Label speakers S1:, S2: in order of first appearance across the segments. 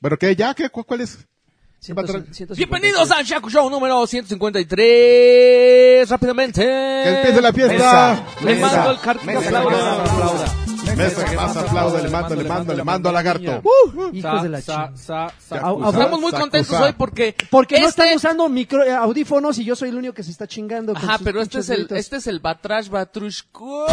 S1: ¿Pero qué? ¿Ya? ¿Qué? ¿Cu- ¿Cuál es?
S2: Bienvenidos al Shaku Show número 153. Rápidamente.
S1: ¡Que
S3: Eh,
S1: empiece la fiesta!
S2: Le
S4: Mesa,
S2: mando el cartón.
S4: mesa,
S2: aplauda.
S4: mesa, aplauda.
S1: Mesa que más aplauda, le mando, le mando, le mando a lagarto.
S4: Sa,
S3: Hijos de la
S4: sa,
S3: chica.
S4: sa, sa.
S1: Ya,
S3: Au-
S1: pues,
S3: au-
S1: sa,
S2: Estamos muy
S1: sa,
S2: contentos
S1: sa.
S2: hoy porque.
S3: Porque no
S2: este-
S3: están usando micro, eh, audífonos y yo soy el único que se está chingando. con
S2: Ajá,
S3: sus
S2: pero este
S3: pinches
S2: es el,
S3: gritos.
S2: este es el Batrash Batrushko.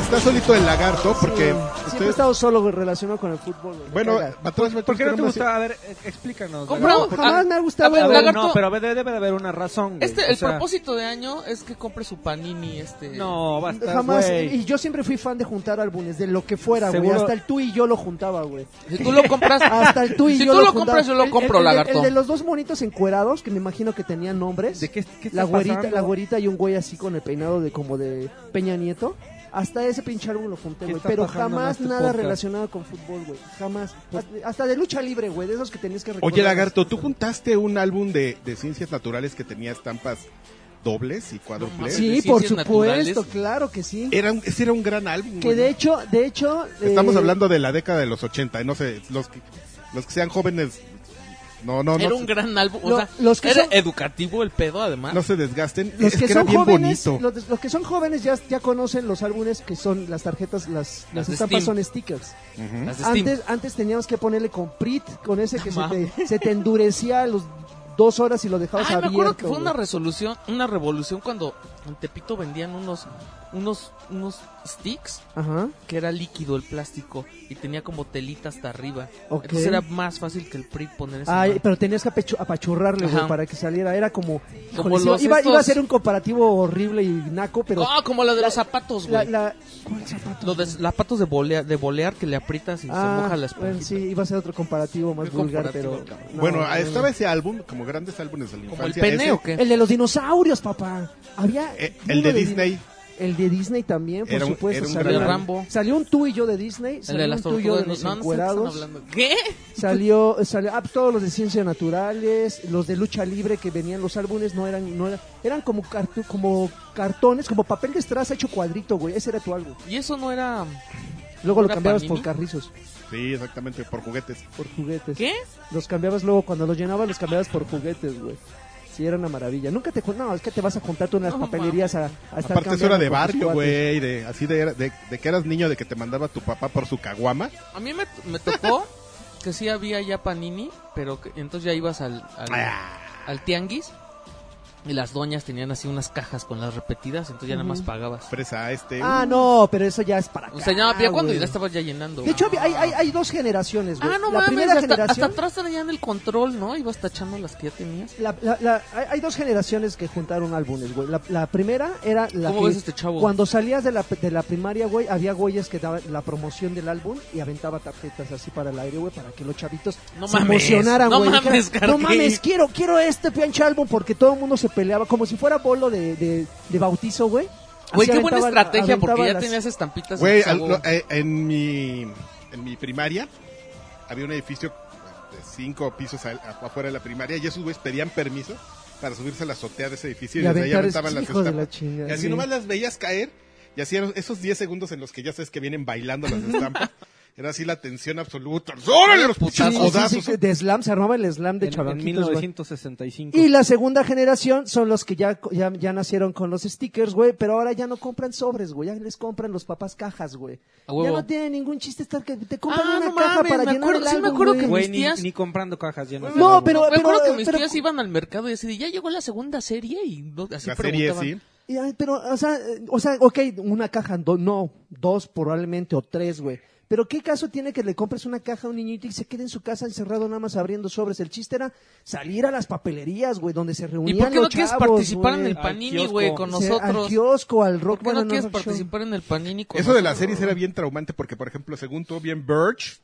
S1: Está solito el lagarto porque
S3: Siempre he
S1: ustedes...
S3: estado solo güey, relacionado con el fútbol. güey, me
S1: Bueno,
S3: caga.
S1: Batrash, Batrash,
S4: ¿Por qué no te
S1: queremos decir-
S4: gusta? A ver, e- explícanos.
S2: Compra-
S4: Lagarto.
S3: jamás
S2: a-
S3: me ha gustado,
S2: a ver,
S4: A ver,
S2: Lagarto,
S4: No, pero debe, debe de haber una razón. güey.
S2: este,
S4: O
S2: el
S4: sea,
S2: propósito de año es que compre su panini. Este.
S4: No, basta.
S3: Jamás.
S4: güey.
S3: Y yo siempre fui fan de juntar álbumes, de lo que fuera, güey.
S4: Seguro-
S3: Hasta el tú y yo lo juntaba, güey.
S2: Si tú lo compras.
S3: Hasta el tú y
S2: si
S3: yo
S2: tú
S3: lo
S2: lo
S3: juntaba.
S2: compras, yo
S3: El-
S2: lo
S3: el-
S2: compro,
S3: el de-
S2: lagarto.
S3: El de los dos monitos encuerados, que me imagino que tenían nombres.
S4: ¿De qué, qué está
S3: la güerita,
S4: pasando?
S3: la güerita y un güey así con el peinado de como de Peña Nieto. Hasta ese pinche álbum lo junté,
S4: ¿Qué
S3: güey.
S4: está
S3: Pero
S4: pasando en
S3: jamás
S4: este
S3: nada
S4: podcast?
S3: relacionado con fútbol, güey. Jamás. Hasta- Hasta de lucha libre, güey. De esos que tenías que recordar.
S1: Oye, Lagarto, ¿tú juntaste un álbum de, de ciencias naturales que tenía estampas dobles y cuádruples?
S2: mames.
S3: Sí,
S2: de
S3: por
S2: ciencias
S3: supuesto,
S2: naturales.
S3: claro que sí.
S1: Era un, ese era un gran álbum.
S3: Que
S1: güey.
S3: de hecho, de hecho...
S1: Eh, Estamos
S3: eh,
S1: hablando de la década de los 80, no sé, los que, los que sean jóvenes, no, no,
S2: Era
S1: no,
S2: un gran álbum. o
S3: Lo-
S2: sea,
S3: los que
S2: era
S3: son-
S2: educativo el pedo, además.
S1: no se desgasten.
S3: Los
S1: es
S3: que,
S1: era
S3: son
S1: bien
S3: jóvenes,
S1: bonito.
S3: los, los que son jóvenes ya, ya conocen los álbumes que son las tarjetas, las,
S2: Las
S3: las
S2: de
S3: estampas
S2: Steam.
S3: son stickers.
S2: Las de Steam.
S3: Antes, antes teníamos que ponerle con Prit, con ese que se
S2: Mames.
S3: te, se te endurecía a los dos horas y lo dejabas
S2: Ay, me
S3: abierto.
S2: acuerdo que fue una
S3: güey.
S2: resolución, una revolución cuando en Tepito vendían unos, unos, unos sticks
S3: Ajá.
S2: que era líquido el plástico y tenía como telita hasta arriba.
S3: Ok.
S2: Entonces era más fácil que el PRI poner esa
S3: Ay,
S2: madre.
S3: pero tenías que apechu- apachurrarle güey,
S2: Ajá.
S3: para que saliera. Era como. híjole,
S2: Como
S3: sí,
S2: los
S3: iba,
S2: estos-
S3: iba a ser un comparativo horrible y naco, pero.
S2: Ah, como la de
S3: la-
S2: los zapatos,
S3: la,
S2: güey.
S3: la- ¿Cuál zapato?
S2: Los de, zapatos de bolear, de bolear que le aprietas y
S3: Ah,
S2: se moja la
S3: bueno,
S2: esponjita.
S3: sí, iba a ser otro comparativo más
S2: Qué
S3: vulgar,
S2: comparativo,
S3: pero.
S2: cabrón.
S3: no,
S1: bueno,
S3: no, no.
S1: estaba ese álbum, como grandes álbumes de la
S2: Como el
S1: infancia.
S2: pene o
S1: ese,
S2: qué.
S3: El de los dinosaurios, papá. Había
S1: eh,
S3: uno
S1: el de Disney.
S3: El de Disney también, por
S1: Era un-
S3: supuesto.
S1: era un
S3: salió,
S1: gran-
S2: Rambo.
S3: salió un tú y yo de Disney,
S2: El
S3: salió
S2: de las
S3: un tú y yo de
S2: tortugas.
S3: los
S2: No, no sé de qué están
S3: encuerados,
S2: hablando. ¿Qué?
S3: salió, salió ah, todos los de ciencias naturales, los de lucha libre que venían los álbumes no eran, no eran, eran como cartu- como cartones, como papel de estraza hecho cuadrito, güey. Ese era tu álbum.
S2: Y eso no era...
S3: Luego lo
S2: ¿Era
S3: cambiabas
S2: Panini?
S3: por carrizos,
S1: Sí, exactamente, por juguetes.
S3: por juguetes.
S2: ¿Qué?
S3: Los cambiabas luego cuando los llenabas, los cambiabas por juguetes, güey. Sí, era una maravilla. Nunca te... jun- No, es que te vas a juntar tú en las
S2: No,
S3: papelerías a, a estar
S1: Aparte, eso era de
S3: cambiando con tus
S1: barrio,
S3: cuates.
S1: güey, de, así de, de, de que eras niño, de que te mandaba tu papá por su caguama.
S2: A mí me, me tocó que sí había ya panini, pero que, entonces ya ibas al, al, al tianguis y las doñas tenían así unas cajas con las repetidas, entonces ya nada más pagabas.
S1: Fresa este.
S3: Ah, no, pero eso ya es para acá,
S2: O sea, ya, ya cuando
S3: Ah, güey.
S2: ya estabas ya llenando.
S3: De hecho, había- hay, hay, hay dos generaciones, güey.
S2: Ah, no
S3: la
S2: mames,
S3: primera
S2: hasta, hasta
S3: generación,
S2: atrás traían el control, ¿no? Ibas tachando las que ya tenías.
S3: la- la- la- hay, hay dos generaciones que juntaron álbumes, güey. La, la primera era la
S2: ¿Cómo
S3: que
S2: ves este chavo?
S3: cuando salías de la, de la primaria, güey, había güeyes que daban la promoción del álbum y aventaba tarjetas así para el aire, güey, para que los chavitos
S2: No
S3: se
S2: mames,
S3: emocionaran,
S2: no
S3: güey.
S2: mames,
S3: Dijeran, no
S2: Carqui".
S3: mames, quiero, quiero este pinche álbum porque todo el mundo se peleaba como si fuera bolo de, de, de bautizo, güey.
S2: Güey,
S3: Así
S2: qué buena
S3: aventaban-
S2: estrategia, porque
S3: aventaban
S2: ya
S3: las-
S2: tenías estampitas.
S1: Güey,
S2: de
S1: al-
S2: chavo.
S1: lo- eh, en mi en mi primaria había un edificio eh, de cinco pisos al- a- afuera de la primaria y esos güeyes pedían permiso para subirse a la azotea de ese edificio y,
S3: Y
S1: desde ahí
S3: aventar
S1: aventaban
S3: esos
S1: las
S3: hijos de la
S1: estampas.
S3: chingada,
S1: y así
S3: sí.
S1: nomás las veías caer y así eran esos 10 segundos en los que ya sabes que vienen bailando las estampas. Era así la tensión absoluta. ¡Órale los
S3: Sí,
S1: putazos!
S3: sí, sí, sí, de slam, se armaba el slam de
S4: en, en
S3: chavanquitos, güey.
S4: 1965.
S3: Y la segunda generación son los que ya, ya, ya nacieron con los stickers, güey, pero ahora ya no compran sobres, güey, ya les compran los papás cajas, güey.
S2: A huevo.
S3: Ya no tiene ningún chiste estar que te compran
S2: Ah,
S3: una
S2: no
S3: caja
S2: mames,
S3: para
S2: me
S3: llenar
S2: acuerdo-
S3: el
S2: sí me
S3: álbum,
S2: acuerdo que
S3: güey.
S2: mis
S4: Güey, ni,
S2: tías-
S4: ni comprando cajas llenas de
S3: No,
S4: álbumes.
S3: pero-
S2: Me acuerdo que mis
S3: pero-
S2: tías iban al mercado y decían, ya llegó la segunda serie y no- así
S1: La serie,
S2: preguntaban.
S1: sí.
S3: Y, ay, Pero, o sea, eh, o sea, ok, una caja, do- no, dos probablemente o tres, güey. Pero ¿qué caso tiene que le compres una caja a un niñito y se quede en su casa encerrado nada más abriendo sobres? El chiste era salir a las papelerías, güey, donde se
S2: ¿Y
S3: reunían
S2: por qué no
S3: los
S2: quieres
S3: chavos,
S2: participar en
S3: güey.
S2: el
S4: Al
S2: panini,
S4: kiosco.
S2: güey, con
S3: O sea,
S2: nosotros?
S3: Al kiosco, al rock.
S2: ¿Por qué
S3: bueno,
S2: no quieres
S3: rock show.
S2: participar en el panini con
S1: Eso de la
S2: nosotros?
S1: serie era bien traumante porque, por ejemplo, según tú, bien Birch,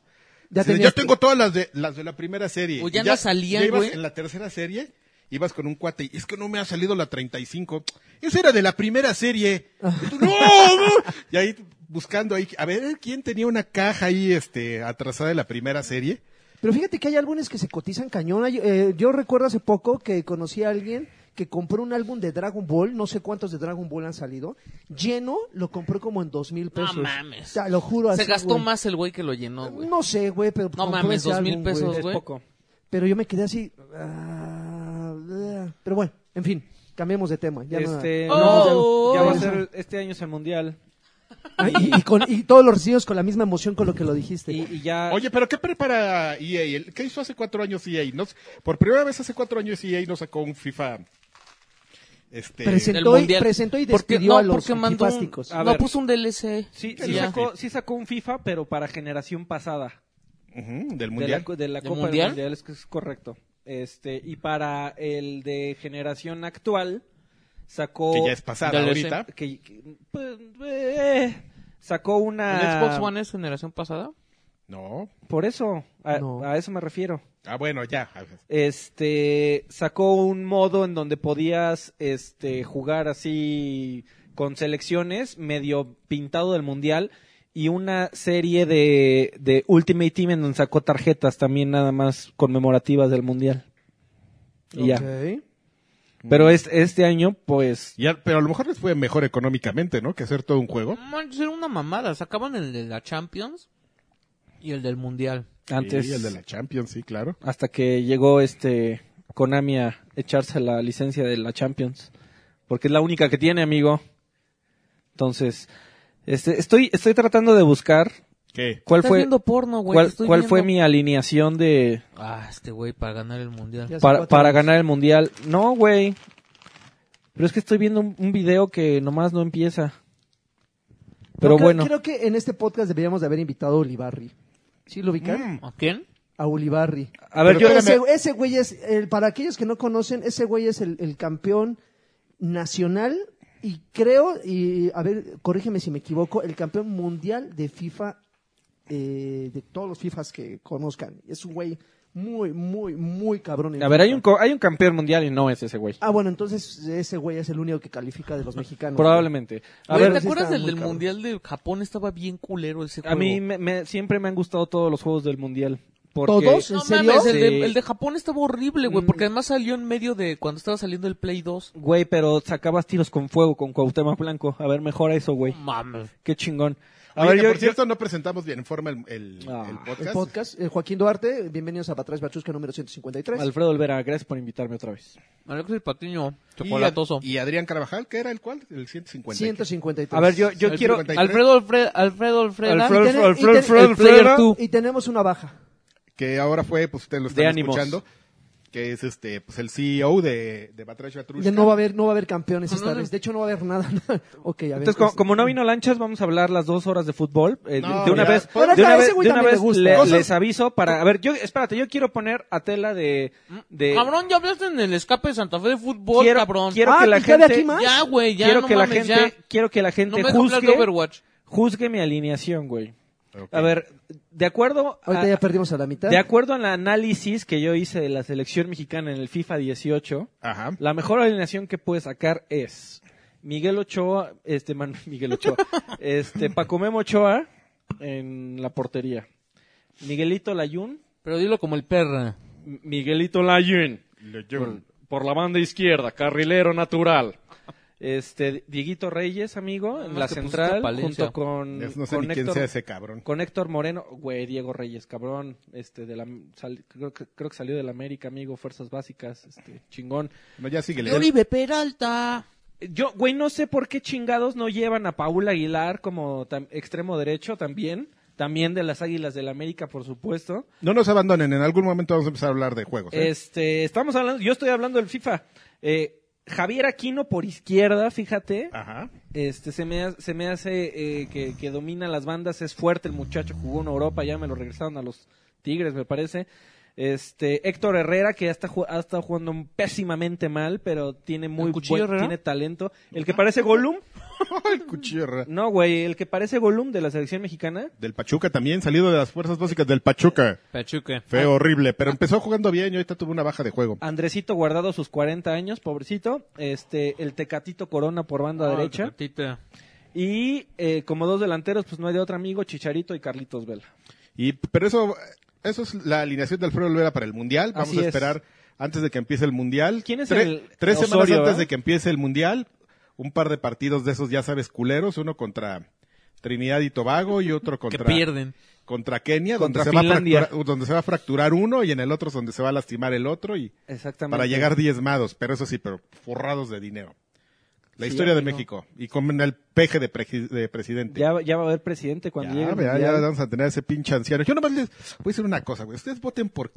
S3: Ya
S1: Así de,
S3: tenías-
S1: yo tengo todas las de las de la primera serie.
S2: O ya
S1: Y
S2: no salían,
S1: ya ibas
S2: güey.
S1: en la tercera serie, ibas con un cuate y es que no me ha salido la 35. Esa era de la primera serie. Y tú, ¡No! no". Y ahí buscando ahí, a ver quién tenía una caja ahí este atrasada de la primera serie.
S3: Pero fíjate que hay álbumes que se cotizan cañón. Hay, eh, yo recuerdo hace poco que conocí a alguien que compró un álbum de Dragon Ball, no sé cuántos de Dragon Ball han salido, lleno, lo compró como en dos mil pesos.
S2: mames.
S3: O sea, lo juro así,
S2: Se gastó
S3: güey.
S2: más el güey que lo llenó, güey.
S3: No sé, güey, pero.
S2: No
S3: compró
S2: mames,
S3: ese
S2: dos mil
S3: álbum, güey.
S2: pesos,
S4: Es
S2: güey.
S4: poco.
S3: Pero yo me quedé así. ah, bleh. pero bueno, en fin, cambiemos de tema. ya no-
S4: Este,
S2: Oh,
S4: no, ya, ya va a
S2: oh.
S4: ser este año es el mundial.
S3: Ah, y, y con- y todos los recibimos con la misma emoción con lo que lo dijiste.
S4: Y, y
S2: Ah.
S4: ya.
S1: Oye, pero ¿qué prepara EA? El- ¿Qué hizo hace cuatro años EA? Nos- por primera vez hace cuatro años EA nos sacó un FIFA. Este,
S3: Present-
S2: Del
S3: Presentó y-
S2: mundial.
S3: presentó y
S2: Porque-
S3: despidió
S2: no,
S3: a los
S2: porque mandó un,
S3: fifásticos.
S4: A
S2: No,
S4: ver.
S2: puso un DLC.
S4: sí,
S2: Y
S4: sí,
S2: ya.
S4: sacó, sí sacó un FIFA, pero para generación pasada.
S1: Ujú, del
S4: De la,
S1: mundial.
S4: co- de la
S2: ¿De
S4: Copa
S2: mundial?
S4: del Mundial, es que es correcto. Este, y para el de generación actual, sacó.
S1: Que ya es pasada
S2: Del
S1: ahorita.
S4: que- que- pues, eh, sacó una.
S2: ¿El Xbox One es generación pasada?
S1: No.
S4: Por eso, a,
S3: No.
S4: a eso me refiero.
S1: Ah, bueno, ya.
S4: Este, sacó un modo en donde podías este, jugar así con selecciones, medio pintado del mundial. Y una serie de, de Ultimate Team en donde sacó tarjetas también nada más conmemorativas del mundial. Y ya.
S3: Ok.
S4: Pero es, este año, pues.
S1: Ya, pero a lo mejor les fue mejor económicamente, ¿no? Que hacer todo un juego.
S2: Manches, era una mamada. Sacaban el de la Champions y el del Mundial.
S4: Antes.
S1: Sí, el de la Champions, sí, claro.
S4: Hasta que llegó este Konami a echarse la licencia de la Champions. Porque es la única que tiene, amigo. Entonces, este, estoy, estoy tratando de buscar
S1: ¿Qué?
S4: cuál
S2: Estás
S4: fue,
S2: viendo
S3: pues,
S2: porno, güey, te
S4: cuál,
S2: estoy
S4: cuál fue
S2: viendo.
S4: mi alineación de
S2: Ah, este güey, para ganar el Mundial.
S3: Ya hace
S4: para,
S3: cuatro
S4: para
S3: años.
S4: ganar el mundial. No, güey. Pero es que estoy viendo un, un video que nomás no empieza. Pero
S3: No, creo-
S4: bueno,
S3: Creo que en este podcast deberíamos de haber invitado a Olivarri. ¿Sí lo ubican?
S1: Mm.
S2: ¿A quién?
S3: A Olivarri.
S4: a ver, yo
S1: Pero
S3: Ese,
S1: espérame.
S3: ese güey es, el- para aquellos que no conocen, ese güey es el, el campeón nacional y creo, y a ver, corrígeme si me equivoco, el campeón mundial de FIFA, eh, de todos los FIFAs que conozcan. Es un güey muy, muy, muy cabrón. en
S4: a ver, hay
S3: FIFA.
S4: un, co- hay un campeón mundial y no es ese güey.
S3: Ah, bueno, entonces ese güey es el único que califica de los mexicanos.
S4: Probablemente. A
S2: Güey,
S4: ver,
S2: ¿Te
S3: sí
S2: acuerdas
S3: estaba
S2: del,
S3: muy
S2: del
S3: cabrón.
S2: Mundial de Japón? Estaba bien culero ese juego.
S4: A mí me- me- siempre me han gustado todos los juegos del mundial. Porque,
S3: ¿Todos? ¿En
S2: No
S3: serio?
S2: mames, el
S4: Sí. Mm.
S2: de, el de Japón estaba horrible, güey, porque además salió en medio de cuando estaba saliendo el Play 2.
S4: Güey, pero sacabas tiros con fuego con Cuauhtémoc Blanco. A ver, mejora eso, güey.
S2: Mames.
S4: Qué chingón. A
S1: Oye,
S4: ver,
S1: que
S4: yo-
S1: por
S4: yo-
S1: cierto, no presentamos bien en forma el, el-
S4: Ah,
S1: el podcast.
S3: El podcast, eh, Joaquín Duarte, bienvenidos a Patrás Bachusca número 153.
S4: Alfredo Olvera, gracias por invitarme otra vez.
S2: Mario Cruz Patiño,
S1: Y Ad-
S2: chocolatoso.
S1: Y, Adrián Carvajal, ¿qué era el cual? El 150.
S3: 153.
S4: A ver, yo, yo
S1: El
S4: quiero...
S1: 53.
S2: Alfredo, Alfredo, Alfredo, Alfreda.
S4: Alfredo,
S3: Y tener-
S4: Alfredo,
S3: y tener-
S4: Alfredo,
S2: el player
S4: Alfredo.
S2: tú.
S3: Y tenemos una baja.
S1: Que ahora fue, pues ustedes lo
S4: De
S1: están
S4: ánimos.
S1: escuchando. Que es este, pues el CEO de, de Batrash Batrushka.
S3: Ya no va a haber, no va a haber campeones
S2: No,
S3: esta
S2: no, no.
S3: vez. De hecho, no va a haber nada. ok, a ver.
S4: Entonces, como, como no vino Lanchas, vamos a hablar las dos horas de fútbol. Eh,
S1: No,
S4: de una
S1: ya.
S4: vez,
S1: Pero
S4: de
S3: ese-
S4: una
S3: ese
S4: vez,
S3: güey
S4: de una
S3: también
S4: vez
S3: me gusta.
S4: le-
S3: Cosas-
S4: les aviso para... A ver, yo, espérate, yo quiero poner a tela de... de
S2: Mm, Cabrón, ya hablaste en el escape de Santa Fe de fútbol,
S4: Quiero-
S2: cabrón.
S4: quiero
S3: Ah,
S4: que la
S3: ¿y cabe
S4: gente...
S3: aquí más?
S2: Ya, güey, ya,
S4: quiero
S2: no
S4: que
S2: mames,
S4: la gente,
S2: ya.
S4: quiero que la
S2: No
S4: gente
S2: me hablas de
S4: juzgue,
S2: Overwatch.
S4: juzgue mi alineación, güey.
S1: Ok.
S4: A ver, de acuerdo a,
S3: Ahorita ya perdimos a la mitad.
S4: de acuerdo al análisis que yo hice de la selección mexicana en el FIFA 18,
S1: Ajá.
S4: la mejor alineación que puede sacar es Miguel Ochoa, este man, Miguel Ochoa, este Paco Memo Ochoa en la portería. Miguelito Layún,
S2: Pero dilo como el perra.
S4: M- Miguelito Layún
S1: Le llevo-
S4: por, por la banda izquierda, carrilero natural. Este Dieguito Reyes, amigo, en
S2: Nomás
S4: la
S2: que pusiste
S4: central
S2: a Palencia.
S4: junto con
S1: Es- no sé
S4: con
S1: ni quién
S4: Héctor-
S1: sea ese cabrón.
S4: con Héctor Moreno, güey, Diego Reyes, cabrón, este, de la, sal- creo, que- creo que salió del América, amigo, fuerzas básicas, este, chingón.
S1: No, ya síguele.
S2: Y Oribe Peralta.
S4: Yo, güey, no sé por qué chingados no llevan a Paul Aguilar como tam- extremo derecho también, también de las Águilas del América, por supuesto.
S1: No nos abandonen, en algún momento vamos a empezar a hablar de juegos. ¿eh?
S4: Este, estamos hablando, yo estoy hablando del FIFA. Eh, Javier Aquino por izquierda, fíjate.
S1: Ajá.
S4: Este, se me, ha- se me hace eh, que, que domina las bandas, es fuerte el muchacho, jugó en Europa, ya me lo regresaron a los Tigres, me parece. Este, Héctor Herrera, que ya está, ju- ha estado jugando pésimamente mal, pero tiene muy
S2: ¿El Cuchillo
S4: buen,
S2: Herrera?
S4: tiene talento. El que parece Golum,
S1: el cuchillo ra-
S4: no, güey, el que parece Golum de la selección mexicana.
S1: Del Pachuca también, salido de las fuerzas básicas del Pachuca.
S2: Pachuque.
S4: Ah.
S1: Fue horrible, pero empezó jugando bien y ahorita tuvo una baja de juego.
S4: Andresito guardado sus 40 años, pobrecito. Este, el Tecatito Corona por banda
S2: Ah,
S4: derecha. Y eh, como dos delanteros, pues no hay de otro amigo, Chicharito y Carlitos Vela.
S1: Y pero eso eso es la alineación de Alfredo Olvera para el mundial. Vamos
S4: Así
S1: a
S4: es.
S1: esperar antes de que empiece el mundial.
S4: ¿Quién es
S1: Tre-
S4: el-
S1: Tres semanas
S4: Osorio,
S1: antes
S4: eh?
S1: de que empiece el mundial, un par de partidos de esos, ya sabes, culeros, uno contra Trinidad y Tobago y otro
S2: Que
S1: contra
S2: pierden.
S1: contra Kenia,
S4: Contra
S1: donde, se va a
S4: Finlandia.
S1: fracturar, donde se va a fracturar uno y en el otro es donde se va a lastimar el otro y
S4: Exactamente.
S1: para llegar diezmados, pero eso sí, pero forrados de dinero. La historia de
S4: amigo.
S1: México y con el peje de, pregi- de presidente.
S4: Ya, ya va a haber presidente cuando
S1: Ya,
S4: llegue. el
S1: verá, ya
S4: mundial.
S1: vamos a tener ese pinche anciano. Yo nomás les voy a decir una cosa, güey. Ustedes voten por,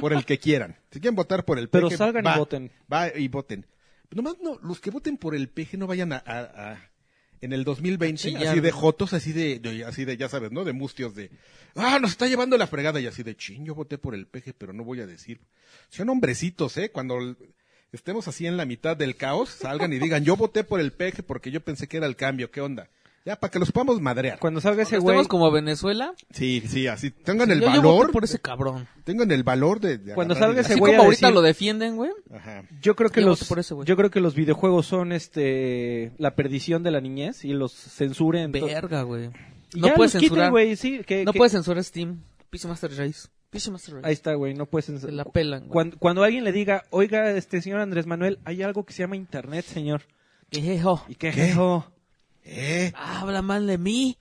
S1: por el que quieran. Si quieren votar por el
S4: Pero
S1: peje,
S4: salgan y
S1: va,
S4: voten.
S1: Va y voten. Nomás no, los que voten por el peje no vayan a, a- a- en el 2020
S2: A chillar,
S1: así de
S2: ¿no?
S1: jotos, así de, de- así de ya sabes, ¿no? De mustios de ah, nos está llevando la fregada y así de chin, yo voté por el peje, pero no voy a decir. Sean hombrecitos, ¿eh? Cuando l- estemos así en la mitad del caos, salgan y digan, "Yo voté por el peje porque yo pensé que era el cambio, ¿qué onda?" Ya para que los podamos madrear.
S4: Cuando salga ese
S2: Estamos
S4: güey.
S2: como Venezuela.
S1: Sí, sí, así. Tengan el
S2: yo, yo
S1: valor.
S2: voté por ese cabrón.
S1: Tengan el valor de. de
S4: Cuando
S1: agarrar
S4: salga
S1: y-
S4: ese
S2: Así
S4: voy
S2: como
S4: a
S2: ahorita
S4: decir-
S2: lo defienden, güey.
S1: Ajá.
S4: Yo creo que
S2: Yo
S4: los
S2: voto por ese güey.
S4: yo creo que los videojuegos son este la perdición de la niñez y los censuren. to-
S2: Verga, güey.
S4: Y
S2: No
S4: ya
S2: puedes
S4: los quiten,
S2: censurar.
S4: güey, sí, Eh, que-
S2: no
S4: que-
S2: puedes censurar Steam. PC Master Race. PC Master Race.
S4: Ahí está, güey, no puedes
S2: Se
S4: censurar.
S2: la pelan, güey.
S4: Cuando, cuando alguien le diga, oiga, este señor Andrés Manuel, hay algo que se llama internet, señor.
S2: Ejejo.
S4: ¿Y qué?
S1: ¿Qué?
S4: jejo?
S1: Eh,
S2: Habla mal de mí.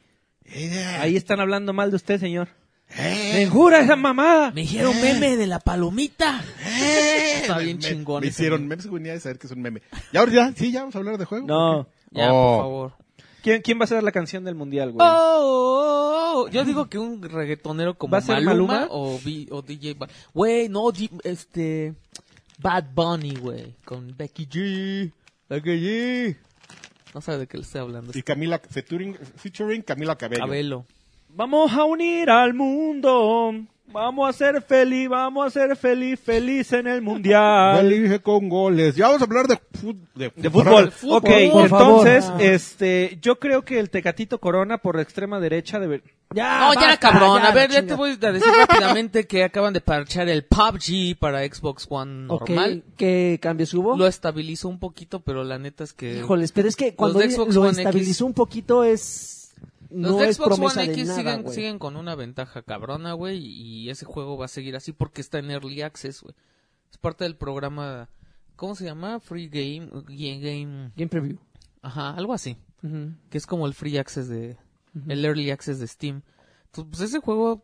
S1: eh,
S4: Ahí están hablando mal de usted, señor.
S1: eh,
S4: ¡Me jura esa mamada!
S2: Me dijeron meme de la palomita.
S1: eh.
S2: Está bien
S1: Me-
S2: chingón
S1: Me
S2: ese
S1: hicieron
S2: meme.
S1: memes, güey, ni a saber que es un meme. Ya, ahora ya, sí, ya vamos a hablar de juego.
S4: No.
S2: Ya,
S1: Oh.
S2: por favor.
S4: ¿Quién, ¿Quién va a ser la canción del mundial, güey?
S2: Oh, oh, oh. Yo digo que un reggaetonero como
S4: ¿Va a ser
S2: Maluma,
S4: Maluma?
S2: O, B- o DJ Ba- Güey, no, G- este... Bad Bunny, güey. Con Becky G. Becky G. No sabe de qué le estoy hablando.
S1: Y Camila, featuring, featuring Camila Cabello.
S2: pues- Cabello.
S4: Vamos a unir al mundo. Vamos a ser feliz, vamos a ser feliz, feliz en el
S1: Ya
S4: mundial.
S1: le dije con goles. Ya vamos a hablar de, fut-
S4: De fútbol.
S2: fútbol,
S4: ok,
S3: por favor.
S4: entonces,
S3: Ah.
S4: este, yo creo que el Tecatito Corona por la extrema derecha debe... Ya,
S2: No, ya era
S4: basta,
S2: cabrón.
S4: ya,
S2: a ver, ya
S4: chinga.
S2: te voy a decir rápidamente que acaban de parchar el PUBG para Xbox One normal.
S3: Ok, ¿Qué cambios hubo?
S2: Lo estabilizó un poquito, pero la neta es que...
S3: Híjoles, pero es que cuando
S2: de
S3: di-
S2: Xbox
S3: lo
S2: One X.
S3: estabilizó un poquito es...
S2: Los
S3: No
S2: de
S3: es
S2: Xbox
S3: promesa
S2: One X
S3: de nada,
S2: siguen,
S3: güey.
S2: siguen con una ventaja cabrona, güey, y ese juego va a seguir así porque está en Early Access, güey. Es parte del programa, ¿cómo se llama? Free Game, Game, Game-
S3: Game preview.
S2: ajá, algo así, que es como el Free Access de, el Early Access de Steam. Entonces, pues ese juego,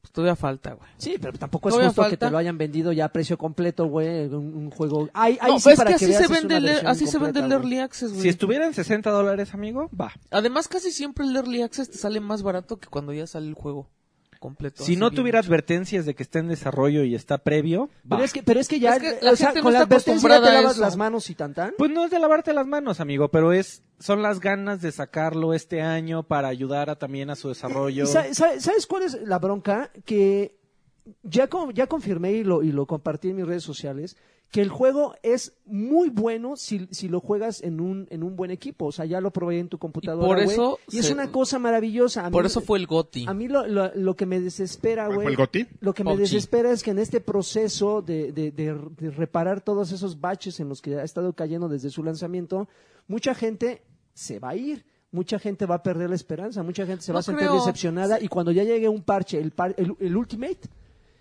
S2: pues todavía falta, güey.
S3: Sí, pero tampoco es
S2: Todavía
S3: justo que
S2: falta.
S3: te lo hayan vendido ya a precio completo, güey. Un, un juego. Ay, ay,
S2: No,
S3: sí,
S2: pero es
S3: para
S2: que así,
S3: veas,
S2: se
S3: es
S2: vende,
S3: una
S2: el,
S3: versión
S2: así se vende el
S3: completa, güey.
S2: Early Access, güey.
S4: Si estuvieran 60 dólares, amigo, va.
S2: Además, casi siempre el Early Access te sale más barato que cuando ya sale el juego completo.
S4: Si
S2: así
S4: no
S2: bien
S4: tuviera
S2: hecho.
S4: advertencias de que está en desarrollo y está previo, va.
S3: Pero es que, pero es que ya,
S2: Es que la
S3: o sea,
S2: gente no
S3: con la
S2: está
S3: advertencia ya te
S2: acostumbrada a
S3: lavas
S2: eso.
S3: las manos y tan tan.
S4: Pues no es de lavarte las manos, amigo, pero es son las ganas de sacarlo este año para ayudar a, también a su desarrollo.
S3: ¿Y sa- sa- ¿Sabes cuál es la bronca? Que ya, con- ya confirmé y lo, y lo compartí en mis redes sociales que el juego es muy bueno si, si lo juegas en un, en un buen equipo. O sea, ya lo probé en tu computadora.
S2: por
S3: güey,
S2: eso
S3: y es
S2: se-
S3: una cosa maravillosa. A
S2: Por
S3: mí-
S2: eso fue el GOTI.
S3: A mí lo, lo- lo que me desespera,
S1: ¿Cuál
S3: Ah, güey.
S1: fue el goti?
S3: Lo que me
S2: PUBG.
S3: desespera es que en este proceso de, de- de- de reparar todos esos baches en los que ha estado cayendo desde su lanzamiento, mucha gente se va a ir. Mucha gente va a perder la esperanza, mucha gente se va
S2: No
S3: a sentir
S2: creo.
S3: decepcionada y cuando ya llegue un parche, el, par- el, el Ultimate,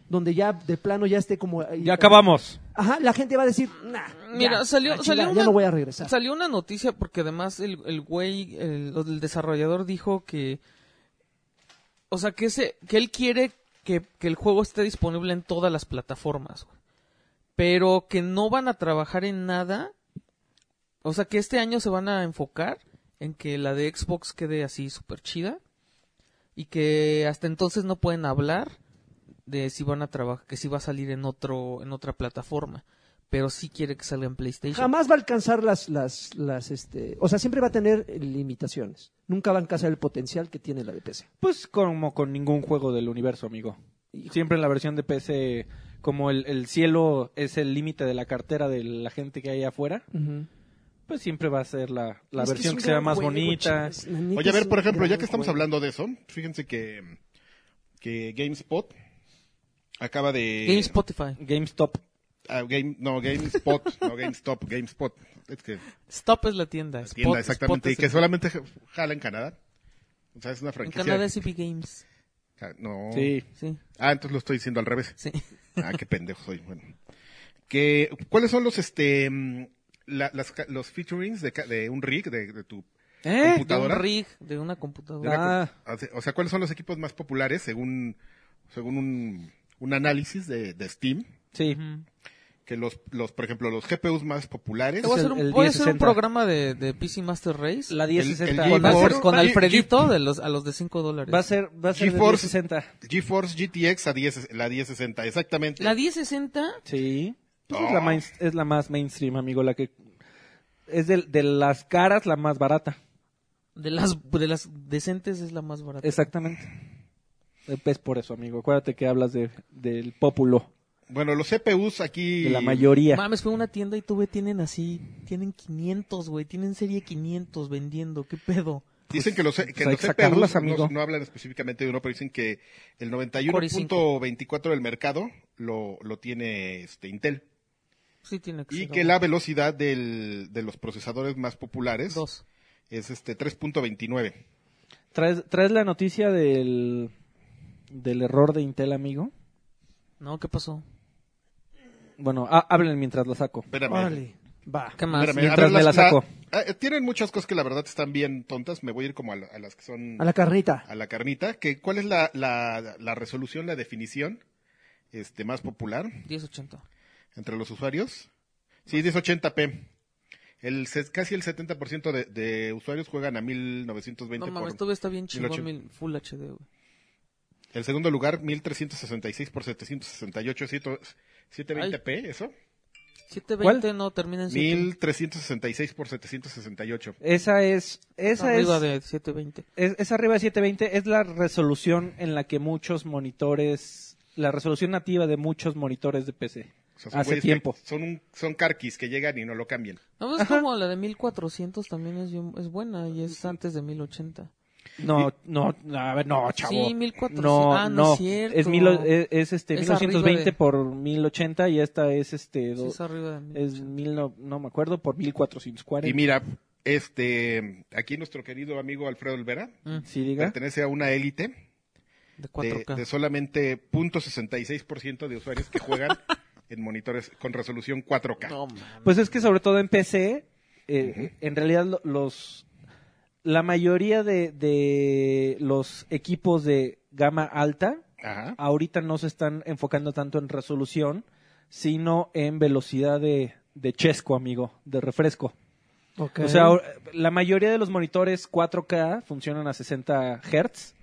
S3: donde ya de plano ya esté como... eh,
S4: Ya acabamos.
S3: Ajá, la gente va a decir, nah,
S2: Mira,
S3: ya,
S2: salió,
S3: la
S2: salió
S3: chingada,
S2: una,
S3: ya no voy a regresar.
S2: Salió una noticia porque además el, el güey, el, el desarrollador dijo que, o sea, que ese, que él quiere que, que el juego esté disponible en todas las plataformas, güey. pero que no van a trabajar en nada, o sea, que este año se van a enfocar en que la de Xbox quede así súper chida y que hasta entonces no pueden hablar de si van a trabajar, que si va a salir en otro, en otra plataforma. Pero sí quiere que salga en PlayStation.
S3: Jamás va a alcanzar las, las, las, este, o sea, siempre va a tener limitaciones. Nunca va a alcanzar el potencial que tiene la de PC.
S4: Pues como con ningún juego del universo, amigo. Siempre en la versión de PC, como el, el cielo es el límite de la cartera de la gente que hay afuera, pues siempre va a ser la, la
S3: Es
S4: versión
S3: es
S4: que,
S3: un
S4: sea
S3: gran
S4: más
S3: juego,
S4: bonita.
S3: chicos. La neta
S1: Oye, a
S3: es
S1: ver,
S3: un
S1: por ejemplo, ya
S3: gran
S1: que estamos
S3: juego.
S1: hablando de eso, fíjense que, que GameSpot acaba de.
S2: Game Spotify.
S4: GameStop.
S1: Ah, Game- no, GameSpot, no GameStop, GameSpot. Es que
S2: Stop es la tienda. Spot-
S1: tienda, exactamente.
S2: Spot
S1: y
S2: es
S1: que
S2: el-
S1: solamente jala en Canadá. O sea, es una
S2: En
S1: franquicia.
S2: Canadá es Epic Games.
S1: Ah, No.
S4: Sí.
S2: Sí,
S1: Ah, entonces lo estoy diciendo al revés.
S2: sí.
S1: Ah, qué pendejo soy. Bueno. que cuáles son los este mm, la- las ca- los featurings de, ca- de un rig de, de tu
S4: ¿Eh?
S2: De un
S1: computadora
S2: rig, de una
S1: De
S2: computadora.
S1: una
S4: Ah.
S1: com- o sea- o sea cuáles son los equipos más populares según según un, un análisis de, de Steam
S4: Sí.
S2: Ujú.
S1: que los los por ejemplo los GPUs más populares
S2: Te voy a
S4: Es
S2: hacer
S4: el-
S2: un,
S4: el
S2: voy a hacer un
S4: 1060.
S2: programa de, de PC Master Race
S4: La 1060.
S1: El- el
S2: con,
S1: Game
S2: Alfred-
S1: Boy.
S2: con
S1: Ah,
S2: Alfredito de los, a los de 5 dólares.
S4: Va a ser, va a ser de
S1: GeForce.
S4: 1060.
S1: GeForce GTX a 10 la 1060 exactamente
S2: La 1060
S4: Sí. Pues es,
S1: Oh.
S4: la main- es la más mainstream, amigo, la que es de, de las caras la más barata.
S2: de las, de las decentes es la más barata.
S4: Exactamente. Eh, pues por eso, amigo. Acuérdate que hablas de, del pópulo,
S1: bueno los CPUs aquí
S4: de la mayoría.
S2: Mames, fue a una tienda y tuve, tienen así, tienen 500, güey, tienen serie 500 vendiendo, qué pedo.
S1: Dicen que los, que
S4: pues hay
S1: los
S4: que sacarlos,
S1: CPUs no-
S4: amigo.
S1: no, hablan específicamente de uno, pero dicen que el
S2: Core i5.
S1: 91.24 del mercado lo, lo tiene este Intel.
S2: Sí tiene que
S1: Y
S2: ser
S1: que la velocidad del, de los procesadores más populares
S2: dos.
S1: es este 3.29.
S4: ¿Traes, traes la noticia del, del error de Intel, amigo?
S2: No, ¿qué pasó?
S4: Bueno, ha- hablen mientras la saco.
S1: Espérame.
S3: Órale, va.
S2: ¿Qué más?
S1: espérame.
S4: mientras me la saco.
S1: ah, eh, tienen muchas cosas que la verdad están bien tontas. Me voy a ir como a, la- a las que son
S3: A la carnita.
S1: a la carnita. Que, ¿Cuál es la, la, la resolución, la definición este, más popular?
S2: 1080.
S1: entre los usuarios. Sí, 1080p. El, se- casi el 70% de, de usuarios juegan a 1920
S2: No mames,
S1: por-
S2: todavía está bien chingón
S1: 1080.
S2: mil- Full HD, güey.
S1: El segundo lugar, 1366 por 768, ciento- 720p, ¿eso?
S2: 720 no, termina en 7.
S1: 1366 por 768.
S4: Esa es, esa
S2: arriba
S4: es,
S2: de 720.
S4: es, es arriba de 720, es la resolución en la que muchos monitores, la resolución nativa de muchos monitores de PC.
S1: O sea,
S4: Hace
S1: güeyes que
S4: tiempo.
S1: Son, un, son carquis que llegan y no lo cambian.
S2: No, es como la de 1400 también es, bien- es buena y es antes de 1080.
S4: No, no, no, a ver, no, chavo.
S2: Sí, 1400.
S4: No,
S2: Ah, no
S4: no,
S2: es cierto.
S4: Es, mil, es, es, este,
S2: Es arriba
S4: 1920
S2: de-
S4: por 1080 y esta es este,
S2: Sí,
S4: do-
S2: es arriba de 1000.
S4: es mil, no, no me acuerdo, por 1440.
S1: Y mira, este, aquí nuestro querido amigo Alfredo Olvera
S2: Mm,
S4: Sí, diga.
S1: pertenece a una élite
S2: de
S1: de,
S2: 4K.
S1: de solamente 0.66% de usuarios que juegan en monitores con resolución 4K.
S2: No mames.
S4: Pues es que sobre todo en PC, eh, en realidad lo- los la mayoría de, de los equipos de gama alta
S1: Ajá.
S4: ahorita no se están enfocando tanto en resolución, sino en velocidad de, de chesco, amigo, de refresco.
S3: Ok.
S4: O sea, ahora- la mayoría de los monitores 4K funcionan a 60 Hz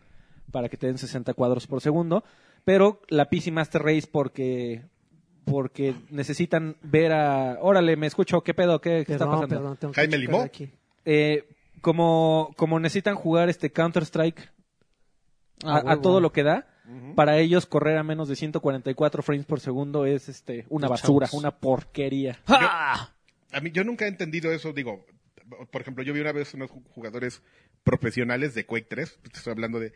S4: para que te den 60 cuadros por segundo, pero la PC Master Race porque porque necesitan ver a, órale, me escucho, qué pedo, qué, qué está
S3: Perdón,
S4: pasando.
S3: perdón, tengo que
S1: Jaime
S3: checar
S1: Limón.
S3: aquí.
S4: Eh, como como necesitan jugar este Counter Strike
S2: Ah,
S4: a, a
S2: huevo.
S4: todo lo que da, para ellos correr a menos de 144 frames por segundo es este una
S2: Los
S4: basura,
S2: chavos.
S4: una porquería.
S2: ¡Ja!
S1: A mí yo nunca he entendido eso, digo, por ejemplo, yo vi una vez unos jugadores profesionales de Quake 3, te estoy hablando de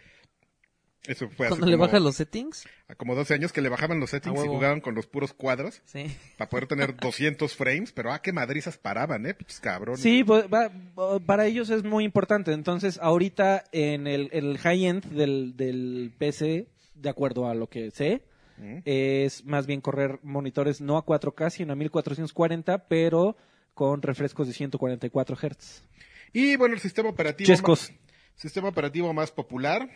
S1: eso fue hace
S2: Cuando le
S1: pues, como,
S2: bajas los settings.
S1: como 12 años que le bajaban los settings
S2: A
S1: y
S2: huevo.
S1: jugaban con los puros cuadros
S2: Sí.
S1: para poder tener 200 frames, pero ah, qué madrizas paraban, eh, pinches cabrones.
S4: Sí, pues, va- va- para ellos es muy importante. Entonces, ahorita en el, el high-end del, del PC, de acuerdo a lo que sé,
S1: Ujú.
S4: es más bien correr monitores no a 4K, sino a 1440, pero con refrescos de 144 Hz.
S1: Y bueno, el sistema operativo
S4: Chescos.
S1: ma- sistema operativo más popular,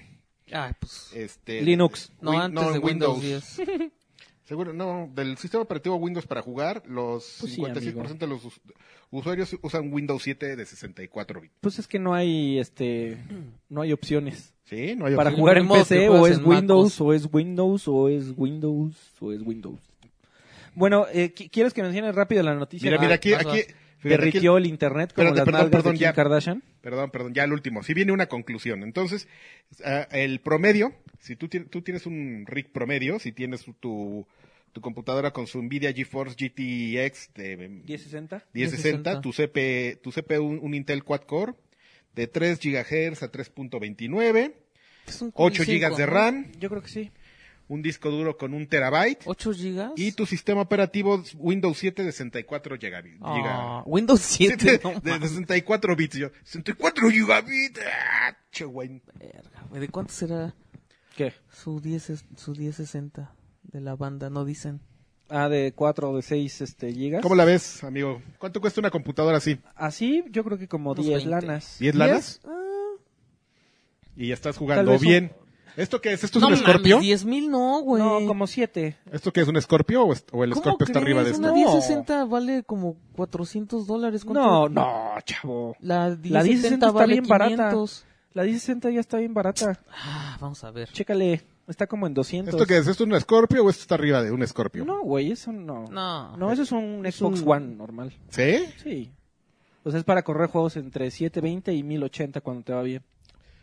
S2: Ah, pues.
S1: este
S4: Linux.
S2: No,
S1: Win-
S2: antes de Windows, 10.
S1: Seguro, no, del sistema operativo Windows para jugar, los
S4: Pues sí,
S1: 56% de los us- usuarios usan Windows 7 de 64 bits.
S4: Pues es que no hay, este, no hay opciones.
S1: Sí, no hay
S4: Para
S2: Sí,
S1: opción.
S4: jugar en
S2: ni modo que
S4: PC
S2: juegues
S4: o es
S2: en
S4: Windows
S2: MacOS.
S4: o es Windows o es Windows o es Windows. Bueno, eh, qui- ¿quieres que menciones rápido la noticia?
S1: Mira, mira, aquí,
S2: Ah,
S1: aquí, fíjate, aquí-
S4: derritió el internet como
S1: Espérate,
S4: las
S1: perdón,
S4: nalgas de
S1: perdón,
S4: Kim
S1: ya.
S4: Kardashian.
S1: perdón, perdón, ya el último. Sí viene una conclusión. Entonces, ah, el promedio, si tú, ti- tú tienes un rig promedio, si tienes tu, tu computadora con su Nvidia GeForce GTX de
S4: 1060.
S1: 1060, tu, CP, tu CPU, un, un Intel quad-core de 3 GHz a 3.29,
S2: Es un
S1: 8
S2: i5,
S1: GB de
S2: ¿no?
S1: RAM,
S4: Yo creo que sí.
S1: un disco duro con un terabyte
S2: 8 gigas.
S1: y tu sistema operativo Windows 7 de 64 gigabytes.
S2: Ah, Windows 7. no
S1: de
S2: mames.
S1: 64 bits. Yo, 64 gigabytes. ah, che, güey.
S2: Verga, güey, ¿De cuánto será
S4: ¿Qué?
S2: su 10, es- su 1060 de la banda? No dicen.
S4: Ah, de 4 o de 6 este, gigas.
S1: ¿Cómo la ves, amigo? ¿Cuánto cuesta una computadora así?
S4: Así, yo creo que como
S2: Unos
S4: 10
S2: 20.
S4: lanas.
S1: ¿Diez lanas? Y ya estás jugando
S4: Tal vez un-
S1: bien. ¿Esto qué es? ¿Esto es
S2: no
S1: un escorpio?
S2: mames, 10 mil no, güey.
S4: No, como 7.
S1: ¿Esto qué es un escorpio o, es- o el
S2: ¿Cómo
S1: escorpio está
S2: crees?
S1: arriba de
S2: Una
S1: esto?
S4: No.
S2: 1060 vale como 400 dólares. ¿cuánto?
S4: No, no, chavo.
S2: La 1070
S4: 1060 está
S2: vale
S4: bien barata.
S2: 500.
S4: La 1060 ya está bien barata.
S2: Ah, vamos a ver.
S4: Chécale, está como en 200.
S1: ¿Esto qué es? ¿Esto es un escorpio o esto está arriba de un escorpio?
S4: No, güey, eso no.
S2: No.
S4: No, eso es un
S3: Es
S4: Xbox
S3: un-
S4: One normal.
S1: ¿Sí?
S4: Sí. O sea, es para correr juegos entre 720 y 1080 cuando te va bien.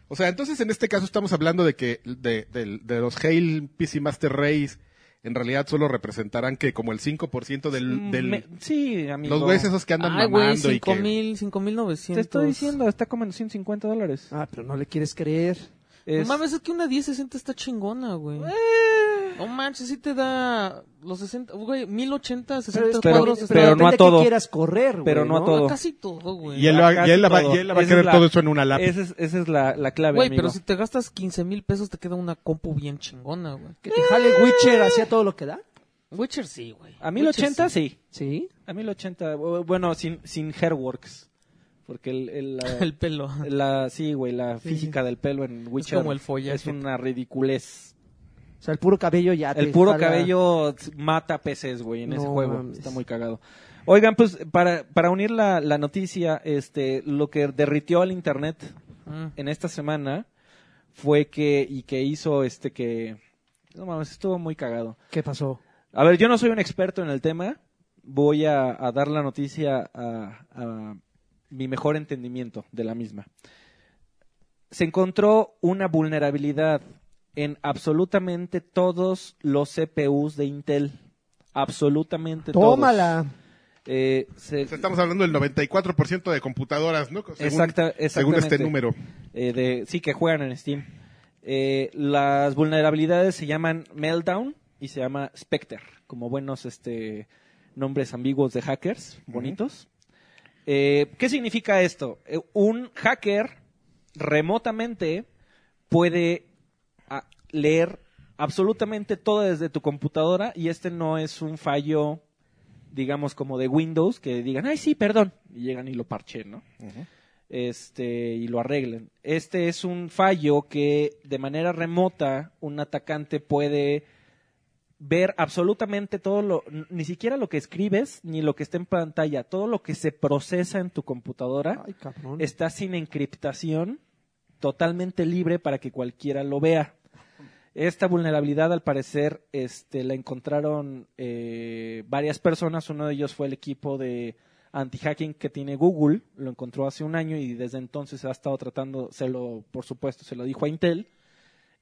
S1: O sea, entonces en este caso estamos hablando de que de, del- de los Hail PC Master Race en realidad solo representarán que como el 5% del,
S4: Mm,
S1: del
S4: me- Sí, amigo.
S1: los güeyes esos que andan
S2: Ay, güey,
S1: mamando y
S2: 5
S1: que
S2: mil, 5.900.
S4: Te estoy diciendo, está como en 150 dólares.
S3: Ah, pero no le quieres creer.
S2: No
S4: Es- Eh.
S2: mames, es que una 1060 está chingona, güey. No manches, sí te da los 60, güey, 1080, 60
S4: Pero-
S2: cuadros.
S4: pero
S2: está-
S4: no
S3: depende de
S4: a
S3: qué
S4: todo.
S3: quieras correr, güey,
S4: Pero no a todo.
S2: Casi todo, güey.
S1: y él, va-
S4: Casi
S1: y él la va,
S4: todo.
S1: y él la va a
S4: Esa
S1: querer
S4: es la-
S1: todo eso en una lap.
S4: Esa es, esa es la, la clave,
S2: Güey,
S4: amigo.
S2: pero si te gastas 15 mil pesos te queda una compu bien chingona, güey.
S3: Que te jale Witcher hacia todo lo que da.
S2: Witcher sí, güey.
S4: A
S2: Witcher
S4: 1080
S2: sí.
S4: sí.
S3: Sí.
S4: A 1080, bu- bueno, sin, sin hairworks. Porque el, el, la,
S2: El pelo.
S4: la- sí, güey, la física del pelo en Witcher
S2: como el follaje.
S4: es una ridiculez.
S3: O sea, el puro cabello ya te
S4: El puro
S3: jala-
S4: cabello mata peces, güey, en
S3: No
S4: ese juego.
S3: mames.
S4: Está muy cagado. Oigan, pues para, para unir la, la noticia, este, lo que derritió al internet
S2: Mm.
S4: en esta semana fue que, y que hizo este que, no mames, estuvo muy cagado.
S3: ¿Qué pasó?
S4: A ver, yo no soy un experto en el tema. Voy a, a dar la noticia a, a mi mejor entendimiento de la misma. Se encontró una vulnerabilidad en absolutamente todos los CPUs de Intel. Absolutamente todos.
S3: Tómala.
S4: Eh, se-
S1: O sea, estamos hablando del 94% de computadoras, ¿no? Pues Según,
S4: Exacta-
S1: según este
S4: exactamente.
S1: número.
S4: eh, de, sí, que juegan en Steam. Eh, las vulnerabilidades se llaman Meltdown y se llama Spectre, como buenos este, nombres ambiguos de hackers,
S1: Ujú.
S4: bonitos. Eh, ¿Qué significa esto? Eh, un hacker remotamente puede a- leer absolutamente todo desde tu computadora y este no es un fallo, digamos, como de Windows, que digan, ay, sí, perdón, y llegan y lo parchen, ¿no? este, y lo arreglen. Este es un fallo que de manera remota un atacante puede ver absolutamente todo lo, n- ni siquiera lo que escribes, ni lo que está en pantalla, todo lo que se procesa en tu computadora
S3: Ay, cabrón.
S4: está sin encriptación, totalmente libre para que cualquiera lo vea. Esta vulnerabilidad, al parecer, este, la encontraron eh, varias personas. Uno de ellos fue el equipo de anti-hacking que tiene Google. Lo encontró hace un año y desde entonces ha estado tratando, se lo, por supuesto, se lo dijo a Intel.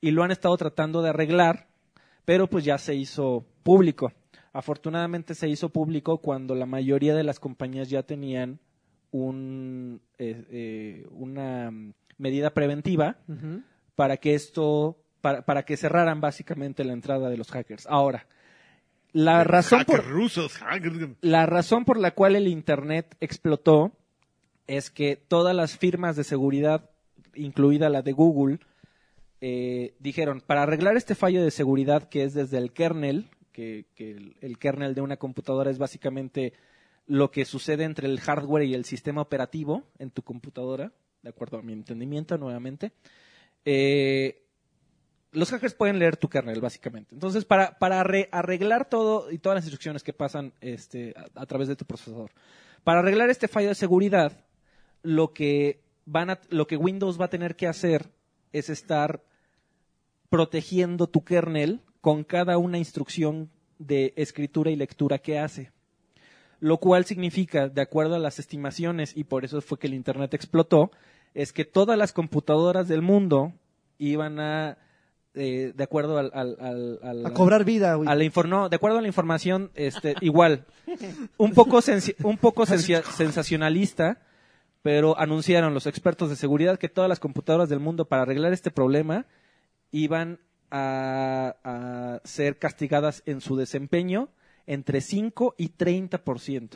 S4: Y lo han estado tratando de arreglar, pero pues ya se hizo público. Afortunadamente se hizo público cuando la mayoría de las compañías ya tenían un, eh, eh, una mm, medida preventiva
S3: Ujú.
S4: para que esto, para, para que cerraran básicamente la entrada de los hackers. Ahora, la razón
S1: Hackers
S4: por
S1: rusos. hackers-
S4: la razón por la cual el internet explotó es que todas las firmas de seguridad, incluida la de Google, eh, dijeron para arreglar este fallo de seguridad que es desde el kernel, que, que el, el kernel de una computadora es básicamente lo que sucede entre el hardware y el sistema operativo en tu computadora, de acuerdo a mi entendimiento nuevamente. eh, los hackers pueden leer tu kernel, básicamente. Entonces, para, para arre- arreglar todo y todas las instrucciones que pasan este, a, a través de tu procesador, para arreglar este fallo de seguridad, lo que, van a- lo que Windows va a tener que hacer es estar protegiendo tu kernel con cada una instrucción de escritura y lectura que hace. Lo cual significa, de acuerdo a las estimaciones, y por eso fue que el Internet explotó, es que todas las computadoras del mundo iban a, eh, de acuerdo al, al- al- al-
S3: A cobrar vida, güey.
S4: a la infor- no, de acuerdo a la información, este, igual, un poco, sensi- un poco sensi- sensacionalista, pero anunciaron los expertos de seguridad que todas las computadoras del mundo para arreglar este problema iban a, a ser castigadas en su desempeño entre 5 y 30%.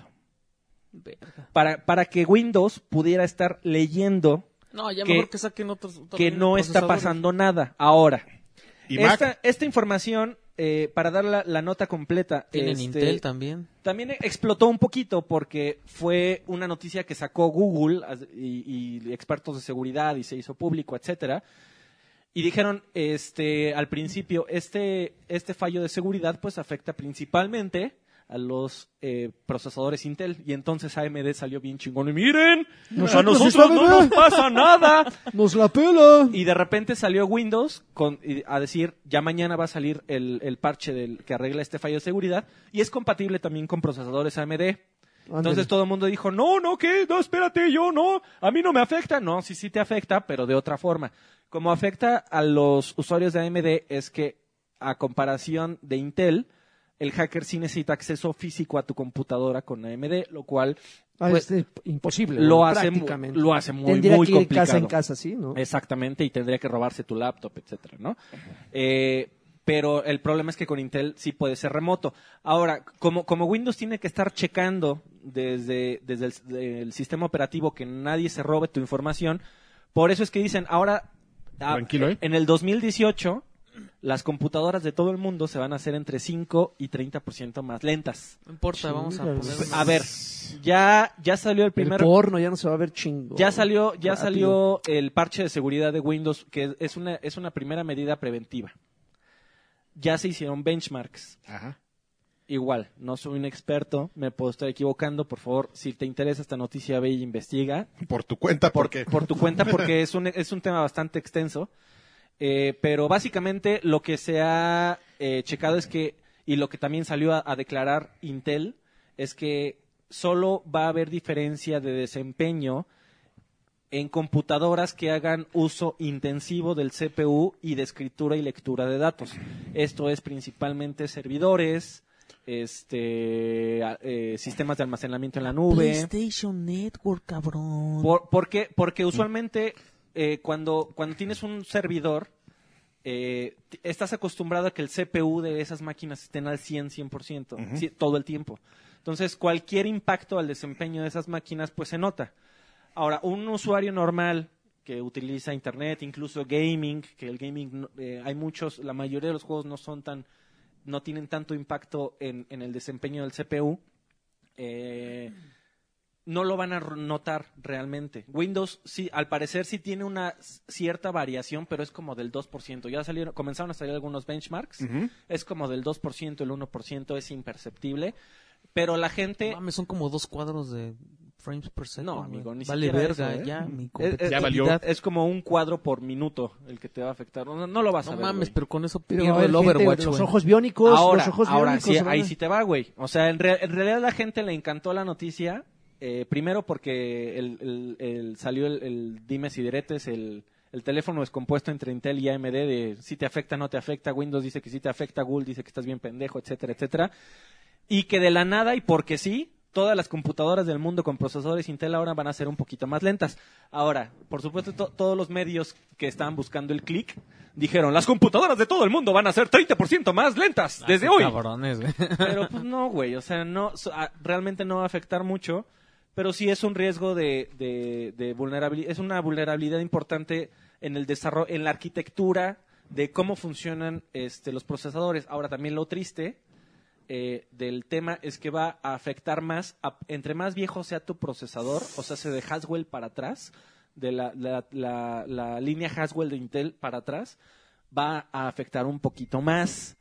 S2: Verga.
S4: Para, para que Windows pudiera estar leyendo
S2: No, ya
S4: Que-
S2: mejor que saquen otros. otro
S4: que
S2: nivel de
S4: no está
S2: procesadores.
S4: pasando nada ahora.
S1: Y Mac.
S4: Esta, esta información eh, para dar la, la nota completa.
S2: Tienen
S4: este,
S2: Intel también.
S4: También explotó un poquito porque fue una noticia que sacó Google as- y, y expertos de seguridad y se hizo público, etcétera. Y dijeron, este, al principio, este, este fallo de seguridad pues afecta principalmente a los eh, procesadores Intel. Y entonces AMD salió bien chingón. Y miren, a
S3: Nosotros
S4: nosotros no
S3: estamos
S4: nos
S3: bien".
S4: pasa nada.
S3: ¡Nos la pela!
S4: Y de repente salió Windows con, y- a decir, ya mañana va a salir el, el parche del, que arregla este fallo de seguridad y es compatible también con procesadores AMD.
S3: Ándale.
S4: Entonces todo el mundo dijo, no, no, ¿qué? No, espérate, yo no, a mí no me afecta. No, sí, sí te afecta, pero de otra forma. Como afecta a los usuarios de AMD es que, a comparación de Intel, el hacker sí necesita acceso físico a tu computadora con AMD, lo cual
S3: Ah,
S2: pues,
S3: este, imposible.
S4: lo
S3: ¿no?
S4: hace, mu-
S3: Prácticamente.
S4: lo hace muy,
S3: Tendría
S4: muy
S3: que ir
S4: complicado.
S3: casa en casa, ¿sí? ¿No?
S4: Exactamente, y tendría que robarse tu laptop, etcétera, ¿no? Eh, pero el problema es que con Intel sí puede ser remoto. Ahora, como, como Windows tiene que estar checando desde, desde el, del sistema operativo que nadie se robe tu información, por eso es que dicen, ahora, ah,
S1: Tranquilo, ¿eh?
S4: en el 2018, las computadoras de todo el mundo se van a hacer entre 5 y 30% más lentas.
S2: No importa, vamos Pues, a poner.
S3: Chingas.
S2: una-
S4: A ver, ya, ya salió el
S3: El
S4: primer
S3: porno ya no se va a ver chingo.
S4: ya salió, ya
S3: Rápido.
S4: salió el parche de seguridad de Windows, que es una, es una primera medida preventiva. Ya se hicieron benchmarks.
S1: Ajá.
S4: Igual, no soy un experto, me puedo estar equivocando. Por favor, si te interesa esta noticia, ve y investiga
S1: Por tu cuenta, porque
S4: por tu cuenta porque es un, es un tema bastante extenso. Eh, pero básicamente lo que se ha eh, checado es que, y lo que también salió a, a declarar Intel, es que solo va a haber diferencia de desempeño en computadoras que hagan uso intensivo del CPU y de escritura y lectura de datos. Esto es principalmente servidores, este, a- eh, sistemas de almacenamiento en la nube.
S2: PlayStation Network, cabrón.
S4: Por- porque, porque usualmente eh, cuando, cuando tienes un servidor, eh, t- estás acostumbrado a que el CPU de esas máquinas estén al 100, 100%, sí, todo el tiempo. Entonces, cualquier impacto al desempeño de esas máquinas, pues se nota. Ahora, un usuario normal que utiliza Internet, incluso gaming, que el gaming no- eh, hay muchos, la mayoría de los juegos no son tan, no tienen tanto impacto en, en el desempeño del CPU. eh, no lo van a r- notar realmente. Windows, sí, al parecer sí tiene una s- cierta variación, pero es como del 2%. Ya salieron, comenzaron a salir algunos benchmarks.
S1: Ujú.
S4: Es como del 2%, el 1% es imperceptible. Pero la gente...
S2: Mames, son como dos cuadros de frames per second.
S4: No,
S2: güey.
S4: amigo, ni
S2: Vale
S4: siquiera
S2: verga,
S4: eso, ¿eh?
S2: ya, mi
S4: Es, es-
S2: competitividad.
S1: Ya valió.
S4: es como un cuadro por minuto el que te va a afectar. No, no lo vas a
S2: No
S4: ver.
S2: mames,
S4: güey.
S2: pero con eso
S3: Pero
S2: pierdo
S3: a ver,
S2: el
S3: gente,
S2: Overwatch,
S3: Los
S2: güey.
S3: ojos biónicos,
S4: ahora,
S3: los ojos
S4: ahora
S3: biónicos.
S4: sí,
S3: se van
S4: ahí
S3: a-
S4: sí te va, güey. O sea, en, rea- en realidad la gente le encantó la noticia. eh, primero porque el, el- el- salió el, el dimes y diretes, el, el teléfono descompuesto entre Intel y AMD de si te afecta, no te afecta. Windows dice que si te afecta, Google dice que estás bien pendejo, etcétera, etcétera. Y que de la nada y porque sí, todas las computadoras del mundo con procesadores Intel ahora van a ser un poquito más lentas. Ahora, por supuesto, to- todos los medios que estaban buscando el click dijeron, las computadoras de todo el mundo van a ser 30% más lentas desde hoy.
S2: Ah, Cabrones, güey.
S4: Pero pues no, güey, o sea, no, so- a- realmente no va a afectar mucho, pero sí es un riesgo de, de, vulnerabilidad, es una vulnerabilidad importante en el desarrollo, en la arquitectura de cómo funcionan este, los procesadores. Ahora también lo triste eh, del tema es que va a afectar más, a- entre más viejo sea tu procesador, o sea, se de Haswell para atrás, de la, la- la- la línea Haswell de Intel para atrás, va a afectar un poquito más.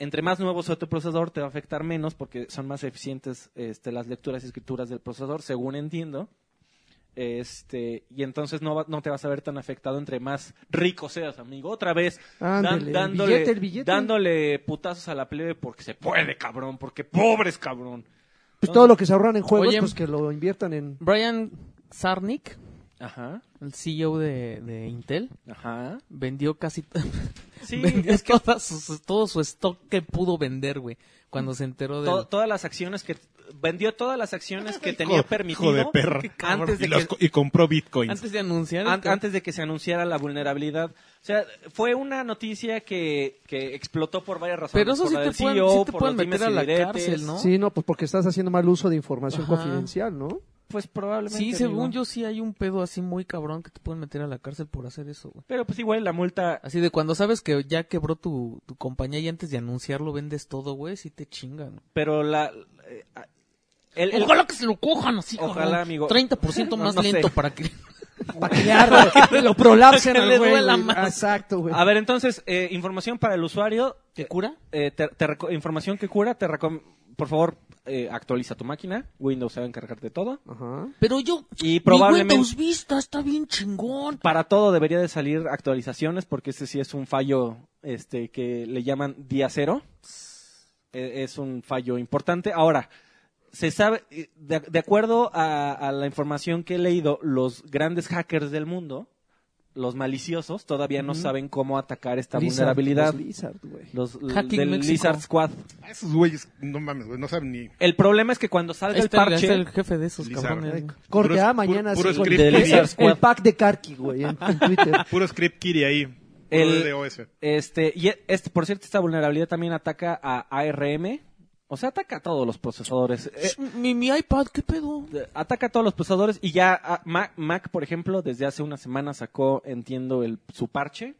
S4: Entre más nuevo sea tu procesador, te va a afectar menos porque son más eficientes este, las lecturas y escrituras del procesador, según entiendo. Este, y entonces no, va- no te vas a ver tan afectado entre más rico seas, amigo. Otra vez, dan-
S3: Ándele, el
S4: dándole,
S3: billete, el billete.
S4: dándole putazos a la plebe porque se puede, cabrón, porque pobres, cabrón.
S3: Pues todo lo que se ahorran en juegos,
S2: Oye,
S3: pues que lo inviertan en...
S2: Brian Sarnik,
S4: Ajá,
S2: el CEO de, de Intel,
S4: ajá.
S2: vendió casi
S4: Sí,
S2: vendió
S4: es que
S2: todas sus- todo su stock que pudo vender, güey, cuando se enteró de
S4: to- todas las acciones que vendió todas las acciones que tenía
S1: Hijo-
S4: permitido
S1: hijo de perra.
S4: antes
S1: y,
S4: de
S1: los
S4: que
S1: co- y compró bitcoins.
S2: antes de anunciar el
S4: An-
S2: ca-
S4: antes de que se anunciara la vulnerabilidad. O sea, fue una noticia que, que explotó por varias razones.
S2: Pero eso
S4: por
S2: sí
S4: la
S2: te
S4: del
S2: pueden-
S4: CEO,
S2: sí te
S4: por
S2: pueden
S4: los dimes
S2: meter a
S4: y
S2: la
S4: diretes.
S2: cárcel, ¿no?
S3: Sí, no, pues porque estás haciendo mal uso de información
S2: Ajá.
S3: confidencial, ¿no?
S4: pues probablemente.
S2: Sí,
S4: digo.
S2: según yo sí hay un pedo así muy cabrón que te pueden meter a la cárcel por hacer eso, güey.
S4: Pero pues igual la multa.
S2: Así de cuando sabes que ya quebró tu, tu compañía y antes de anunciarlo vendes todo, güey, sí te chingan.
S4: Pero la. eh, ah, el- el-
S2: Ojalá que se lo cojan así,
S4: Ojalá,
S2: cabrón.
S4: amigo.
S2: 30% más
S4: No, no sé.
S2: lento para que...
S3: Para que le arda, que lo prolapsen
S2: Para que
S3: al
S2: le
S3: güey,
S2: duela
S3: güey.
S2: más.
S3: Exacto, güey.
S4: A ver, entonces, eh, información para el usuario.
S2: ¿Te cura?
S4: Eh, te- te reco- información que cura, te recom- por favor, eh, actualiza tu máquina. Windows se va a encargar de todo.
S3: Ajá.
S2: Pero yo...
S4: Y
S2: mi
S4: probablemente-
S2: Windows Vista está bien chingón.
S4: Para todo debería de salir actualizaciones porque ese sí es un fallo este que le llaman día cero. E- Es un fallo importante. Ahora, se sabe, eh, de, de acuerdo a, a la información que he leído, los grandes hackers del mundo, los maliciosos, todavía no saben cómo atacar esta
S3: Lizard,
S4: vulnerabilidad.
S3: pues, Lizard, güey.
S4: Los,
S2: Hacking
S4: del
S2: México.
S4: Lizard Squad.
S1: A esos güeyes, no mames, güey, no saben ni.
S4: El problema es que cuando salga
S2: Ahí
S4: el
S2: está Este el, ahí
S4: parche,
S2: está el jefe de esos
S1: Lizardo.
S2: cabrones. güey.
S3: Corte
S1: Puro-
S3: A,
S1: puro-
S3: mañana
S1: puro
S3: sí, con-
S1: script
S3: el-
S4: Lizard Squad.
S3: el pack de Karki, güey, en, en Twitter.
S1: Puro script kiri ahí.
S4: El-
S1: El DOS.
S4: Este, y e- este, por cierto, esta vulnerabilidad también ataca a ARM. O sea, ataca a todos los procesadores. Eh,
S2: Mi, mi iPad, ¿qué pedo?
S4: eh, ataca a todos los procesadores y ya ah, Ma- Mac, por ejemplo, desde hace una semana sacó, entiendo, el, su parche.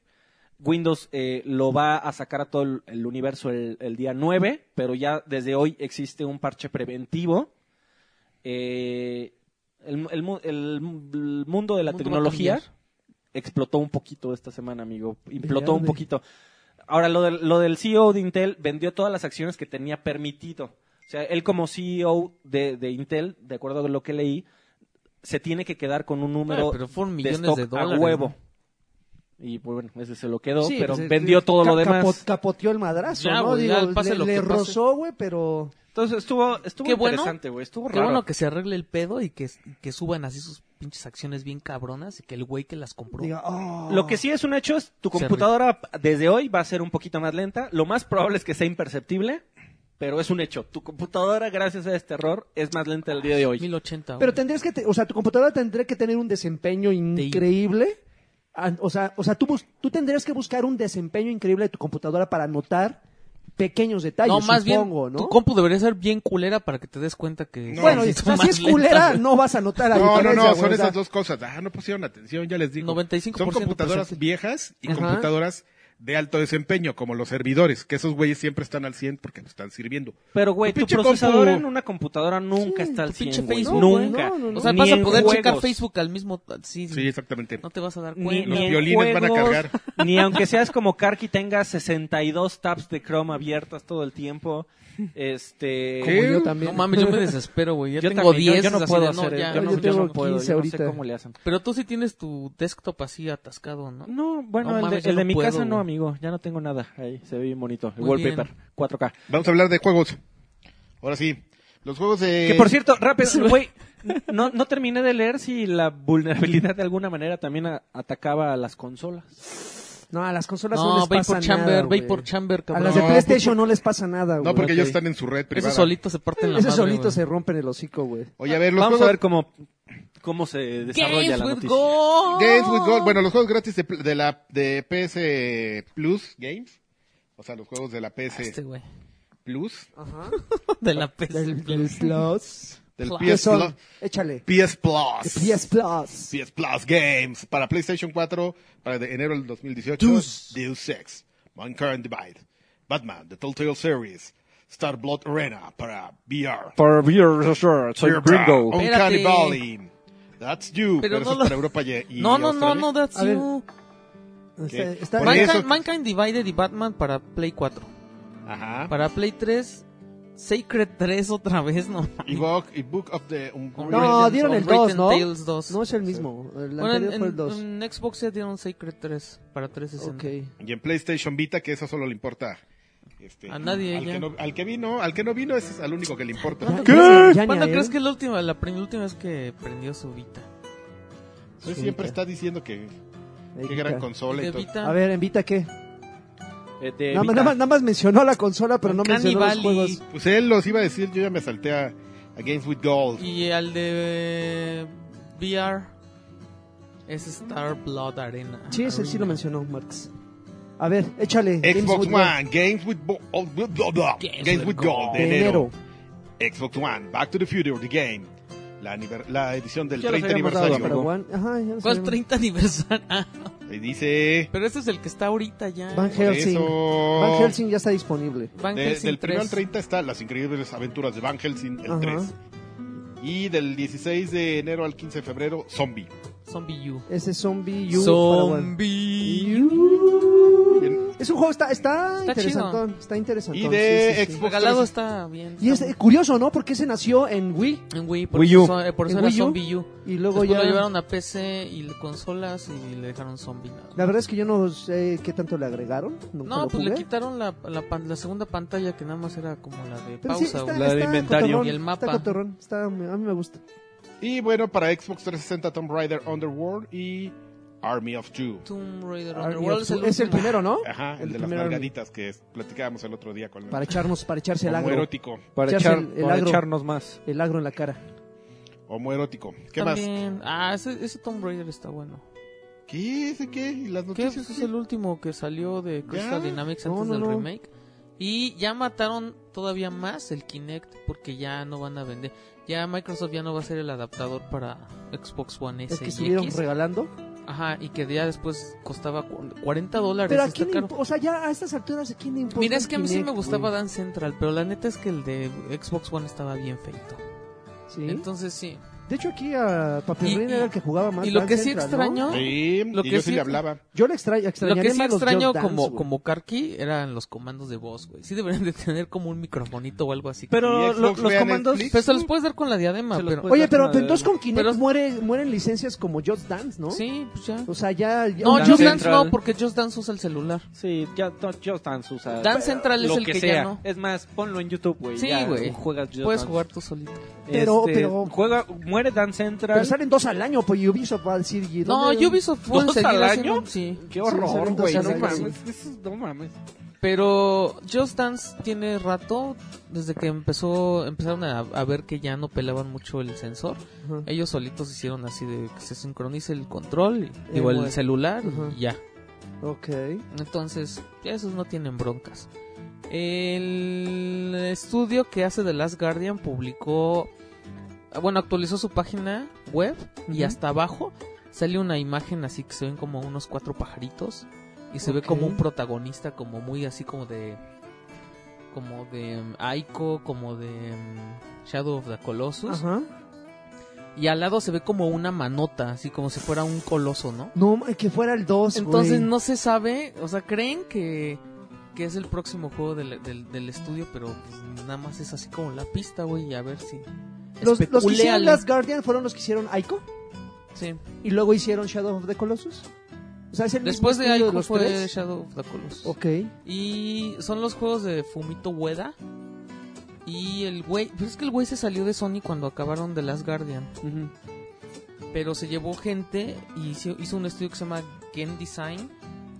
S4: Windows eh, lo va a sacar a todo el, el universo el, el día 9, pero ya desde hoy existe un parche preventivo. Eh, el, el mu- el mu- el mundo de la
S2: Mundo va a
S4: tecnología
S2: cambiar.
S4: explotó un poquito esta semana, amigo.
S3: Brillante.
S4: Implotó un poquito. Ahora, lo del, lo del CEO de Intel vendió todas las acciones que tenía permitido. O sea, él como CEO de, de Intel, de acuerdo a lo que leí, se tiene que quedar con un número
S2: Ah, pero fueron
S4: de
S2: millones
S4: stock
S2: de dólares,
S4: a huevo.
S2: ¿no?
S4: Y pues, bueno, ese se lo quedó,
S3: Sí,
S4: pero
S3: pues, eh,
S4: vendió todo lo
S3: ca-
S4: demás.
S3: capo- capoteó el madrazo,
S2: Ya,
S3: ¿no?
S2: güey, ya,
S3: Digo,
S2: pase
S3: le,
S2: lo
S3: le
S2: que pase.
S3: rozó, güey, pero...
S4: Entonces estuvo, estuvo
S2: Qué bueno.
S4: interesante, güey. Estuvo
S2: Qué
S4: raro.
S2: bueno que se arregle el pedo y que, y que suban así sus pinches acciones bien cabronas y que el güey que las compró.
S3: Diga, oh.
S4: Lo que sí es un hecho es tu
S2: Se
S4: computadora desde hoy va a ser un poquito más lenta. Lo más probable es que sea imperceptible, pero es un hecho. Tu computadora, gracias a este error, es más lenta el día de hoy.
S2: 1080.
S3: Pero
S2: güey.
S3: tendrías que, te- o sea, tu computadora tendría que tener un desempeño increíble. An- O sea, o sea tú, bus- tú tendrías que buscar un desempeño increíble de tu computadora para notar pequeños detalles,
S2: no, más
S3: supongo,
S2: bien,
S3: ¿no?
S2: tu compu debería ser bien culera para que te des cuenta que...
S1: No.
S3: bueno,
S1: Sí,
S3: o
S2: necesito
S3: sea, si
S2: más
S3: es culera,
S2: lenta.
S3: no vas a notar la
S1: No, no, no,
S3: diferencia, güey,
S1: son
S3: o sea,
S1: esas dos cosas. Ah, no pusieron atención, ya les digo.
S2: 95%
S1: Son computadoras
S2: presente.
S1: viejas y
S3: Ajá.
S1: computadoras de alto desempeño, como los servidores, que esos güeyes siempre están al 100 porque te están sirviendo.
S4: Pero, güey,
S1: Tu
S4: tu,
S1: pinche
S4: procesadora
S1: compu.
S4: en una computadora nunca está al
S2: tu pinche
S4: 100, güey.
S2: Facebook,
S4: Nunca.
S3: güey. No, no, no.
S2: O sea,
S4: Ni
S2: vas a
S4: en
S2: poder checar
S4: juegos.
S2: Facebook al mismo... Sí,
S1: Sí, exactamente.
S2: no te vas a dar
S4: Ni,
S2: cuenta.
S1: Los
S4: ni en
S1: violines van a
S4: juegos,
S1: cargar.
S4: Ni aunque seas como Karki tengas 62 tabs de Chrome abiertas todo el tiempo. Este.
S1: ¿Qué?
S3: como yo también.
S2: No mames, yo me desespero, güey. Ya
S4: Yo
S2: tengo
S4: también, yo-
S2: 10.
S4: yo,
S2: es
S4: no
S2: así
S4: puedo
S2: de,
S4: hacer
S2: ya
S4: eso.
S3: yo
S2: no,
S3: tengo
S2: no
S3: 15
S2: puedo.
S4: yo no sé
S3: ahorita.
S4: cómo le hacen.
S2: Pero tú sí tienes tu desktop así atascado, ¿no?
S4: No, bueno,
S2: No
S4: el,
S2: mames,
S4: de,
S2: yo
S4: el de
S2: no
S4: mi
S2: puedo,
S4: casa no,
S2: güey.
S4: amigo. Ya no tengo nada. Ahí se ve bien bonito. El
S2: Muy
S4: wallpaper, 4K.
S1: Vamos a hablar de juegos. Ahora sí, los juegos de...
S2: Eh,
S4: Que por cierto, rápido, güey, no, no terminé de leer si la vulnerabilidad de alguna manera también a- atacaba a las consolas.
S3: No, a las consolas no,
S2: No,
S3: les
S2: Vapor
S3: pasa nada,
S2: Chamber,
S3: güey.
S2: Vapor Chamber,
S3: A
S2: cabrón.
S3: las de
S1: No,
S3: PlayStation no les pasa nada, güey.
S1: No, porque ellos
S4: Ok.
S1: están en su red privada.
S2: Esos solitos se parten la
S3: Esos
S2: madre,
S3: solitos
S2: güey.
S3: se rompen el hocico, güey.
S1: Oye, a ver, los
S4: Vamos a
S1: juegos...
S4: ver cómo, cómo se desarrolla
S2: Games
S4: la
S2: with
S4: noticia.
S2: Gold.
S1: Games with Gold. Bueno, los juegos gratis de, pl- de la de PS Plus Games. O sea, los juegos de la PS
S2: Este, güey.
S1: Plus.
S2: De la PS.
S3: Del, del Plus.
S1: Del
S2: Plus.
S3: ¿Qué
S1: PS
S3: son?
S1: Plus.
S3: Échale.
S1: PS Plus.
S3: PS Plus.
S1: PS Plus Games. Para PlayStation 4, para de enero del 2018.
S3: Deus.
S1: Deus Ex. Mankind Divide. Batman, The Telltale Series. Star Blood Arena para VR.
S4: For beer, sure,
S1: Fear Bar, Uncanny
S2: Espérate.
S1: Valley. That's You. Pero,
S2: Pero
S1: eso
S2: no
S1: es
S2: lo-
S1: para Europa y, y
S2: No, no, no,
S1: Australia.
S2: no, that's
S3: A ver.
S2: you.
S3: Está-
S1: Ok.
S3: está-
S1: Por ahí-
S2: Mankind,
S1: eso-
S2: Mankind Divided y Batman para Play 4.
S1: Ajá.
S2: Para Play 3, Sacred 3 otra vez, no.
S1: Y Book, y Book of the Unreal
S3: No,
S2: Unwritten-
S3: dieron el 2,
S2: Unwritten
S3: ¿no?
S2: Tales 2.
S3: No es el mismo. El
S2: Bueno, en,
S3: anterior fue el 2.
S2: en- en Xbox ya dieron Sacred 3 para 360.
S3: Ok.
S1: Y en PlayStation Vita, que eso solo le importa. este,
S2: A nadie,
S1: Al
S2: ya.
S1: que, no, al que vino, al que no vino, ese es al único que le importa.
S3: ¿Qué? ¿eh? Ya ni
S2: ¿Cuándo
S3: a él.
S2: crees que la última, la penúltima vez que prendió su Vita?
S1: Él siempre está diciendo que
S3: Ahí
S1: qué gran
S3: está.
S1: consola
S2: De
S1: y todo.
S2: Vita,
S3: A ver, ¿en Vita qué?
S4: Eh,
S3: Nada, más- nada más- nada más mencionó la consola, pero no
S2: Uncanny
S3: mencionó los
S2: Valley.
S3: juegos.
S1: Pues él los iba a decir, yo ya me salté a, a Games with Gold.
S2: Y al de VR es Star Blood Arena.
S3: Sí, ese sí
S2: Arena.
S3: lo mencionó Marx. A ver, échale. Games
S1: Xbox
S3: with
S1: One, Games with, Bo- oh, blah, blah, blah.
S2: Games
S1: Games
S2: with
S1: with Gold
S3: Gold.
S1: de
S3: De enero.
S1: enero. Xbox One, Back to the Future, The Game. La, aniver- la edición del
S4: Ya los
S1: 30
S4: habíamos dado,
S1: aniversario.
S3: Pero
S4: ¿no?
S3: Juan- ajá, ya no
S2: ¿Cuál
S3: sabemos.
S2: 30 aniversario? Ah,
S1: Y dice.
S2: pero este es el que está ahorita ya.
S3: Van
S1: Por
S3: Helsing.
S1: eso-
S3: Van Helsing ya está disponible.
S2: Van
S1: de-
S2: Helsing
S1: del primero al
S2: 3.
S1: 30 está Las Increíbles Aventuras de Van Helsing, el
S3: Ajá.
S1: 3. Y del 16 de enero al 15 de febrero, Zombie.
S2: Zombie U.
S3: Ese Zombie U. Paraguay.
S2: Zombie
S1: Bien.
S3: Es un juego, está, está,
S2: Está
S3: interesantón. Está interesantón.
S1: Y de
S3: sí, sí, sí.
S1: Xbox.
S2: Regalado está bien.
S3: Y es
S2: está
S3: eh, curioso, ¿no? Porque ese nació en Wii
S2: muy- en Wii, por
S4: Wii
S2: eso,
S4: U.
S2: son- eh, por eso
S3: ¿En
S2: era
S3: Wii U?
S2: Zombie U.
S3: y luego
S2: Luego
S3: ya.
S2: lo llevaron a PC y le- consolas y le dejaron Zombie. nada más.
S3: La verdad es que yo no sé qué tanto le agregaron. Nunca
S2: No,
S3: lo
S2: pues
S3: jugué.
S2: le quitaron la, la, pan- la segunda pantalla que nada más era como la de
S3: Pero sí,
S2: pausa.
S3: está,
S2: güey.
S4: la de
S3: está
S4: inventario.
S3: cotorrón,
S2: Y el mapa.
S3: Está cotorrón, está- a mí me gusta.
S1: Y bueno, para Xbox 360, Tomb Raider Underworld y Army of Two.
S2: Tomb Raider
S3: Army of
S2: Underworld es
S3: Two-
S2: el,
S3: Ah, es el
S2: último.
S3: primero, ¿no?
S1: Ajá, el,
S3: El
S1: de las
S3: primero.
S1: margaritas que es- platicábamos el otro día con el
S3: Para echarnos, para echarse el agro.
S1: homoerótico.
S4: Para,
S3: Echarse
S4: echar,
S3: el- el
S4: para
S3: agro.
S4: echarnos más.
S3: El agro en la cara.
S1: Homoerótico. ¿Qué más?
S2: También. Ah, ese, ese Tomb Raider está bueno.
S1: ¿Qué? ¿Ese qué? ¿Y las
S2: ¿Qué?
S1: noticias?
S2: Pues es el último que salió de Crystal
S1: ¿Ya?
S2: Dynamics
S3: No,
S2: antes
S3: no,
S2: del
S3: no.
S2: remake. Y ya mataron todavía más el Kinect porque ya no van a vender. Ya Microsoft ya no va a ser el adaptador para Xbox One S
S3: Es que
S2: y
S3: estuvieron
S2: X.
S3: regalando.
S2: Ajá, y que ya después costaba cu- 40 dólares.
S3: Pero a
S2: está
S3: quién le
S2: caro.
S3: imp- O sea, ya a estas alturas, ¿a quién le importa?
S2: Mira,
S3: el
S2: es que a mí sí me
S3: Kinect,
S2: gustaba
S3: güey?
S2: Dan Central, pero la neta es que el de Xbox One estaba bien feito.
S3: ¿Sí?
S2: Entonces sí.
S3: De hecho, aquí a
S2: Y-
S3: Papirrín
S2: y-
S3: era el que jugaba más.
S2: y lo
S3: Dan
S2: que sí
S3: Central,
S2: extraño-
S3: ¿no?
S1: Sí,
S2: Lo
S1: y
S2: que
S1: yo sí
S2: sí-
S1: le hablaba.
S3: Yo le extra-
S2: Lo
S3: extrañaría
S2: que sí
S3: más los
S2: extraño
S3: Just Dance,
S2: como,
S3: güey.
S2: como Karki eran los comandos de voz, güey. Sí deberían de tener como un microfonito o algo así.
S1: ¿Y
S4: Pero
S1: Xbox
S4: lo- los
S1: vea
S4: comandos...
S1: Netflix?
S2: Pero se los puedes dar con la diadema,
S4: Se los
S2: pero...
S4: puedes-
S3: Oye, pero,
S4: Pues,
S3: pero entonces con Kinect
S2: pero-
S3: muere- mueren licencias como Just Dance, ¿no?
S2: Sí, pues ya.
S3: O sea, ya... ya-
S2: No,
S4: Dan
S2: Just Dance
S4: Central.
S2: no, porque Just Dance usa el celular.
S4: Sí, ya no, Just Dance usa...
S2: Dan Central es
S4: lo
S2: el
S4: que,
S2: que,
S4: sea.
S2: ya no.
S4: Es más, ponlo en YouTube, güey.
S2: Sí,
S4: ya,
S2: güey.
S4: Juegas Just
S2: Puedes
S4: Dance.
S2: jugar tú solito.
S3: Pero-
S4: Este,
S3: pero-
S4: Juega, muere Dan Central.
S3: Pero salen dos al año, pues Ubisoft va a decir... ¿y
S2: No,
S3: dónde-
S2: Ubisoft fue
S4: ¿Dos
S2: enseguida
S4: al
S2: haciendo-
S4: año?
S2: Sí.
S4: Qué
S3: Sí, salen
S4: horror,
S3: dos
S4: güey.
S3: al
S4: No
S3: año, sí.
S4: mames, eso es- no mames.
S2: Pero Just Dance tiene rato, desde que empezó, empezaron a, a ver que ya no pelaban mucho el sensor.
S3: Ajá.
S2: Ellos solitos hicieron así de que se sincronice el control,
S3: Eh,
S2: digo,
S3: bueno.
S2: el celular
S3: Ajá.
S2: y ya.
S3: Ok.
S2: Entonces, ya esos no tienen broncas. El estudio que hace The Last Guardian publicó, ah, bueno, actualizó su página web y
S3: Ujú.
S2: hasta abajo sale una imagen así que se ven como unos cuatro pajaritos y se
S3: Ok.
S2: ve como un protagonista como muy así como de como de mm, Aiko, como de mm, Shadow of the Colossus
S3: Ajá.
S2: y al lado se ve como una manota, así como si fuera un coloso, ¿no?
S3: No, ma- que fuera el 2,
S2: Entonces no se sabe, o sea, creen que, que es el próximo juego del, del- del estudio, pero pues, nada más es así como la pista, güey, y a ver si...
S3: Los, los que hicieron
S2: especuleale.
S3: Last Guardian fueron los que hicieron Ico
S2: Sí.
S3: y luego hicieron Shadow of the Colossus. O sea, es el
S2: Después
S3: mismo
S2: de
S3: estudio
S2: Ico
S3: los
S2: fue
S3: tres.
S2: Shadow of the Colossus.
S3: Ok.
S2: Y son los juegos de Fumito Ueda. Y el güey... Pero es que el güey se salió de Sony cuando acabaron The Last Guardian. Pero se llevó gente y hizo, hizo un estudio que se llama Game Design.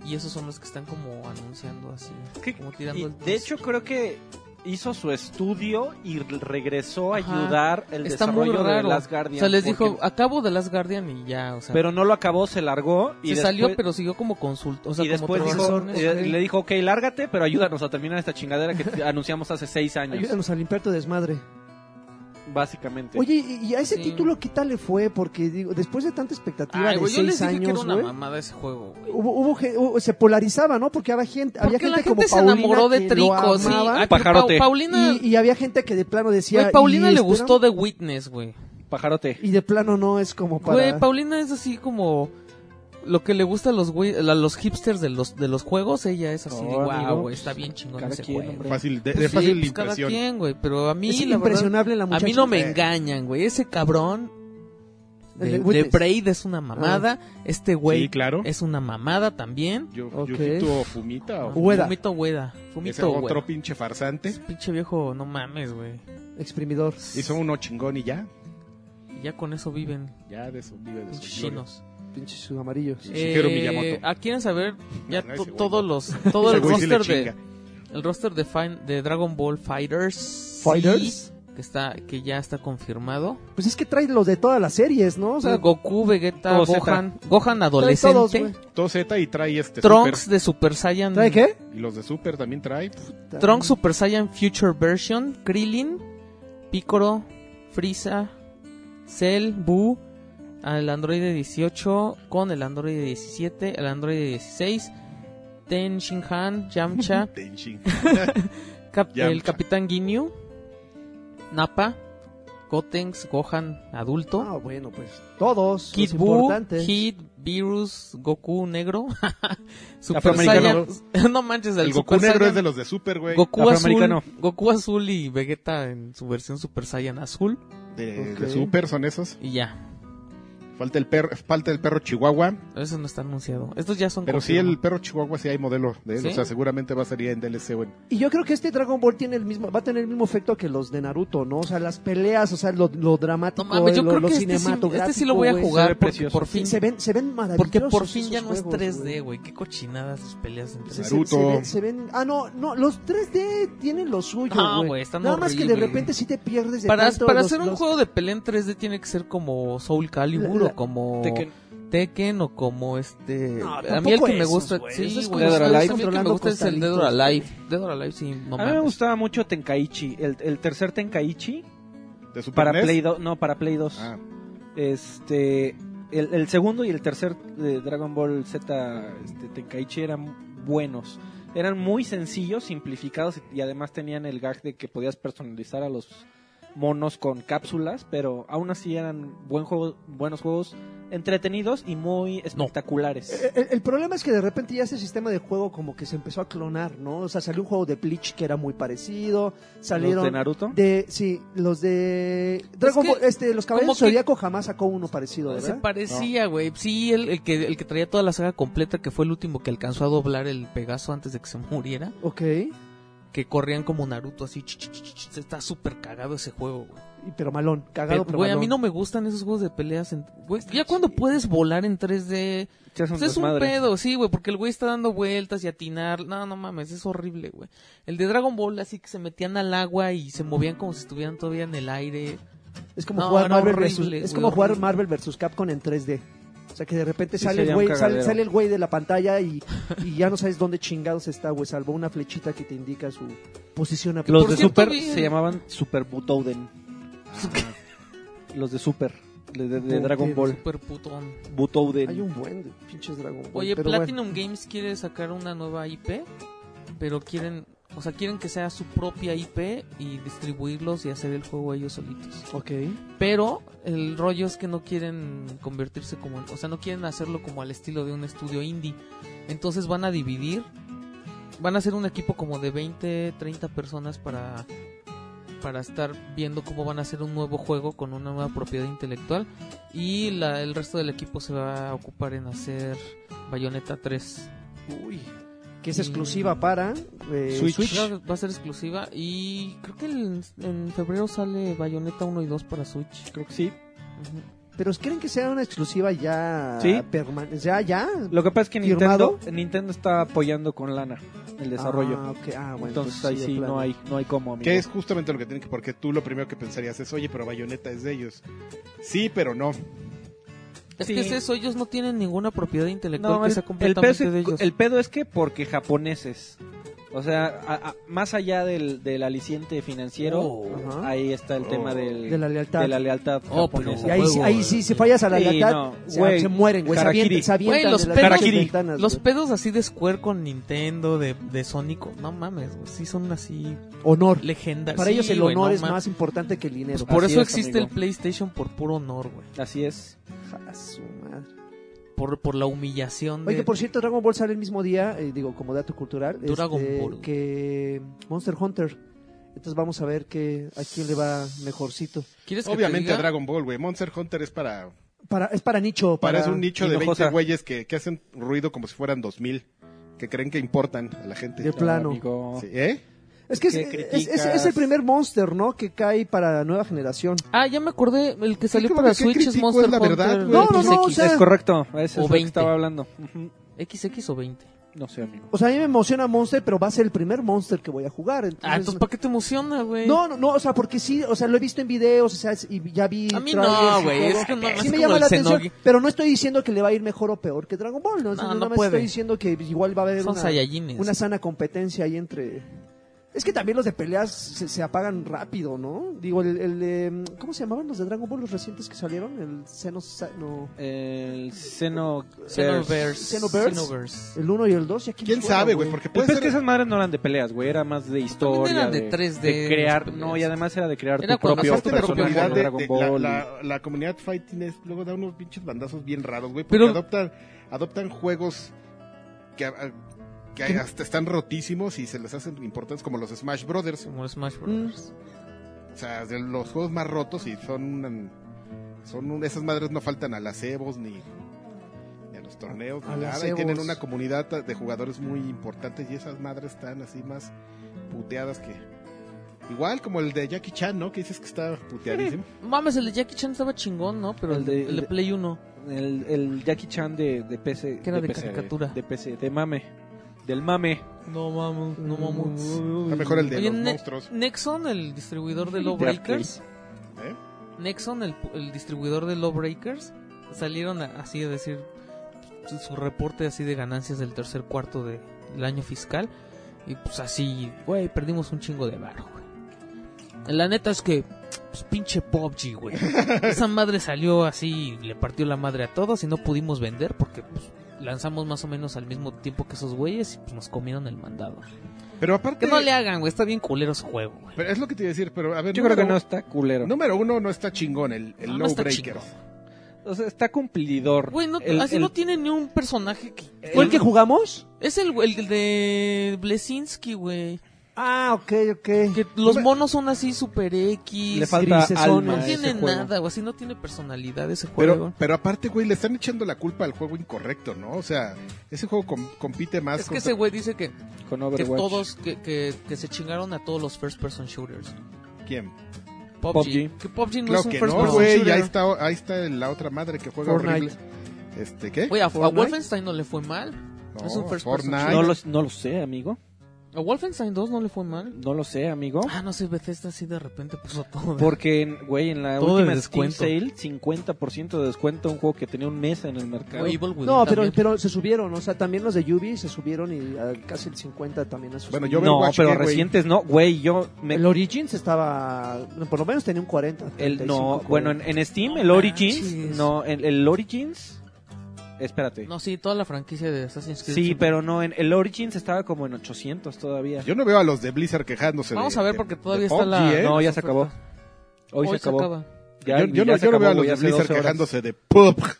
S2: Y esos son los que están como anunciando así.
S4: Que-
S2: Como tirando
S4: y
S2: el
S4: de
S2: teaser.
S4: hecho, creo que hizo su estudio y r- regresó a
S2: Ajá.
S4: ayudar el
S2: Está muy
S4: desarrollo de
S2: raro.
S4: Last
S2: O
S4: Guardian.
S2: sea, les
S4: porque-
S2: dijo, "Ah, acabo de Last Guardian y ya, o sea.
S4: Pero no lo acabó, se largó.
S2: se
S4: Y después-
S2: salió, pero siguió como consultor. O sea,
S4: y
S2: como
S4: después dijo,
S2: trabajador.
S4: eh, le dijo, ok, lárgate, pero ayúdanos a terminar esta chingadera que te- anunciamos hace seis años,
S3: Ayúdanos a limpiar tu desmadre.
S4: básicamente.
S3: Oye, ¿y y a ese
S2: Sí.
S3: título qué tal le fue? Porque digo, después de tanta expectativa
S2: Ay,
S3: de
S2: güey, yo les
S3: seis
S2: dije que era
S3: años,
S2: una
S3: güey,
S2: mamada ese juego, güey.
S3: hubo, hubo ge- hubo- se polarizaba, ¿no? Porque había gente, había
S2: Porque
S3: gente,
S2: la gente
S3: como
S2: se
S3: Paulina
S2: enamoró de
S3: que lo
S2: Trico, sí.
S3: amaba,
S2: Ay, pero
S4: Pajarote.
S2: Pau- Paulina,
S3: y, y había gente que de plano decía.
S2: güey, Paulina
S3: "Y
S2: le
S3: esto era-
S2: gustó The Witness, güey.
S4: Pajarote.
S3: Y de plano no es como para.
S2: Güey, Paulina es así como lo que le gusta a los güey, a los hipsters de los de los juegos, ella es así
S4: No,
S2: de wow,
S4: amigo,
S2: güey, está bien chingón
S4: cada
S2: ese
S4: quien,
S2: juego.
S4: hombre.
S1: Fácil, de,
S2: Pues
S1: de
S2: sí,
S1: fácil
S2: pues cada
S1: impresión.
S2: quien, güey, pero a mí
S3: es
S2: la verdad,
S3: impresionable la
S2: A
S3: muchacha.
S2: mí no me
S1: eh.
S2: engañan, güey. Ese cabrón
S3: El de Ah.
S2: de, de
S3: Witness.
S2: Braid es una mamada. Este güey
S1: Sí, claro.
S2: es una mamada también.
S1: Yo,
S3: Ok.
S1: Yukito Fumita o
S3: Ueda.
S2: Fumito Ueda.
S1: ese
S2: Fumito
S1: otro
S2: Ueda.
S1: pinche farsante.
S2: Ese Pinche viejo, no mames, güey.
S3: Exprimidor.
S1: Hizo uno chingón y ya.
S2: Y Ya con eso viven
S1: Ya de eso vive de
S2: pinches
S1: sus glorias.
S2: chinos.
S3: Pinches amarillos.
S1: Shigeru Miyamoto.
S2: ah, quieren saber ya
S1: No, no,
S2: to-
S1: ese güey
S2: todos
S1: no.
S2: los todo el
S1: Ese güey sí le
S2: roster de
S1: chinga.
S2: el roster de fin- de Dragon Ball Fighters
S3: Fighters.
S2: que está que ya está confirmado.
S3: Pues es que trae los de todas las series, ¿no? O sea,
S2: Goku, Vegeta,
S4: todo Z.
S2: Gohan, Gohan
S3: trae todos,
S2: adolescente,
S3: güey.
S1: Todo Z y trae este
S2: Trunks de Super Saiyan
S3: ¿Trae qué?
S1: Super. Y los de Super también trae. pues,
S2: Trunks Super Saiyan Future Version, Krillin, Piccolo, Frieza, Cell, Bu, al Android 18 con el Android 17, el Android 16, Ten Shinhan, Yamcha,
S1: Tenshin.
S2: Cap- el
S1: Yamcha.
S2: Capitán Ginyu, Nappa, Gotenks, Gohan adulto,
S3: Ah, bueno, pues todos.
S2: Kid
S3: los
S2: Buu,
S3: importantes.
S2: Kid, Virus, Goku negro, Super Saiyan.
S4: Afroamericano.
S2: no manches, el,
S1: El Goku
S2: Super
S1: negro
S2: Saiyan-
S1: es de los de Super, güey.
S2: Goku azul,
S4: Afroamericano.
S2: Goku azul y Vegeta en su versión Super Saiyan azul
S1: De,
S3: Ok.
S1: de Super son esos.
S2: y ya.
S1: Falta el perro, falta el perro Chihuahua,
S2: Eso no está anunciado. Estos ya son
S1: pero sí
S2: confirmados.
S1: el perro Chihuahua sí hay modelo de él,
S2: ¿Sí?
S1: o sea, seguramente va a salir en DLC, güey.
S3: Y yo creo que este Dragon Ball tiene el mismo, va a tener el mismo efecto que los de Naruto, ¿no? O sea, las peleas, o sea, lo, lo dramático,
S2: No mames, yo
S3: lo,
S2: creo
S3: lo
S2: que este sí,
S3: cinematográfico,
S2: este sí lo voy a
S3: güey.
S4: Se
S2: jugar
S4: ve
S2: porque
S4: precioso.
S2: por
S3: Sí,
S2: fin
S3: se ven, se ven maravillosos.
S2: porque por fin ya no
S3: esos
S2: es
S3: juegos,
S2: 3D, güey. Qué cochinadas sus peleas entre
S3: Se,
S2: sí,
S3: se-
S1: Naruto.
S3: se ven, se ven- ah no, no, los 3D tienen lo suyo,
S2: No,
S3: güey.
S2: güey, están
S3: Nada más que de
S2: horribles.
S3: repente sí te pierdes de
S2: Para,
S3: tanto
S2: para
S3: los-
S2: hacer un
S3: los-
S2: juego de pelea en 3D tiene que ser como Soul Calibur
S3: La- la-
S2: o como
S4: Tekken.
S2: Tekken. o como este
S3: No,
S2: a mí el
S3: tampoco
S2: que me
S3: esos,
S2: gusta
S3: güey. Esos
S2: sí
S3: como
S2: güey
S4: Dead or
S2: a mí
S4: Alive.
S2: el que me
S3: controlando
S2: gusta es el Dead or
S3: costalitos,
S2: Alive Dead or Alive sí no
S4: a mí me
S2: mames.
S4: gustaba mucho Tenkaichi, el, el tercer Tenkaichi
S1: De Super
S4: para
S1: NES.
S4: Play 2, no, para Play 2.
S1: Ah,
S4: Este, el, el segundo y el tercer de Dragon Ball Z este, Tenkaichi eran buenos. Eran muy sencillos, simplificados y además tenían el gag de que podías personalizar a los monos con cápsulas, pero aún así eran buen juego, buenos juegos entretenidos y muy espectaculares.
S3: El, el problema es que de repente ya este sistema de juego como que se empezó a clonar, ¿no? O sea, salió un juego de Bleach que era muy parecido,
S4: ¿Los de
S3: salieron
S4: Naruto?
S3: de sí, los de Dragon
S2: que-
S3: Ball, este los Caballeros
S2: como que-
S3: Zodíaco jamás sacó uno parecido,
S2: se
S3: ¿verdad?
S2: parecía, güey. Sí, el, el que, el que traía toda la saga completa, que fue el último que alcanzó a doblar el Pegaso antes de que se muriera.
S3: Ok.
S2: Que corrían como Naruto así. ch, ch, ch, ch, se Está súper cagado ese juego, güey.
S3: Y- Pero malón, cagado
S2: Pero,
S3: pero,
S2: Güey, a mí
S3: malón.
S2: no me gustan esos juegos de peleas. En, güey, ya cuando puedes volar en 3D.
S4: Sí, es un
S2: pues es un
S4: desmadre.
S2: pedo, sí, güey, porque el güey está dando vueltas y atinar. No, no mames, es horrible, güey. El de Dragon Ball, así que se metían al agua y se movían como si estuvieran todavía en el aire.
S3: Es como
S2: No,
S3: jugar
S2: era
S3: Marvel
S2: horrible,
S3: versus,
S2: güey,
S3: es como jugar
S2: horrible.
S3: Marvel versus Capcom en 3D. O sea que de repente
S4: Sí,
S3: sale, el
S4: sería
S3: güey,
S4: un
S3: sale,
S4: cagadero.
S3: sale el güey de la pantalla y, y ya no sabes dónde chingados está, güey, salvo una flechita que te indica su posición. a-
S4: Los
S2: Por
S4: de
S2: cierto,
S4: Super
S2: vi-
S4: se llamaban Super Butoden. Los de Super, de, de- de Dragon Ball.
S2: Súper putón.
S4: Butoden.
S3: Hay un buen de pinches Dragon Ball.
S2: Oye,
S3: pero bueno.
S2: Platinum Games quiere sacar una nueva IP, pero quieren, o sea, quieren que sea su propia IP y distribuirlos y hacer el juego ellos solitos.
S3: Ok.
S2: Pero el rollo es que no quieren convertirse como, en- o sea, no quieren hacerlo como al estilo de un estudio indie. Entonces van a dividir, van a hacer un equipo como de 20, 30 personas para para estar viendo cómo van a hacer un nuevo juego con una nueva propiedad intelectual y la- el resto del equipo se va a ocupar en hacer Bayonetta 3.
S3: Uy, que es
S2: Y-
S3: exclusiva para eh, Switch.
S1: Switch.
S2: Va va a ser exclusiva y creo que el- en febrero sale Bayonetta 1 y 2 para Switch.
S4: Creo que sí.
S2: Ujú.
S3: Pero ¿creen que sea una exclusiva ya
S4: Sí.
S3: permanente? Ya, ya.
S4: Lo que pasa es que
S3: ¿Firmado?
S4: Nintendo, Nintendo está apoyando con lana el desarrollo.
S3: Ah, ok. Ah, bueno,
S4: Entonces
S3: pues
S4: ahí
S3: de
S4: sí
S3: plano.
S4: no hay, no hay cómo, amigo.
S1: que es justamente lo que tienen que, porque tú lo primero que pensarías es, oye, pero Bayonetta es de ellos. Sí, pero no.
S2: Es
S4: Sí.
S2: que es eso, ellos no tienen ninguna propiedad intelectual
S4: No,
S2: que
S4: el,
S2: sea
S4: el pedo es,
S2: completamente de ellos.
S4: el pedo es que porque japoneses. O sea, a- a- más allá del, del aliciente financiero,
S3: Ajá.
S4: ahí está el
S1: Oh.
S4: tema del,
S3: Oh, ¿ah? De la lealtad.
S4: de la lealtad
S2: Oh,
S4: japonesa.
S3: Y ahí, sí-
S2: Juego,
S3: ahí
S2: eh.
S3: sí, si fallas a la
S4: Sí,
S3: lealtad,
S4: no,
S3: se,
S4: güey.
S3: se mueren, güey. Se avientan,
S4: Harakiri.
S3: se avientan
S2: Güey, los
S3: de las pinches
S2: Harakiri.
S3: ventanas,
S2: Los
S3: güey.
S2: pedos así de Square con Nintendo, de, de Sonic, no mames, güey, sí son así
S3: Honor.
S2: legendarios.
S3: Para
S2: Sí,
S3: ellos el
S2: güey,
S3: honor
S2: no
S3: es
S2: mames. Pues
S3: más importante que el dinero.
S2: Por
S4: Así
S2: eso
S4: es,
S2: existe
S4: amigo.
S2: el PlayStation por puro honor, güey.
S4: Así es.
S3: Ah, su madre.
S2: Por, por la humillación de...
S3: Oye, por cierto, Dragon Ball sale el mismo día, eh, digo, como dato cultural,
S2: Dragon
S3: este,
S2: Ball.
S3: que Monster Hunter. Entonces vamos a ver que, a quién le va mejorcito.
S2: ¿Quieres que te
S1: Obviamente
S2: diga?
S1: a Dragon Ball, güey. Monster Hunter es para,
S3: Para, es para nicho.
S1: para
S3: Para,
S1: es un nicho de
S4: Hinojosa.
S1: 20 güeyes que, que hacen ruido como si fueran 2000, que creen que importan a la gente.
S3: De plano.
S4: Amigo.
S1: Sí, ¿eh?
S3: Es que es,
S4: que
S3: es- es-
S4: criticas.
S3: es el primer monster, ¿no? Que cae para la nueva generación.
S2: Ah, ya me acordé, el que salió
S1: como
S2: para
S1: que qué
S2: Switch es
S1: crítico
S2: Monster
S1: es la
S2: Hunter
S1: verdad, güey.
S3: No, no, no,
S2: XX.
S3: o sea-
S4: Es correcto, a eso
S2: O
S4: es lo que
S2: 20.
S4: estaba hablando. Ujú.
S2: ¿XX o 20?
S4: No sé, amigo.
S3: O sea, a mí me emociona Monster, pero va a ser el primer monster que voy a jugar. Entonces,
S2: Ah, entonces, ¿para qué te emociona, güey?
S3: no, no, no, o sea, porque sí, o sea, lo he visto en videos, o sea, es- y ya vi.
S2: A mí
S3: trailers
S2: no,
S3: y
S2: güey,
S3: todo.
S2: es que no, es
S3: Sí me
S2: como
S3: llama
S2: el
S3: la atención,
S2: Xenogears.
S3: pero no estoy diciendo que le va a ir mejor o peor que Dragon Ball, ¿no? O sea,
S2: No,
S3: nada
S2: no
S3: más
S2: puede.
S3: estoy diciendo que igual va a haber
S2: Son
S3: una,
S2: Saiyajines.
S3: una sana competencia ahí entre, Es que también los de peleas se, se apagan rápido, ¿no? Digo, el, el de- ¿Cómo se llamaban los de Dragon Ball los recientes que salieron? El Xeno... Xeno-
S4: El seno.
S2: Xenoverse.
S3: Xenoverse.
S2: Xenoverse.
S3: el 1 y el 2.
S1: ¿Quién sabe, güey? Porque puede
S4: Pues es
S1: ser...
S4: que esas madres no eran de peleas, güey. Era más de historia.
S2: eran de 3D,
S4: crear.
S2: esas
S4: No,
S2: peleas.
S4: y además era de crear
S2: Era
S4: tu
S2: cuando
S4: propio
S2: sacaste
S1: Aparte la
S2: personaje
S1: comunidad
S4: este personaje
S2: de
S1: de, de-
S4: Dragon
S1: la,
S4: Ball.
S1: la- la comunidad fighting es luego da unos pinches bandazos bien raros, güey, porque
S2: Pero-
S1: adoptan adoptan juegos que, a- que hasta están rotísimos y se les hacen importantes como los Smash Brothers,
S2: Como Smash Bros.
S3: Mm.
S1: o sea, de los juegos más rotos y son una- son un- esas madres no faltan a las cebos ni ni a los torneos,
S3: A
S1: ni
S3: las
S1: nada, y tienen
S3: cebos.
S1: una comunidad de jugadores muy importantes y esas madres están así más puteadas que igual como el de Jackie Chan, ¿no? Que dices que está puteadísimo.
S2: Mames, el de Jackie Chan estaba chingón, ¿no? Pero
S4: El
S2: el de,
S4: de-
S2: el de Play 1.
S4: El, el Jackie Chan de, de PC.
S2: Que era de
S4: PC,
S2: caricatura.
S4: De PC, de mame. Del mame.
S2: No mames, no mames.
S1: Está mejor el de
S2: Oye,
S1: los
S2: Ne-
S1: monstruos.
S2: Nexon, el distribuidor de
S4: De
S2: Lawbreakers.
S1: ¿eh?
S2: Nexon, el, pu- el distribuidor de Lawbreakers. Salieron a- así a decir su, su reporte así de ganancias del tercer cuarto de- del año fiscal. Y pues así, güey, perdimos un chingo de barro, güey. La neta es que, pues, pinche PUBG, güey. Esa madre salió así, le partió la madre a todos y no pudimos vender porque pues, lanzamos más o menos al mismo tiempo que esos güeyes y pues, nos comieron el mandado.
S1: Pero aparte
S2: Que no le hagan, güey, está bien culero su juego, güey.
S1: Pero es lo que te iba a decir, pero a ver,
S4: Yo creo
S1: número,
S4: que no está culero.
S1: número uno no está chingón el, el
S2: No, Ah, no
S1: Low
S2: está
S1: Breakers.
S2: chingón.
S4: O sea, está cumplidor.
S2: Güey, no,
S4: El-
S2: así
S4: el-
S2: no tiene ni un personaje que...
S3: ¿Fue el que jugamos?
S2: Es el, güey- el de Blesinski, güey.
S3: Ah, ok, ok.
S2: Que los monos son así super X.
S4: Le falta
S3: grises son,
S4: alma.
S2: no
S4: a
S2: tiene
S4: ese juego.
S2: nada, güey, así no tiene personalidad ese
S1: Pero,
S2: juego.
S1: pero aparte, güey, le están echando la culpa al juego incorrecto, ¿no? O sea, ese juego com- compite más
S2: es que
S1: contra-
S2: ese güey dice que,
S4: Con
S2: que
S4: Overwatch.
S2: todos, que, que, que se chingaron a todos los first person shooters.
S1: quién.
S2: PUBG.
S4: PUBG.
S2: Que PUBG no es
S1: Claro
S2: un
S1: que
S2: first
S1: no,
S2: person
S1: güey,
S2: shooter.
S1: ahí está, ahí está la otra madre que juega
S3: Fortnite.
S1: horrible. Este, ¿qué?
S2: Güey, a, a
S3: Fortnite.
S2: Wolfenstein no le fue mal.
S1: No,
S2: es un first person
S1: Fortnite.
S4: No lo, no lo sé, amigo.
S2: A Wolfenstein 2 no le fue mal.
S4: No lo sé, amigo.
S2: Ah, no sé, Bethesda así de repente puso todo. de-
S4: Porque, en- güey, en la
S2: Todo
S4: última
S2: de
S4: Steam Sale,
S2: descuento.
S4: 50% de descuento. Un juego que tenía un mes en el mercado.
S2: Güey, Evil Within
S3: No, pero,
S2: también.
S3: pero se subieron, o sea, también los de Ubi se subieron y ah, casi el 50 también a sus...
S1: Bueno, yo
S4: no,
S1: Overwatch,
S4: pero
S1: ¿qué, güey?
S4: recientes no, güey. Yo me,
S3: El Origins estaba, por lo menos tenía un 40.
S4: El,
S3: 35,
S4: no,
S3: 40.
S4: bueno, en, en Steam,
S2: No
S4: el Origins.
S2: manches.
S4: No, el, el Origins. Espérate.
S2: No, sí, toda la franquicia de Assassin's Creed.
S4: sí,
S2: se-
S4: pero no, en el Origins estaba como en 800 todavía.
S1: Yo no veo a los de Blizzard quejándose. de-
S2: Vamos a ver
S1: de-
S2: porque
S1: de
S2: todavía está
S1: PUBG,
S2: la-
S1: ¿eh?
S4: no, ya
S2: las
S4: se acabó.
S2: ofertas.
S4: Hoy, se acabó.
S2: acaba.
S4: Ya-
S1: yo yo no,
S4: ya se
S1: yo no veo a los
S4: acabó, güey,
S1: de
S4: hace
S1: Blizzard
S4: 12 horas.
S1: quejándose de PUBG.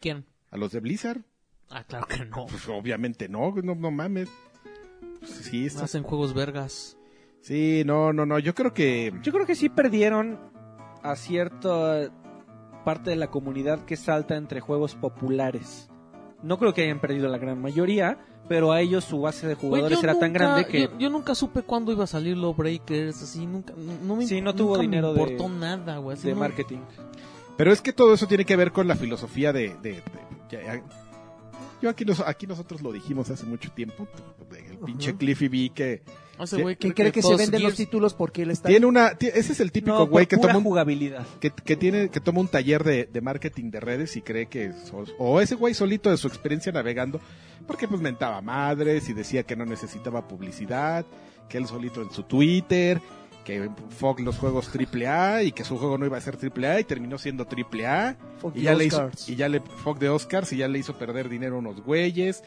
S2: ¿Quién?
S1: ¿A los de Blizzard?
S2: Ah, claro que no.
S1: Pues obviamente no, güey, no, no mames. Pues, sí, está-
S2: Hacen juegos vergas.
S1: sí, no, no, no, yo creo que...
S4: Yo creo que sí perdieron a cierta parte de la comunidad que salta entre juegos populares. No creo que hayan perdido la gran mayoría, pero a ellos su base de
S2: Güey,
S4: jugadores
S2: yo
S4: era tan
S2: nunca-
S4: grande que
S2: Yo, yo nunca supe cuándo iba a salir Low Breakers, así, nunca... No, no me,
S4: Sí, no
S2: nunca
S4: tuvo
S2: me
S4: dinero de-
S2: importó nada, güey. así
S4: de
S2: no-
S4: marketing.
S1: Pero es que todo eso tiene que ver con la filosofía de... de- de- ya- ya- yo aquí, nos- aquí nosotros lo dijimos hace mucho tiempo, de- el pinche
S3: Ajá.
S1: Cliffy B que
S2: Ah, Ese güey
S3: que cree que, se
S2: todos
S3: venden los
S2: Gears-
S3: títulos porque él está...
S1: tiene una... ti- Ese es el típico
S4: No,
S1: güey
S4: por
S1: que
S4: pura
S1: toma un...
S4: jugabilidad.
S1: Que, que tiene, que toma un taller de, de marketing de redes y cree que... so- o ese güey solito de su experiencia navegando, porque pues mentaba madres y decía que no necesitaba publicidad, que él solito en su Twitter, que fuck los juegos AAA y que su juego no iba a ser AAA y terminó siendo AAA.
S3: Fuck
S1: Y ya,
S3: the
S1: le hizo,
S3: Oscars.
S1: y ya le fuck de Oscars y ya le hizo perder dinero a unos güeyes.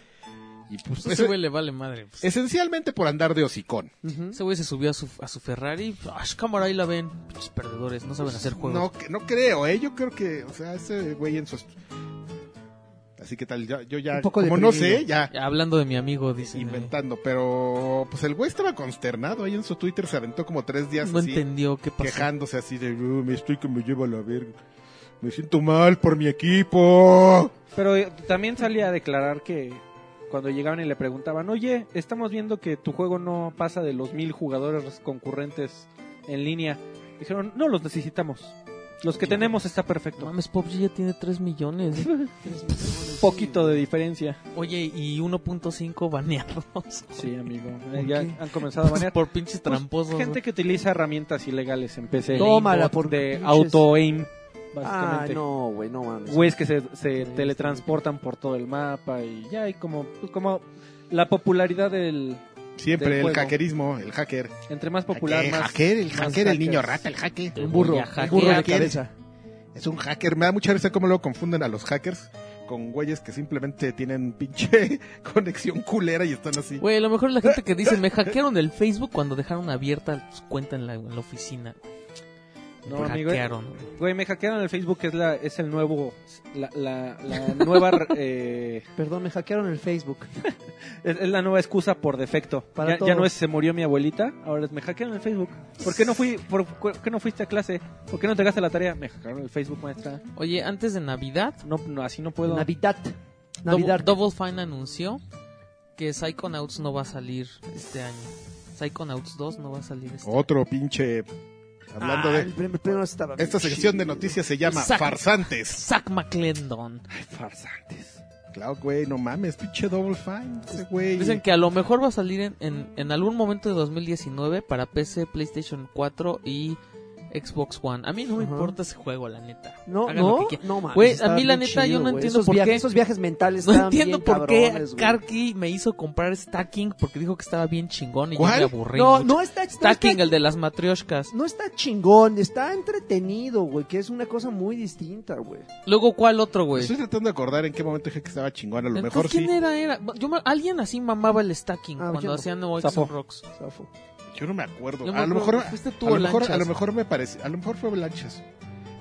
S1: Y pues,
S2: Pues ese
S1: ese-
S2: güey le vale madre. pues.
S1: esencialmente por andar de hocicón.
S3: Ujú.
S2: Ese güey se subió a su, a su Ferrari. Ash, cámara, ahí la ven. Pinches perdedores, no saben hacer juegos.
S1: No, que- no creo, ¿eh? Yo creo que, o sea, ese güey en su... est- Así que tal, yo, yo ya,
S3: Un poco
S1: como no
S3: deprimido.
S1: sé, ya
S2: Ya, Hablando de mi amigo, dice.
S1: inventando, pero pues el güey estaba consternado, ahí en su Twitter se aventó como tres días
S2: No
S1: así,
S2: entendió qué pasó.
S1: quejándose así de, "Oh, me estoy que me lleva a la verga, me siento mal por mi equipo.
S4: Pero eh, también salía a declarar que cuando llegaban y le preguntaban, oye, estamos viendo que tu juego no pasa de los mil jugadores concurrentes en línea. Dijeron, no los necesitamos. Los que tenemos está
S2: No
S4: perfecto.
S2: mames, PUBG ya tiene 3 millones.
S4: Poquito de diferencia.
S2: Oye, y 1.5 baneados.
S4: Sí, amigo.
S2: ¿Por
S4: ya
S2: qué?
S4: han comenzado a banear.
S2: Por pinches tramposos.
S4: Pues, Gente que utiliza herramientas ilegales en PC.
S3: Tómala, por
S4: De
S3: pinches-
S4: auto-aim,
S3: Ah,
S4: básicamente.
S3: no, güey, no mames.
S4: Güeyes que se, se teletransportan por todo el mapa y ya hay como, pues, como la popularidad del,
S1: Siempre
S4: del
S1: el
S4: juego.
S1: hackerismo, el hacker.
S4: Entre más popular,
S1: Hacker,
S4: más.
S1: hacker, el
S4: más
S1: hacker, el niño
S4: hackers.
S1: rata, el hacker.
S3: Un burro,
S2: voy a
S3: un burro de
S1: hackear.
S3: cabeza.
S1: Es un hacker. Me da mucha risa cómo luego confunden a los hackers con güeyes que simplemente tienen pinche conexión culera y están así.
S2: Güey, a lo mejor la gente que dice, me hackearon el Facebook cuando dejaron abierta su cuenta en la, en la oficina.
S4: No,
S2: No, me
S4: amigo,
S2: hackearon.
S3: eh,
S2: güey.
S4: Güey, me hackearon el Facebook, que es, la, es el nuevo. La, la- la nueva. eh,
S3: Perdón, me hackearon el Facebook.
S4: es, es la nueva excusa por defecto.
S3: Para
S4: ya, ya
S3: todo.
S4: no es se murió mi abuelita, ahora es me hackearon el Facebook. ¿Por qué no, fui, por, por qué no fuiste a clase? ¿Por qué no te gastas la tarea? Me hackearon el Facebook, maestra.
S2: Oye, antes de Navidad,
S4: No, no, así no puedo.
S3: Navidad.
S2: Double,
S3: Navidad.
S2: Double Fine anunció que Psychonauts no va a salir este año. Psychonauts 2 no va a salir este
S3: Oh.
S2: año.
S1: Otro pinche. Hablando
S3: Ah,
S1: de.
S3: el primer- primero estaba
S1: Esta
S3: bien
S1: sección de
S3: chido.
S1: noticias se llama
S2: Exacto.
S1: Farsantes.
S2: Zack McClendon.
S4: Ay, farsantes.
S1: Claro, güey, no mames, pinche Double Fine, ese güey.
S2: Dicen que a lo mejor va a salir en, en, en algún momento de 2019 para PC, PlayStation 4 y Xbox One. A mí no me
S3: Ajá.
S2: importa ese juego, la neta.
S3: No,
S2: Hagan lo
S3: no,
S2: que quieran.
S3: no, mames,
S2: Güey, a
S3: estaba
S2: mí la
S3: bien
S2: neta, yo no
S3: güey.
S2: entiendo
S3: esos
S2: por
S3: viajes,
S2: qué-
S3: Esos viajes mentales
S2: No
S3: estaban
S2: entiendo
S3: bien
S2: por qué
S3: cabrones, güey.
S2: Karki me hizo comprar Stacking porque dijo que estaba bien chingón y
S1: ¿Cuál?
S2: yo me aburrí.
S3: No,
S2: mucho.
S3: no está, no está-
S2: Stacking, el de las matrioshkas.
S3: no está chingón, está entretenido, güey, que es una cosa muy distinta, güey.
S2: Luego, ¿cuál otro, güey?
S3: Pues
S1: Estoy tratando de acordar en qué momento dije que estaba chingón, a lo
S2: Entonces,
S1: mejor sí.
S2: ¿quién era? era? Yo me- Alguien así mamaba el Stacking
S3: Ah, yo
S2: cuando
S3: no.
S2: hacían No X
S4: Zafó.
S2: Rocks.
S3: Zafo.
S1: Yo no me acuerdo.
S2: Yo me
S1: a lo
S2: acuerdo
S1: mejor
S2: que fuiste tú
S1: a lo
S2: o
S1: mejor,
S2: Lanchas.
S1: a lo mejor me parece, a lo mejor fue Blanchas.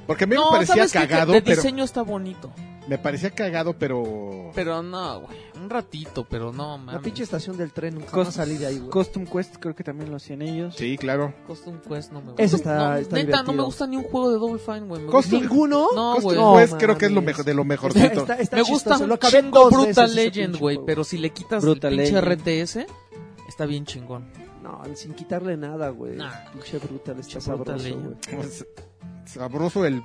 S1: Porque a mí
S2: No,
S1: me parecía
S2: ¿sabes qué? Que
S1: cagado,
S2: de
S1: pero
S2: diseño está bonito.
S1: me parecía cagado, pero
S2: Pero no, güey. Un ratito, pero no, mames.
S3: La pinche estación del tren, nunca
S4: Cos-
S3: más salí de ahí, güey.
S4: Custom Quest, creo que también lo hacían ellos.
S1: sí, claro.
S2: Custom Quest no me gusta.
S3: Eso está-
S2: No,
S3: está
S2: neta, no me
S3: divertido.
S2: gusta ni un juego de Double Fine, güey. Me
S1: Custom-
S2: gusta-
S3: ¿Ninguno?
S2: No,
S1: Custom
S2: güey.
S3: No,
S1: Quest creo que es lo
S3: mames.
S1: mejor de lo
S3: Está,
S1: mejorcito.
S3: está- está
S2: Me gusta
S3: chistoso, lo
S2: un
S3: acabé
S2: chingo
S3: dos
S2: Brutal
S3: veces ese
S2: Legend,
S3: pinche
S2: güey.
S3: juego.
S2: Pero si le quitas
S4: Brutal
S2: el pinche
S4: Legend.
S2: RTS, está bien chingón.
S3: No, sin quitarle nada, güey.
S2: Nah.
S3: Pinche brutal, está
S2: Pinche Brutal
S3: sabroso,
S2: Legend.
S3: güey.
S1: Pues, Sabroso el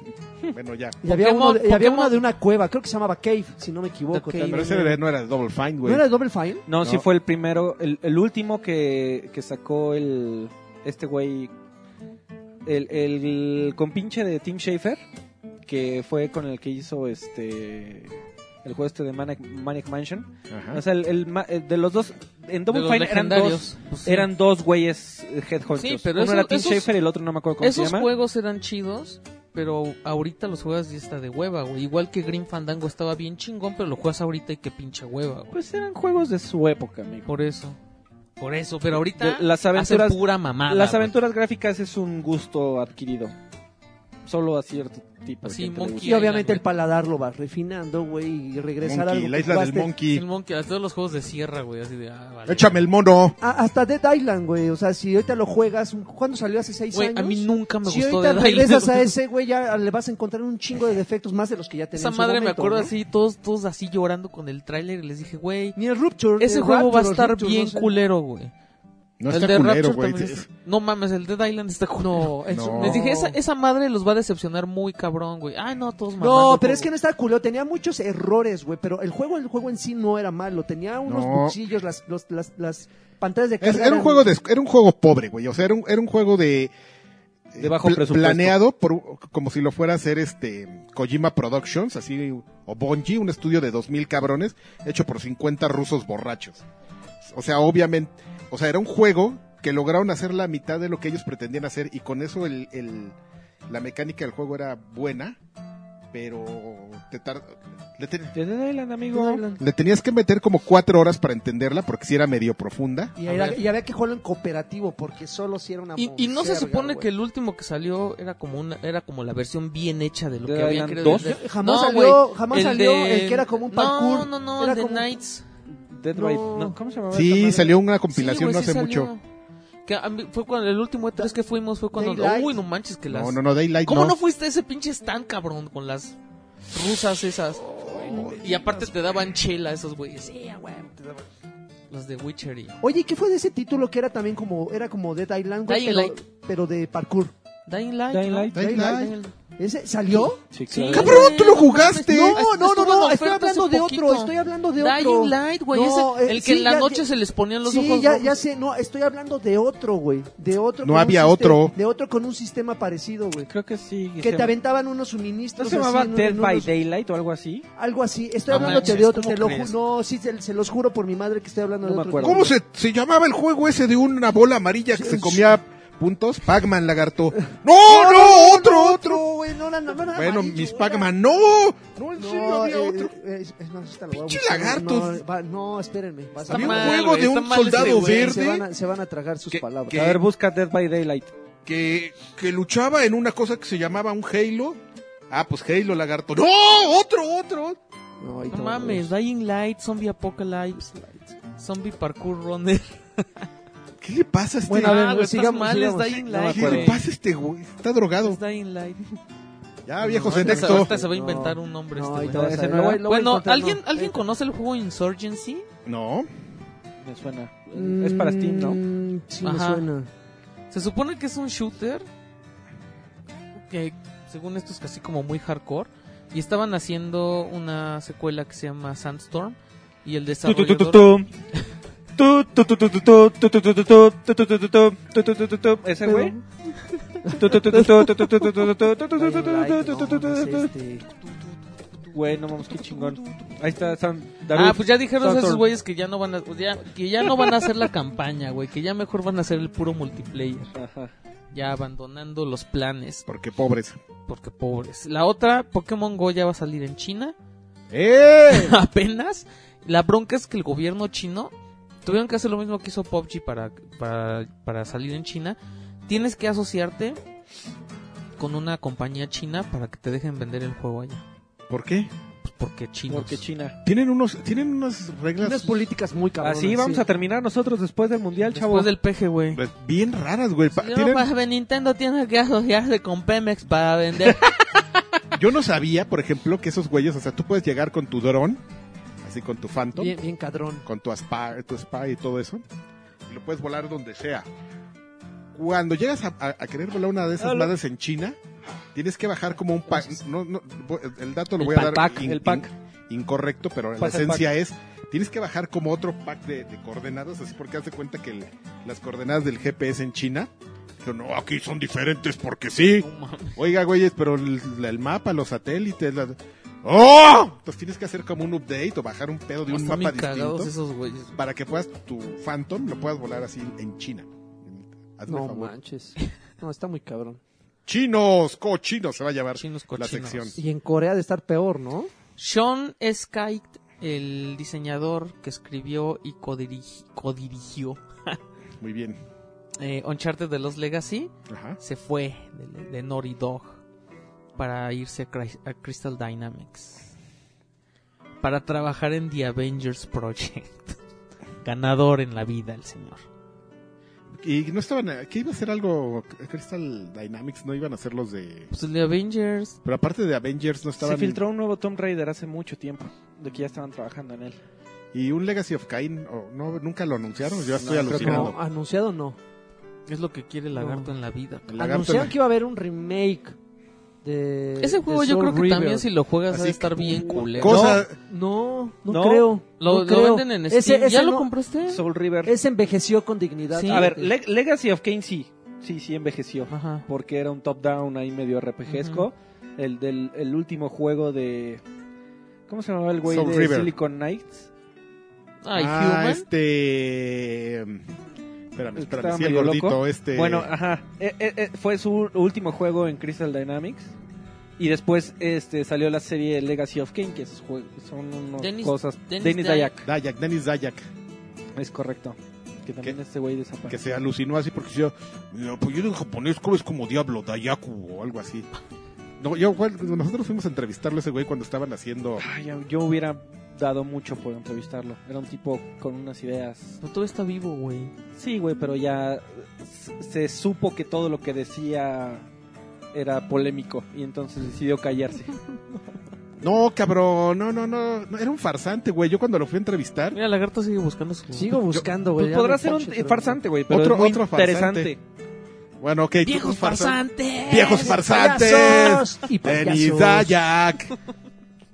S1: bueno ya.
S3: Y había,
S2: Pokémon-
S3: uno de, y había
S2: Pokémon-
S3: uno de una cueva, creo que se llamaba Cave, si no me equivoco.
S2: The Cave.
S3: también.
S1: Pero ese era- no era Double Fine,
S3: ¿No
S1: güey.
S3: era de Double Fine?
S4: No, sí
S1: No.
S4: fue el primero, el, el último que, que sacó el este güey, el, el compinche de Tim Schafer, que fue con el que hizo este el juego este de Maniac, Maniac Mansion.
S1: Ajá.
S4: O sea, el, el ma- eh, de los dos,
S2: De
S4: en Double
S2: los
S4: Fine eran dos,
S2: legendarios. Pues sí.
S4: eran dos güeyes eh, headhunters.
S2: Sí, pero
S4: Uno
S2: eso-
S4: era Tim
S2: esos-
S4: Schafer y el otro no me acuerdo cómo se
S2: Esos
S4: llama.
S2: juegos eran chidos, pero ahorita los juegas y está de hueva, güey. Igual que Green Fandango estaba bien chingón, pero lo juegas ahorita y qué pinche hueva, güey.
S4: Pues eran juegos de su época, amigo.
S2: Por eso. Por eso, pero ahorita
S4: De- las aventuras-
S2: hace pura mamada.
S4: Las
S2: güey.
S4: aventuras gráficas es un gusto adquirido. Solo a cierto tipo. de
S2: Sí,
S4: gente le
S2: Monkey
S4: gusta.
S3: Y obviamente
S2: Island,
S3: el paladar lo vas refinando, güey, y regresar a
S1: Monkey,
S3: algo
S1: la
S3: que
S1: isla del
S3: jugaste.
S2: Sí,
S1: Monkey.
S2: Simón, que todos los juegos de sierra, güey, así de ah, vale.
S1: Échame el mono.
S3: A- hasta Dead Island, güey. O sea, si ahorita lo juegas, ¿cuándo salió hace seis
S2: Güey,
S3: años?
S2: a mí nunca me
S3: si
S2: gustó
S3: ahorita
S2: Dead
S3: regresas
S2: Island.
S3: a ese, güey, ya le vas a encontrar un chingo de defectos más de los que ya tenía.
S2: Esa
S3: en su
S2: madre me
S3: momento,
S2: acuerdo
S3: ¿no?
S2: así, todos, todos así llorando con el tráiler y les dije, güey,
S3: Ni el Rupture.
S2: ese
S3: el
S2: juego va a
S3: Rapture,
S2: estar
S3: Rupture,
S2: bien
S3: no sé.
S2: culero, güey.
S1: No
S2: el
S1: está
S2: de
S1: culero,
S2: Rapture
S1: güey.
S2: también está- No mames, el Dead Island está
S3: No,
S2: culero.
S3: es-
S1: No.
S2: Les dije, esa, esa madre los va a decepcionar muy cabrón, güey. Ah, no, todos
S3: No,
S2: mamando
S3: pero
S2: todo.
S3: es que no estaba culero, tenía muchos errores, güey, pero el juego, el juego en sí no era malo, tenía unos
S1: No.
S3: cuchillos, las, los- las, las pantallas de
S1: Es-
S3: carga
S1: era un
S3: eran-
S1: juego de, era un juego pobre, güey. O sea, era un, era un juego de eh,
S4: De bajo presupuesto.
S1: planeado por como si lo fuera a hacer este Kojima Productions, así o Bungie, un estudio de 2000 cabrones hecho por 50 rusos borrachos. O sea, obviamente, o sea, era un juego que lograron hacer la mitad de lo que ellos pretendían hacer y con eso el, el- la mecánica del juego era buena, pero te tar- le te-
S4: De Dead Island, amigo.
S3: Dead Island.
S1: le tenías que meter como cuatro horas para entenderla porque si era medio profunda.
S3: Y,
S2: A
S3: era-
S2: ver.
S3: y había que jugarlo en cooperativo porque solo si era una
S2: Y, y no se
S3: monserga,
S2: supone
S3: güey.
S2: que el último que salió era como una, era como la versión bien hecha de lo
S4: ¿De
S2: que habían
S4: Island
S2: creado.
S4: 2?
S2: De-
S3: Jamás
S2: No,
S3: salió,
S2: güey,
S3: jamás
S2: el
S3: salió
S2: de-
S3: el que era como un parkour.
S2: No, no, no,
S3: Era
S2: el de
S3: como-
S2: Knights.
S4: Dead
S3: No.
S4: Ride. No, ¿Cómo se llamaba? esa
S1: Sí,
S4: madre?
S1: salió una compilación
S2: Sí, güey,
S1: no
S2: sí
S1: hace
S2: salió.
S1: mucho.
S2: Que a mí- fue cuando el último E3 que fuimos fue cuando
S3: Daylight.
S2: uy, no manches que las
S1: No, no, no, Daylight
S2: ¿Cómo
S1: no.
S2: no. fuiste a ese pinche stand, cabrón, con las rusas esas? y aparte te daban chela esos güeyes. Sí, a huevo, te daban. Los de Witcher y
S3: Oye, ¿y ¿qué fue de ese título que era también como era como Dead Island, güey,
S2: Dying
S3: pero,
S2: Light.
S3: pero de parkour?
S2: Dying Light.
S4: Dying
S2: ¿no?
S4: Light.
S1: Dying Light.
S2: Dying Light.
S3: ¿Ese salió?
S4: Sí,
S2: Sí,
S4: claro.
S1: ¡Cabrón, tú lo
S2: güey,
S1: jugaste!
S2: mames,
S3: No, no, no,
S2: estuvo
S3: no,
S2: en
S3: estoy
S2: oferta
S3: hablando
S2: hace
S3: de otro,
S2: poquito.
S3: estoy hablando de otro.
S2: Dying Light, güey,
S3: No,
S2: ese-
S3: eh,
S2: el que en
S3: sí,
S2: la
S3: ya-
S2: noche
S3: ya-
S2: se les ponían los
S3: sí,
S2: ojos
S3: ya,
S2: rojos.
S3: ya sé, no, estoy hablando de otro, güey. De otro.
S1: No
S3: con un
S1: había
S3: sistema-
S1: otro.
S3: De otro con un sistema parecido, güey.
S4: Creo que sí.
S3: Que
S4: se-
S3: te aventaban unos
S4: ¿No
S3: suministros.
S4: se
S3: así
S4: llamaba
S3: en un-
S4: Dead
S3: en
S4: by
S3: unos-
S4: Daylight o algo así?
S3: Algo así. Estoy
S2: No
S3: hablándote
S2: manches,
S3: de otro,
S2: ¿cómo
S3: te lo ju-
S2: crees?
S3: No, sí, se, se los juro por mi madre que estoy hablando
S4: No
S3: de
S4: me
S3: otro.
S4: acuerdo.
S1: ¿Cómo se, se llamaba el juego ese de una bola amarilla que se comía puntos? Pac-Man, lagarto. ¡No, no, otro, otro!
S3: güey, no, no, no, no, era
S1: Bueno,
S3: amarillo,
S1: mis
S3: era-
S1: Pac-Man, ¡no! No, en serio,
S3: No,
S1: había
S3: eh,
S1: otro.
S3: eh, es- es más, hasta lo voy a
S1: Pinche
S3: buscar.
S1: lagartos.
S3: No, va- no, espérenme. va a
S2: Está
S1: Había un
S3: salir.
S2: mal,
S1: juego
S2: güey,
S1: de
S2: está
S1: un
S2: mal este
S1: soldado
S2: güey,
S3: Se van, a,
S1: verde
S3: se van a tragar sus
S1: ¿Qué-
S3: palabras.
S1: qué?
S4: A ver, busca Dead by Daylight.
S1: que, que luchaba en una cosa que se llamaba un Halo. Ah, pues Halo, lagarto. ¡No, otro, otro!
S3: No, ahí
S2: No
S3: te va a
S2: mames, Dying Light, Zombie Apocalypse, Zombie Parkour Runner.
S1: ¿Qué le pasa a este
S3: Bueno, a ver,
S2: Ah, güey,
S3: sigamos,
S2: estás mal,
S3: sigamos.
S2: es Dying
S4: No me
S2: Light.
S1: ¿Qué le
S4: acuerdo.
S2: güey.
S1: pasa a este güey? Está drogado.
S2: Es Dying Light.
S1: Ya, viejo,
S3: No,
S1: se
S3: no,
S2: Ahorita-
S1: nexo.
S2: Ahorita se va a
S3: No.
S2: inventar un nombre
S3: No,
S2: este
S3: ahí te
S2: güey.
S3: vas a
S4: Ese
S3: ver,
S4: no
S3: lo voy-
S4: era.
S3: lo voy a
S2: Bueno,
S3: encontrar,
S2: ¿alguien,
S3: no. Eh,
S2: ¿alguien conoce el juego Insurgency?
S1: No.
S4: Me suena. Es para Steam, ¿no?
S3: Mm, Sí, me
S2: Ajá.
S3: suena.
S2: Se supone que es un shooter que según esto es casi como muy hardcore y estaban haciendo una secuela que se llama Sandstorm y el desarrollador
S4: ¿Ese
S3: Pero-
S4: güey?
S3: Dying Light, no, es este.
S4: Güey, no mames, qué chingón. Ahí está Sam
S2: Ah, pues ya dijeron esos
S4: Sandstorm.
S2: güeyes que ya no van a pues ya- que ya no van a hacer la campaña, güey, que ya mejor van a hacer el puro multiplayer, ya abandonando los planes
S1: Porque pobres.
S2: porque pobres. La otra Pokémon Go ya va a salir en China.
S1: ¡Eh!
S2: apenas. La bronca es que el gobierno chino tuvieron que hacer lo mismo que hizo PUBG para, para, para salir en China. Tienes que asociarte con una compañía china para que te dejen vender el juego allá.
S1: ¿Por qué?
S2: Pues porque chinos.
S4: Porque China.
S1: Tienen unos, tienen unas
S3: Unas
S1: reglas
S3: políticas muy cabronas.
S4: Así vamos a terminar nosotros después del mundial,
S2: Después
S4: chavo.
S2: del PG, güey.
S1: eh, bien raras, güey. Pa-
S2: Si no,
S1: tienen-
S2: pues, ve, Nintendo tiene que asociarse con Pemex para vender.
S1: Yo no sabía, por ejemplo, que esos güeyes, o sea, tú puedes llegar con tu dron, así con tu Phantom,
S3: Bien, bien cadrón.
S1: con tu spa, tu spa y todo eso, y lo puedes volar donde sea. Cuando llegas a, a- a querer volar una de esas
S4: Hola.
S1: madres en China, tienes que bajar como un pack. No, no, vo- el dato lo
S2: El
S1: voy
S2: pack,
S1: a dar
S4: pack, el pack.
S1: incorrecto, pero la
S4: Pasa el
S1: esencia es, tienes que bajar como otro pack de, de coordenadas, así porque haz de cuenta que el- las coordenadas del GPS en China, dijeron, no, aquí son diferentes porque sí.
S2: No mames.
S1: Oiga, güeyes, pero el, el mapa, los satélites, la- ¡Oh! Entonces tienes que hacer como un update o bajar un pedo de un
S2: Están
S1: mapa
S2: bien cagados
S1: distinto
S2: esos güeyes. güey.
S1: para que puedas tu Phantom lo puedas volar así en China. Hazme
S3: No
S1: favor.
S3: manches. No, está muy cabrón.
S1: Chinos, cochinos se va a llamar
S2: Chinos
S1: la
S2: cochinos.
S1: sección.
S3: Y en Corea ha de estar peor, ¿no?
S2: Sean Skite, el diseñador que escribió y codirigi- codirigió
S1: Muy bien.
S2: eh, Uncharted de los Legacy
S1: Ajá.
S2: se fue de, de Naughty Dog para irse a, Cry- a Crystal Dynamics para trabajar en The Avengers Project. Ganador en la vida el señor.
S1: Y no estaban, eh, que iba a ser algo Crystal Dynamics, no iban a ser los de,
S2: Pues el de Avengers.
S1: pero aparte de Avengers no
S4: Se
S1: estaban.
S4: filtró un nuevo Tomb Raider hace mucho tiempo, de que ya estaban trabajando en él.
S1: Y un Legacy of Kain, o no, nunca lo anunciaron. Yo estoy
S4: No, creo que
S1: alucinando.
S3: No, anunciado no.
S2: Es lo que quiere el lagarto
S3: No.
S2: en la vida.
S1: El lagarto
S3: Anunciaron
S1: en-
S3: que iba a haber un remake de.
S2: Ese juego
S3: de
S2: yo
S3: Soul
S2: creo que
S3: River.
S2: también si lo juegas
S1: Así
S2: va a estar
S1: que-
S2: bien culero.
S1: Cosa-
S3: No, no,
S4: No.
S3: creo.
S2: Lo,
S3: no
S2: lo
S3: creo.
S2: venden en Steam.
S3: Ese- ese
S2: ¿Ya lo
S3: no-
S2: compraste?
S4: Soul River.
S3: Ese envejeció con dignidad.
S2: Sí.
S4: A ver, Le- Legacy of Kain sí. Sí, sí envejeció.
S2: Ajá.
S4: Porque era un top-down ahí medio RPGesco. El del el último juego de... ¿Cómo se llamaba el güey
S1: Soul
S4: de
S1: River.
S4: Silicon Knights?
S2: Ay,
S1: ah,
S2: Human.
S1: este. Espérame, espérame,
S4: Estaba
S1: sí, el
S4: medio
S1: gordito,
S4: loco.
S1: este.
S4: Bueno, ajá. Eh, eh, eh, fue su último juego en Crystal Dynamics. Y después este salió la serie Legacy of Kain, que es jue- son unas
S2: Dennis-
S4: cosas...
S2: Dennis
S4: Dennis,
S2: Dyack.
S4: Dyack,
S1: Dayak, Dennis Dayak,
S4: es correcto. Que también
S1: Que-
S4: este güey
S1: que
S4: desapareció.
S1: se alucinó así porque decía, "Mira, pues yo en japonés creo es como Diablo, Dayaku o algo así. No, yo, güey, nosotros fuimos a entrevistarlo a ese güey cuando estaban haciendo.
S4: Ay, yo, yo hubiera dado mucho por entrevistarlo. Era un tipo con unas ideas.
S2: No, todo está vivo, güey.
S4: Sí, güey, pero ya s- se supo que todo lo que decía era polémico y entonces decidió callarse.
S1: No, cabrón, no, no, no, no, era un farsante, güey. Yo cuando lo fui a entrevistar,
S2: Mira, Lagarto sigue buscando su...
S3: Sigo buscando, güey.
S4: Pues
S3: ya
S4: podrá
S3: me
S4: ser un
S3: ponche, pero-
S4: farsante, güey, pero
S1: Otro-
S4: es muy
S1: otro
S4: interesante.
S1: Bueno, ok. tú,
S2: ¡Viejos
S1: farsan-
S2: farsantes!
S4: Pues
S1: ¡Viejos farsantes!
S3: ¡Payasos! Y
S1: ¡Denis
S3: payasos.
S1: Dayak!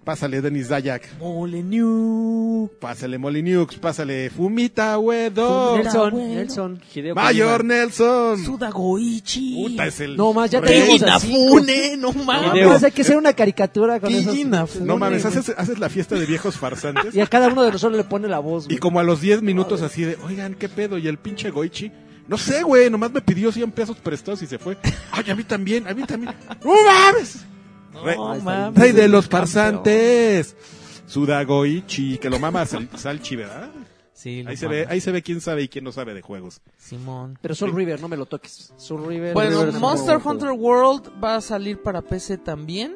S1: Pásale, Denis Dayak.
S2: Mole New.
S1: Pásale, Molinux. Pásale, Fumita, Wedo.
S2: Fumita.
S3: Nelson,
S2: Abuelo.
S3: Nelson.
S4: Hideo
S1: Mayor
S4: Kojima.
S1: Nelson.
S2: Sudagoichi.
S1: Puta, es el.
S3: No más, ya
S1: rey.
S3: tenemos-
S2: Inafune, no mames.
S4: Hideo.
S3: Además, hay que hacer una caricatura con esos-
S2: Kijin Afune,
S1: No mames,
S2: güey.
S1: haces, haces la fiesta de viejos farsantes.
S3: Y a cada uno de nosotros le pone la voz,
S1: Y
S3: güey.
S1: como a los 10 minutos así de, oigan, ¿qué pedo? Y el pinche Goichi, no sé, güey, nomás me pidió 100 pesos prestados y se fue. Ay, a mí también, a mí también. ¡No mames! Re-
S2: No
S1: Rey
S2: mames.
S1: de los
S2: campeón.
S1: farsantes. Sudagoichi, que lo mama a Sal- Salchi, ¿verdad?
S2: Sí, lo
S1: Ahí se,
S2: mames.
S1: ve, ahí se ve quién sabe y quién no sabe de juegos.
S2: Simón.
S3: Pero Soul River, no me lo toques. Soul River.
S2: Bueno,
S3: River es
S2: Monster
S3: mejor.
S2: Hunter World va a salir para PC también.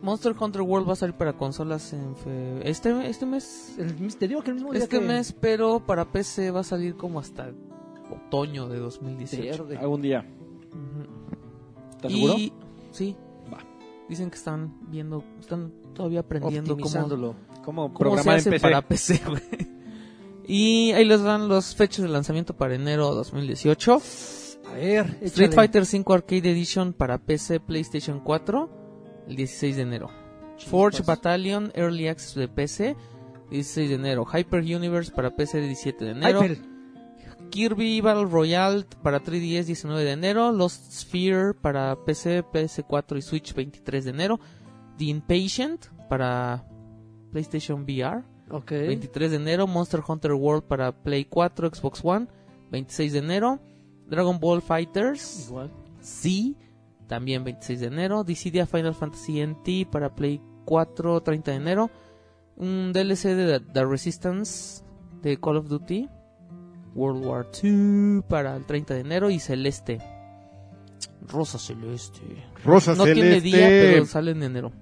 S2: Monster Hunter World va a salir para consolas en fe- este, este mes.
S3: El- te digo que el mismo día
S2: Este
S3: que-
S2: mes, pero para PC va a salir como hasta otoño de 2018.
S3: Verde.
S4: Algún día.
S2: Ujú.
S4: ¿Estás
S2: Y-
S4: seguro?
S2: Sí.
S4: Va.
S2: Dicen que están viendo, están todavía aprendiendo cómo
S3: Optimizándolo.
S4: ¿Cómo
S2: ¿Cómo se
S4: programar
S2: hace
S4: en PC?
S2: para PC, güey? Y ahí les dan los fechas de lanzamiento para enero 2018.
S3: A ver,
S2: Street
S3: échale.
S2: Fighter 5 Arcade Edition para PC, PlayStation 4, el 16 de enero. Forge Battalion Early Access de PC, 16 de enero. Hyper Universe para PC, 17 de enero.
S3: Hyper.
S2: Kirby Battle Royale para 3DS, 19 de enero. Lost Sphere para PC, PS4 y Switch, 23 de enero. The Impatient para PlayStation VR,
S3: Ok.
S2: 23 de enero, Monster Hunter World para Play 4, Xbox One, 26 de enero, Dragon Ball Fighters,
S3: Igual.
S2: sí, también 26 de enero, Dissidia Final Fantasy NT para Play 4, 30 de enero, un DLC de The- The Resistance de Call of Duty, World War II para el 30 de enero y Celeste. Rosa Celeste.
S1: Rosa
S2: No tiene
S1: Celeste.
S2: día, pero sale en enero.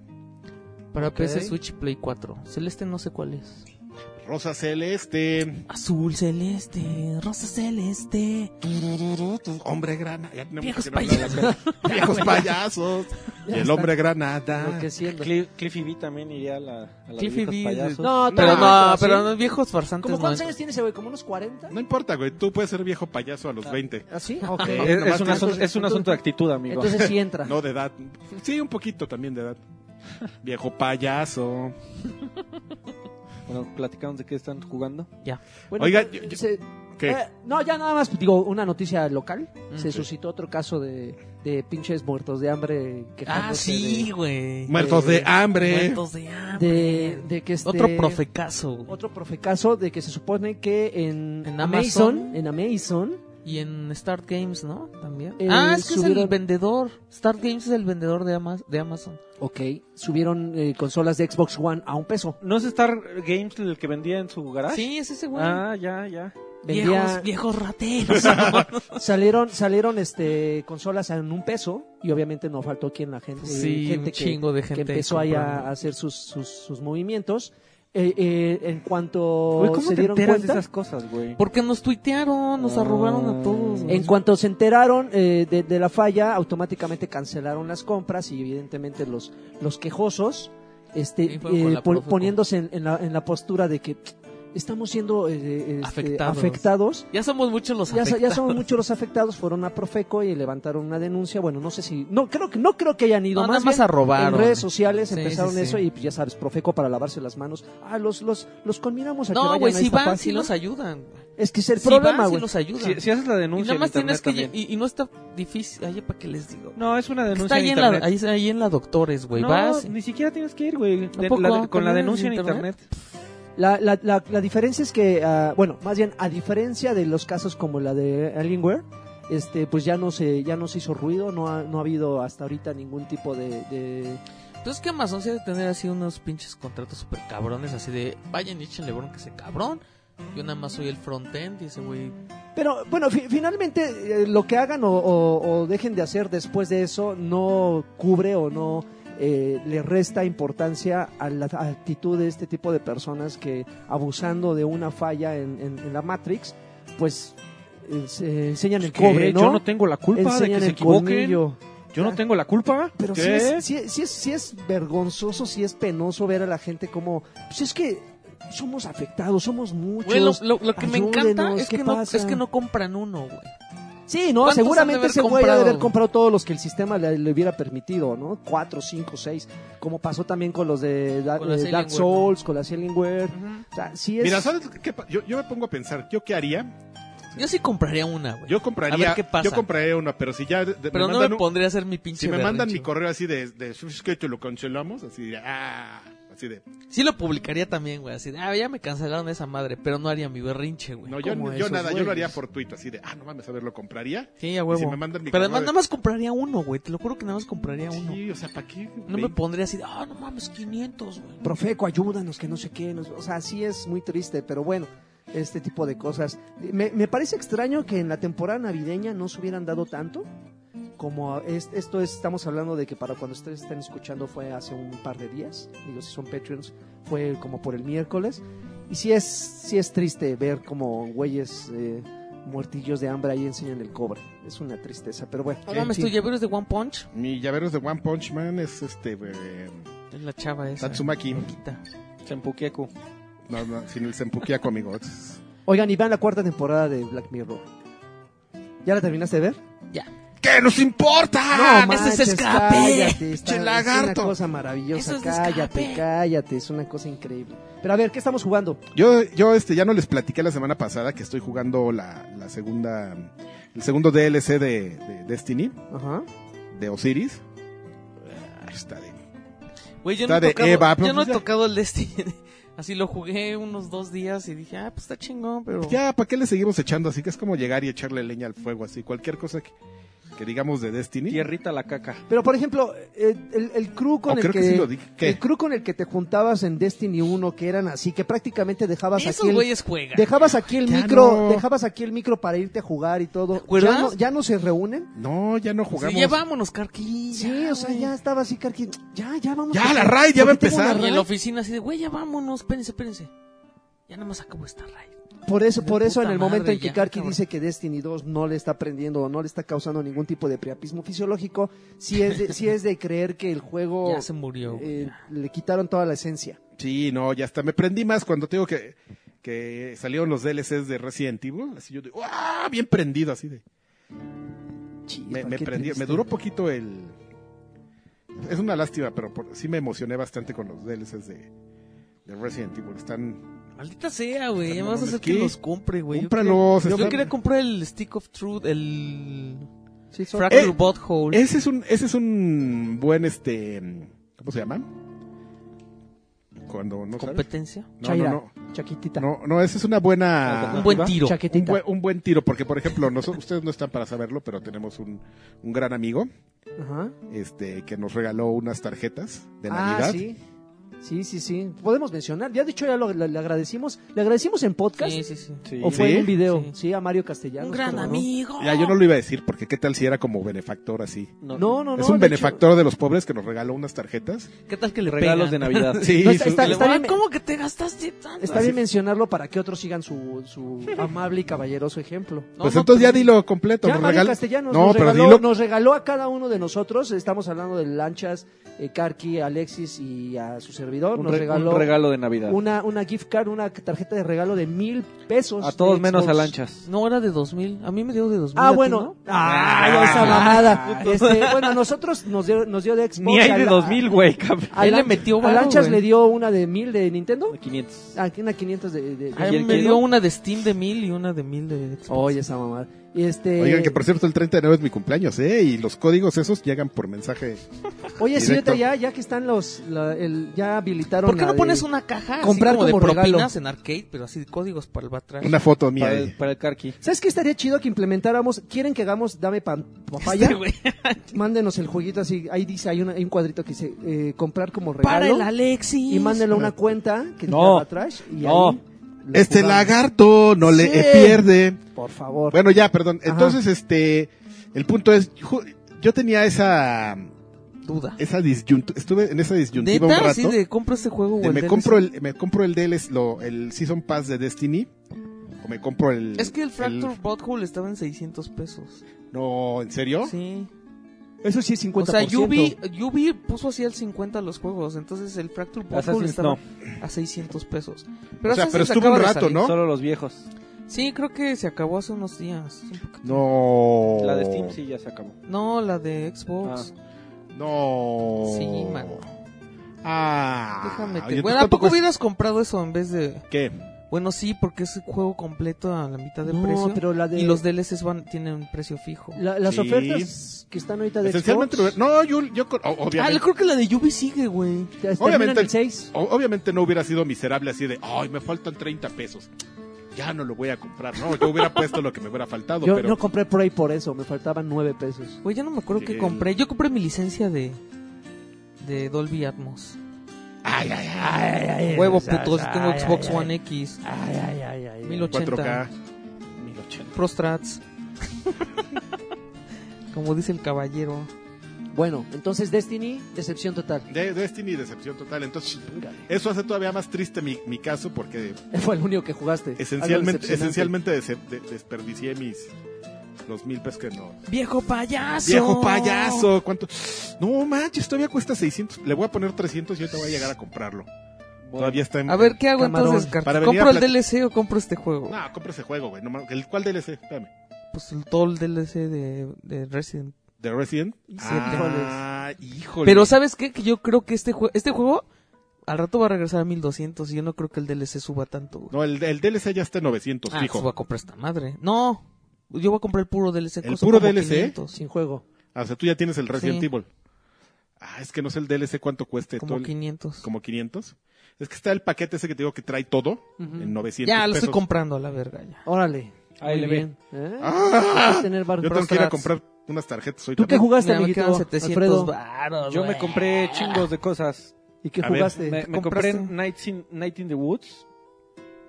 S2: Para
S3: Ok.
S2: PC, Switch y Play 4. Celeste no sé cuál es.
S1: Rosa Celeste.
S2: Azul celeste, rosa celeste.
S1: Hombre granada. Ya tenemos
S2: Viejos
S1: que no hablar de- Viejos payasos. Y el
S3: está.
S1: hombre
S3: Ah,
S1: granada.
S3: Enloqueciendo.
S4: Cli- Cliffy E B también iría a la, a la
S2: Cliffy
S4: de viejos
S2: B,
S4: payasos.
S3: No,
S2: Pero
S3: no,
S2: no,
S3: pero
S2: pero
S3: sí.
S2: no, viejos farsantes.
S3: ¿Cómo
S2: no
S3: cuántos
S2: es-
S3: años tiene ese güey? ¿Como unos 40?
S1: No importa, güey, tú puedes ser viejo payaso a los 20.
S3: ¿Ah, sí? Ok.
S1: Eh,
S4: Es,
S1: Nomás
S4: es un
S1: te-
S4: asunto, es un asunto de actitud, amigo.
S3: Entonces sí entra.
S1: No, de edad. Sí, un poquito también de edad. Viejo payaso.
S4: Bueno, platicamos de qué están jugando.
S2: Ya.
S1: Oiga,
S3: eh,
S1: yo- yo-
S3: se-
S1: ¿Qué?
S3: eh, no, ya nada más digo una noticia local.
S2: Mm.
S3: Se
S2: Sí.
S3: suscitó otro caso de, de pinches muertos de hambre. quejándose
S2: Ah, sí, güey.
S1: Muertos de hambre.
S2: eh, Muertos de hambre.
S3: De, de, de que este-
S2: Otro profecazo. güey.
S3: Otro profecaso de que se supone que en,
S2: En Amazon.
S3: Amazon, en Amazon,
S2: Y en Start Games, ¿no? También.
S3: Eh,
S2: ah, es que es el
S3: subieron-
S2: vendedor. Start Games es el vendedor de, Ama- de Amazon.
S3: ok, subieron eh, consolas de Xbox One a un peso.
S4: ¿No es Star Games el que vendía en su garage?
S2: Sí, es ese güey.
S4: Ah, ya, ya.
S3: Vendía,
S2: Viejos, viejos rateros.
S3: salieron, salieron este consolas en un peso y obviamente no faltó quien la gente,
S2: sí,
S3: gente
S2: un
S3: que-
S2: chingo de gente.
S3: que empezó ahí
S2: comprando.
S3: a hacer sus, sus, sus movimientos. Eh, eh, en cuanto
S4: Güey, ¿cómo
S3: se
S4: te
S3: dieron
S4: enteras
S3: cuenta,
S4: de esas cosas, güey?
S2: Porque nos tuitearon, nos
S4: Ah.
S2: arrobaron a todos. güey.
S3: en cuanto se enteraron eh, de, de la falla, automáticamente cancelaron las compras y evidentemente los, los quejosos, este,
S2: Y fueron con
S3: eh,
S2: la
S3: pon-
S2: Profeco.
S3: poniéndose en, en la, en la postura de que "Pff, estamos siendo eh, eh, este,
S2: Afectados.
S3: afectados.
S2: Ya somos muchos los
S3: Ya, so-
S2: afectados.
S3: ya son muchos los afectados, fueron a Profeco y levantaron una denuncia. Bueno, no sé si, no creo que no creo que hayan ido
S2: No,
S3: más.
S2: nada más
S3: bien
S2: arrobaron.
S3: En redes sociales
S2: Sí,
S3: empezaron
S2: sí, sí.
S3: eso y pues, ya sabes, Profeco para lavarse las manos. Ah, los los los conminamos a que
S2: No,
S3: vayan
S2: güey,
S3: a
S2: si
S3: esta
S2: van,
S3: página.
S2: si los ayudan.
S3: Es que es el
S2: si
S3: problema,
S2: van, si
S3: güey.
S2: los ayudan.
S4: Si, si haces la
S2: y
S4: denuncia
S2: nada
S4: en
S2: más tienes
S4: internet
S2: que...
S4: también.
S2: Y, y no está difícil... Ay, ¿para qué les digo?
S4: No, es una denuncia
S2: Está ahí
S4: en
S2: en, la,
S4: internet.
S2: ahí, ahí en la Doctores, güey.
S4: no,
S2: Vas...
S4: ni siquiera tienes que ir, güey. De-
S2: poco?
S4: la- Con la
S2: ¿También
S4: denuncia en
S2: en
S4: internet.
S3: La, la, la, la diferencia es que, ah, bueno, más bien, a diferencia de los casos como la de Alienware, este, pues ya no se, ya no se hizo ruido, no ha, no ha habido hasta ahorita ningún tipo de, de-
S2: Entonces que Amazon se debe tener así unos pinches contratos super cabrones, así de... Vayan y échenle bronca a ese cabrón. Yo nada más soy el frontend y ese güey...
S3: Pero bueno, fi- finalmente eh, lo que hagan o, o- o dejen de hacer después de eso no cubre o no eh, le resta importancia a la actitud de este tipo de personas que abusando de una falla en, en- en la Matrix, pues eh, se enseñan el cobre,
S4: ¿Qué?
S3: ¿no?
S4: Yo no tengo la culpa de
S3: enseñan
S4: que se
S3: el
S4: equivoquen.
S3: colmillo.
S4: Yo no tengo la culpa.
S3: Pero
S4: ¿Qué?
S3: sí es, sí, sí es, sí es vergonzoso, sí es penoso ver a la gente como, pues es que somos afectados, somos muchos.
S2: Güey, lo, lo- lo que me
S3: Ayúdenos,
S2: encanta es
S3: ¿qué
S2: que, no,
S3: pasa?
S2: es que no compran uno, güey.
S3: Sí, no,
S2: ¿Cuántos han de
S3: seguramente
S2: haber
S3: ese güey ha de haber
S2: comprado?
S3: comprado todos los que el sistema le, le hubiera permitido, ¿no? Cuatro, cinco, seis. Como pasó también con los de Da-
S2: Con las
S3: eh,
S2: Alienware,
S3: Dark
S2: ¿no?
S3: Souls, con las Alienware.
S2: Ujú.
S3: O sea, sí es.
S1: Mira, ¿sabes qué? pa- Yo, yo me pongo a pensar, ¿yo qué haría?
S2: Yo sí compraría una, güey.
S1: Yo
S2: A
S1: compraría,
S2: ver qué pasa.
S1: yo compraría una, pero si ya de- de-
S2: Pero
S1: me
S2: no
S1: mandan
S2: me
S1: un-
S2: pondría a hacer mi pinche
S1: si me mandan mi
S2: berrinche.
S1: correo así de, de "Es que te lo cancelamos, así de, ah, así de,
S2: Sí lo publicaría también, güey. Así de, ah, ya me cancelaron esa madre. Pero no haría mi berrinche, güey.
S1: no, yo,
S3: como
S1: yo
S3: esos
S1: nada, yo lo haría
S3: güeyes.
S1: fortuito, así de, ah, no mames, a ver, lo compraría.
S2: Sí, a huevo.
S1: si me mandan mi
S2: Pero
S1: correo
S2: además
S1: de-
S2: nada más compraría uno, güey. Te lo juro que nada más compraría uno.
S1: Sí, o sea, ¿para qué?
S2: No me
S1: Ve-
S2: pondría así de, ah, no mames, 500, güey.
S3: Profeco, ayúdanos, que no sé qué. nos- O sea, sí es muy triste, pero bueno, este tipo de cosas. Me, me parece extraño que en la temporada navideña no se hubieran dado tanto. Como a- es- esto es- estamos hablando de que para cuando ustedes estén escuchando fue hace un par de días. Digo, si son Patreons, fue como por el miércoles. Y sí es, sí es triste ver como güeyes eh, muertillos de hambre ahí enseñan el cobre. Es una tristeza, pero bueno.
S2: No mames,
S3: Sí.
S2: tu llavero es de One Punch.
S1: Mi llavero es de One Punch Man es este, eh,
S2: Es la chava esa.
S1: Tatsumaki.
S2: loquita.
S4: Champuqueco.
S1: No, no, sin el sempuquiaco, amigo.
S3: Oigan, y vean la cuarta temporada de Black Mirror. ¿Ya la terminaste de ver?
S2: Ya.
S1: ¿Qué nos importa?
S2: Ah, ese es escape.
S3: Cállate, está-
S1: Che,
S3: Es
S1: lagarto.
S3: una cosa maravillosa.
S2: Eso es de
S3: cállate,
S2: escape.
S3: cállate. Es una cosa increíble. Pero a ver, ¿qué estamos jugando?
S1: Yo, yo este, ya no les platiqué la semana pasada que estoy jugando la, la segunda, el segundo DLC de, de Destiny,
S3: Ajá.
S1: de Osiris. Ah, Está de...
S2: Güey, yo
S1: Está
S2: no, he
S1: de
S2: tocado,
S1: Eva,
S2: yo
S1: pero
S2: no he
S1: pues ya-
S2: tocado el Destiny. Así lo jugué unos dos días y dije, ah, pues está chingón, pero...
S1: Ya, ¿para qué le seguimos echando? Así que es como llegar y echarle leña al fuego, así. Cualquier cosa que, que digamos de Destiny.
S4: Tierrita la caca.
S3: Pero por ejemplo, eh, el, el crew
S1: O
S3: con el
S1: Oh, creo
S3: que,
S1: que, sí lo dije. ¿Qué?
S3: el crew con el que te juntabas en Destiny 1, que eran así, que prácticamente dejabas
S2: Esos
S3: aquí el,
S2: güeyes juegan.
S3: dejabas aquí el
S1: Ya
S3: micro,
S1: no.
S3: dejabas aquí el micro para irte a jugar y todo.
S2: acuerdas?
S3: ¿Ya no, ya no se reúnen?
S1: No, ya no jugamos.
S2: Sí, ya vámonos, Carqui.
S3: Sí,
S2: ya,
S3: o sea,
S2: güey. Ah,
S3: ya estaba así, Carqui. Ya, ya vamos.
S1: Ya, la raid, ya va a
S3: Porque tengo
S1: empezar.
S3: una
S2: Y en
S3: raid.
S2: la oficina así de, güey, ya vámonos, espérense, espérense. Ya nada más acabo esta raid.
S3: Por eso,
S2: De
S3: por eso en
S2: puta
S3: el momento
S2: madre,
S3: en que
S2: ya,
S3: Karki
S2: cabrón.
S3: dice que Destiny 2 no le está prendiendo o no le está causando ningún tipo de priapismo fisiológico, sí es de, sí es de creer que el juego
S1: Oh,
S2: Ya se murió. güey,
S3: eh,
S2: ya.
S3: le quitaron toda la esencia.
S1: Sí, no, ya está. Me prendí más cuando te digo que, que salieron los DLCs de Resident Evil. Así yo, de, ¡ah! Bien prendido, así de. Me,
S3: Chispa,
S1: me
S3: qué
S1: prendí.
S3: triste.
S1: Me duró poquito el. Es una lástima, pero por- sí me emocioné bastante con los DLCs de, de Resident Evil. Están.
S2: Maldita sea, güey. Ya
S1: No
S2: me vas a
S1: mames,
S2: hacer que
S1: ¿qué?
S2: los compre, güey. Yo
S1: Cómpralos,
S2: quería- Yo,
S1: están-
S2: quería comprar el Stick of Truth, el.
S3: este? Sí, son-
S2: Fracture
S1: Eh,
S2: Butthole.
S1: Ese es un, ese es un buen este. ¿Cómo se llama? Cuando no sabes.
S2: competencia.
S1: No, no, no.
S3: Chaquitita.
S1: No, no, esa es una buena.
S3: Ah,
S2: Un buen
S4: ¿Va?
S2: tiro.
S1: un,
S3: Chaquetita.
S1: buen, un buen tiro, porque por ejemplo, nosotros, ustedes no están para saberlo, pero tenemos un, un gran amigo
S3: Ajá.
S1: este, que nos regaló unas tarjetas de
S3: Ah,
S1: Navidad.
S3: sí. Sí, sí, sí. Podemos mencionar. Ya de hecho ya lo- le, le agradecimos. Le agradecimos en podcast.
S2: Sí, sí, sí.
S4: Sí.
S3: O fue
S1: ¿Sí?
S3: en un video, sí,
S2: Sí.
S3: a Mario Castellanos.
S2: Un gran
S3: creo, ¿no?
S2: amigo.
S1: Ya, yo no lo iba a decir, porque qué tal si era como benefactor así.
S4: No,
S3: No, no, no.
S1: es un
S3: de hecho-
S1: benefactor de los pobres que nos regaló unas tarjetas.
S2: ¿Qué tal que le
S4: Regalos de
S2: pegan?
S4: Navidad.
S1: Sí,
S3: No, está-
S1: su-
S3: está-
S2: Le
S3: está
S2: van,
S3: bien-
S2: ¿Cómo que te gastaste tanto?
S3: Está bien mencionarlo para que otros sigan su, su amable y caballeroso ejemplo.
S2: No,
S1: pues
S2: no,
S1: entonces ya
S2: pero-
S1: dilo completo.
S3: Ya
S1: nos
S3: Mario
S1: regal-
S3: Castellanos
S1: No,
S3: nos,
S1: pero
S3: regaló,
S1: dilo.
S3: nos regaló a cada uno de nosotros, estamos hablando de Lanchas, eh, Karki, Alexis y a su servidor,
S4: Un,
S3: nos
S4: re-
S3: regaló
S4: un regalo de Navidad.
S3: una, una gift card, una tarjeta de regalo de mil pesos.
S4: A todos
S3: de
S4: menos a
S3: Xbox.
S4: lanchas.
S2: No, era de 2000. A mí me dio de 2000. ¿a
S3: Ah,
S2: ti
S3: bueno.
S2: no?
S3: Ah, ya esa mamada. Este, bueno, a nosotros nos dio, nos dio de Xbox.
S4: Ni hay
S3: a
S4: de
S3: la-
S4: 2000, güey, cabrón.
S3: A,
S2: Él le
S3: Lanchas-
S2: metió
S3: a
S2: varo,
S3: Lanchas
S2: güey.
S3: le dio una de mil de Nintendo.
S4: 500.
S3: Aquí una 500 de... de- de-
S2: A mí
S4: ¿Quién-
S2: me
S4: quién
S2: dio
S4: no?
S2: una de Steam de 1000 y una de 1000 de Xbox.
S3: Oye, esa mamada. Y Este,
S1: Oigan, que por cierto, el 30 de enero es mi cumpleaños, ¿eh? Y los códigos esos llegan por mensaje.
S3: Oye, sí,
S1: Directo.
S3: ahorita ya, ya que están los, la- el- ya habilitaron.
S2: ¿Por qué
S3: la
S2: no
S3: de-
S2: pones una caja así
S3: comprar
S2: como de
S3: como regalo.
S2: propinas en arcade, pero así de códigos para el batrash?
S1: Una foto mía.
S4: Para
S1: ahí.
S4: el, para el carqui.
S3: ¿Sabes qué estaría chido que implementáramos? ¿Quieren que hagamos Dame pan, Papaya?
S2: Este güey.
S3: Mándenos el jueguito así. Ahí dice, hay, una- hay un cuadrito que dice eh, comprar como
S2: Para el
S3: regalo.
S2: Alexis.
S3: Y mándenlo a una cuenta que
S4: No.
S3: no. trash. Y
S4: No.
S3: ahí lo
S1: Este
S3: jugamos.
S1: lagarto no le
S3: Sí.
S1: eh, pierde.
S3: Por favor.
S1: Bueno, ya, perdón.
S3: Ajá.
S1: Entonces, este, el punto es, ju- yo tenía esa,
S2: duda.
S1: esa disyuntiva, estuve en esa disyuntiva un
S2: Neta,
S1: rato.
S2: así de compro este juego. o
S1: de
S2: el
S1: me
S2: DLC.
S1: compro el, me compro el DLC, lo- el Season Pass de Destiny, o me compro el.
S2: Es que el Fracture Butthole estaba en 600 pesos.
S1: No, ¿en serio?
S2: Sí.
S3: Eso sí es 50%.
S2: O sea, Yubi, Yubi puso así al 50 los juegos. Entonces el Fracture Butthole
S4: Assassin's
S2: estaba
S4: no.
S2: a 600 pesos.
S1: o sea,
S2: Assassin's
S1: pero estuvo
S2: acaba
S1: un
S2: de
S1: rato,
S2: salir.
S1: ¿no?
S4: Solo los viejos.
S2: Sí, creo que se acabó hace unos días. un poquito.
S1: No.
S4: La de
S3: Oh.
S4: Steam sí ya se acabó.
S2: No, la de Xbox.
S1: Ah. No.
S2: Sí, man.
S1: Ah.
S2: Déjame
S1: oye,
S2: te...
S1: ¿tú
S2: Bueno, ¿a
S1: cuánto
S2: poco
S1: cuesta?
S2: hubieras comprado eso en vez de...?
S1: ¿Qué?
S2: Bueno, sí, porque es juego completo a la mitad de
S3: No,
S2: precio.
S3: pero la de-
S2: Y los DLCs van, tienen un precio fijo.
S3: La- las
S1: Sí.
S3: ofertas que están ahorita de
S1: Esencialmente,
S3: Xbox,
S1: no, yo, yo con- o-
S2: Ah,
S1: obviamente,
S2: creo que la de Yubi sigue, güey.
S3: te- terminan
S1: obviamente-
S3: el 6.
S1: o- obviamente no hubiera sido miserable así de, ay, me faltan 30 pesos. Ya no lo voy a comprar, no, yo hubiera puesto lo que me hubiera faltado,
S3: Yo
S1: pero
S3: no compré Prey por eso, me faltaban 9 pesos.
S2: Güey, ya no me acuerdo qué
S1: Sí.
S2: compré. Yo compré mi licencia de... De Dolby Atmos.
S1: ay, ay, ay, Eh,
S2: Huevo, puto, si tengo Xbox One X.
S3: Ay, ay, ay, ay.
S2: 1080.
S1: 4K, 1080.
S2: Prostrats. Como dice el caballero.
S3: Bueno, entonces Destiny, decepción total.
S1: De Destiny decepción total, entonces eso hace todavía más triste mi, mi caso porque
S3: Fue el único que jugaste. Algo
S1: esencialmente
S3: decepcionante.
S1: esencialmente dece- de- desperdicié mis los mil pesos que no.
S2: ¡Viejo payaso!
S1: Viejo payaso, ¿cuánto? No manches, todavía cuesta 600. Le voy a poner 300 y yo te voy a llegar a comprarlo. Todavía está en
S2: A ver, ¿qué hago
S3: Camarón.
S2: entonces, Carlos?
S1: Para venir a
S2: ¿Compro
S1: plati-
S2: el DLC o compro este juego?
S1: No, compra ese juego, güey. No mames, ¿El cuál DLC? Espérame.
S2: Pues el, todo el DLC de, de Resident.
S1: ¿The Resident?
S2: Siete.
S1: Ah, híjole.
S2: Pero ¿sabes qué? Que yo creo que este, jue- este juego al rato va a regresar a 1200 y yo no creo que el DLC suba tanto. güey.
S1: No, el, el DLC ya está en 900,
S2: ah, pues
S1: fijo.
S2: voy a comprar esta madre. No, yo voy a comprar el puro DLC.
S1: ¿El
S2: son
S1: puro
S2: como
S1: DLC?
S2: 500, sí,
S3: Sin juego.
S1: Ah, o sea, tú ya tienes el Resident
S2: Sí.
S1: Evil. Ah, es que no sé el DLC cuánto cueste.
S2: como
S1: todo el-
S2: 500.
S1: como 500. Es que está el paquete ese que te digo que trae todo en 900
S2: Ya, lo estoy
S1: pesos.
S2: comprando a la verga ya.
S3: Órale. Muy
S4: Ahí le ve.
S3: bien. ¿Eh?
S1: Ah,
S3: Vas a tener bar-
S1: yo tengo que ir a
S2: Prostrats.
S1: comprar unas tarjetas hoy
S3: ¿Tú qué
S1: también.
S3: jugaste,
S2: Mira, me
S3: amiguito?
S2: quedan 700
S3: Alfredo?
S2: varos,
S4: Yo me
S2: güey.
S4: compré chingos de cosas.
S3: ¿Y qué
S1: A ver.
S3: jugaste?
S4: Me, me
S2: ¿Compraste?
S4: compré Nights in- Night in the Woods,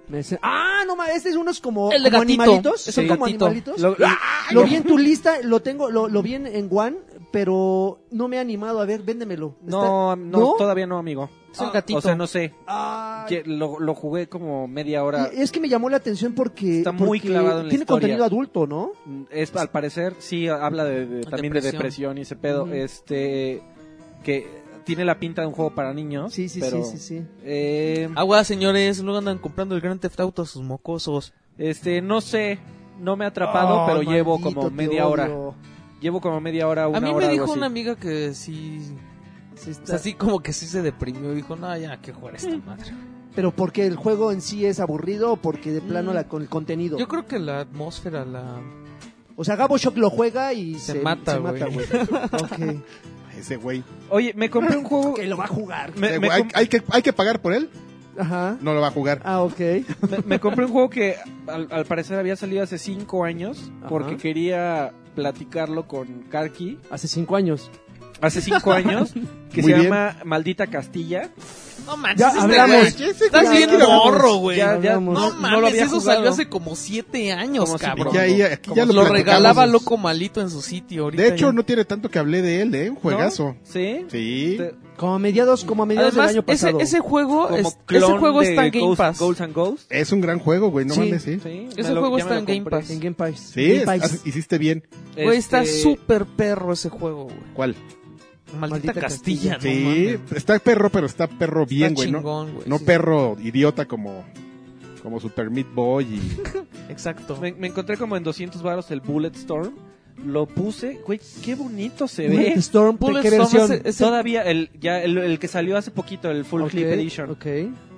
S3: Me dice, ah, no mames, este es unos como,
S2: El de
S3: como
S2: gatito.
S3: animalitos.
S2: Es
S3: Son
S2: el
S3: como
S2: gatito.
S3: animalitos. ¡Ah! Lo,
S4: Lo- lo-
S3: vi en tu lista, lo tengo, lo, lo vi en, en One, pero no me he animado. A ver, véndemelo.
S4: No,
S3: Está-
S4: no, todavía no, amigo.
S2: Es un gatito.
S4: O sea, no sé.
S3: Ah,
S4: Que Lo, lo jugué como media hora.
S3: y es que me llamó la atención porque,
S4: Está muy
S3: porque
S4: clavado en la
S3: tiene
S4: historia.
S3: contenido adulto, ¿no?
S4: Es, al parecer, sí, habla de, de- también de
S2: Depresión.
S4: depresión y ese pedo.
S3: Ujú.
S4: Este. Que tiene la pinta de un juego para niños.
S3: Sí, sí,
S4: pero,
S3: sí, sí, sí.
S4: eh,
S2: Agua, señores, luego andan comprando el Grand Theft Auto a sus mocosos.
S4: este, no sé. No me ha atrapado, pero llevo como media hora. Llevo como media hora, una
S2: a mí
S4: hora,
S2: me
S4: algo
S2: dijo
S4: así.
S2: una amiga que sí... O sea, Mm. sí como que sí se deprimió. Dijo, no, ya, que jugar esta madre.
S3: Pero porque el juego en sí es aburrido o porque de
S4: Mm.
S3: plano la, con el contenido.
S2: Yo creo que la atmósfera, la...
S3: O sea, Gabo Shock lo juega y se,
S2: Se mata,
S3: se
S2: güey.
S3: Ok.
S1: Ese güey.
S4: Oye, me compré un juego.
S3: Que lo va a jugar.
S4: me-
S1: Ese
S4: me
S1: güey, hay,
S4: com-
S1: hay que, hay que pagar por él.
S3: Ajá.
S1: No lo va a jugar.
S3: Ah, ok.
S4: Me, me compré un juego que al, al parecer había salido hace cinco años porque
S3: Ajá.
S4: quería platicarlo con Karki
S3: Hace cinco años.
S4: hace cinco años que
S1: Muy
S4: se
S1: bien.
S4: llama Maldita Castilla.
S2: No manches,
S3: Ya
S2: este
S3: hablamos.
S2: güey, Estás
S3: Ya
S2: bien
S3: hablamos.
S2: morro, güey.
S4: Ya, ya,
S3: Hablamos.
S2: No
S4: no
S2: mames,
S4: lo había
S2: eso
S4: jugado.
S2: salió hace como siete años,
S4: Como si-
S2: cabrón.
S1: Ya ahí- aquí ya
S2: lo,
S1: lo platicamos.
S2: regalaba loco malito en su sitio. Ahorita
S1: De hecho,
S2: ya-
S1: no tiene tanto que hablé de él, ¿eh? Un juegazo.
S4: ¿Sí?
S1: Sí.
S4: Te-
S3: Como a mediados, como a mediados
S2: Además,
S3: del año
S2: ese,
S3: pasado.
S2: ese juego,
S4: Como
S2: es- ese
S4: clon
S2: juego
S4: de
S2: está en Game
S4: Ghost-
S2: Pass.
S4: Ghosts and Ghosts.
S1: Es un gran juego, güey. No
S3: Sí,
S1: mames, sí. Sí,
S4: Sí,
S2: Ese
S4: me lo-
S2: juego
S4: ya me
S2: está
S4: lo
S2: en Game
S4: compré.
S2: Pass.
S3: En Game Pass.
S1: es-
S3: Game Pass.
S1: has- hiciste bien.
S2: Güey, está
S4: Este,
S2: súper perro ese juego, güey.
S1: ¿Cuál?
S2: Maldita,
S3: Maldita
S2: Castilla, no
S1: sí.
S2: mames.
S1: está perro, pero está perro bien,
S2: Está
S1: güey. No,
S2: chingón, güey,
S1: no
S2: sí.
S1: perro idiota como, como Super Meat Boy y...
S2: Exacto.
S4: Me, me encontré como en 200 varos el Bullet Storm. Lo puse, güey, qué bonito se
S3: Bullet
S4: ve.
S3: Storm, ¿de
S2: Bullet
S3: qué
S2: Storm
S3: versión?
S2: ese- ese-
S4: Todavía el ya el, el que salió hace poquito, el Full
S3: Ok,
S4: Clip Edition.
S3: ok.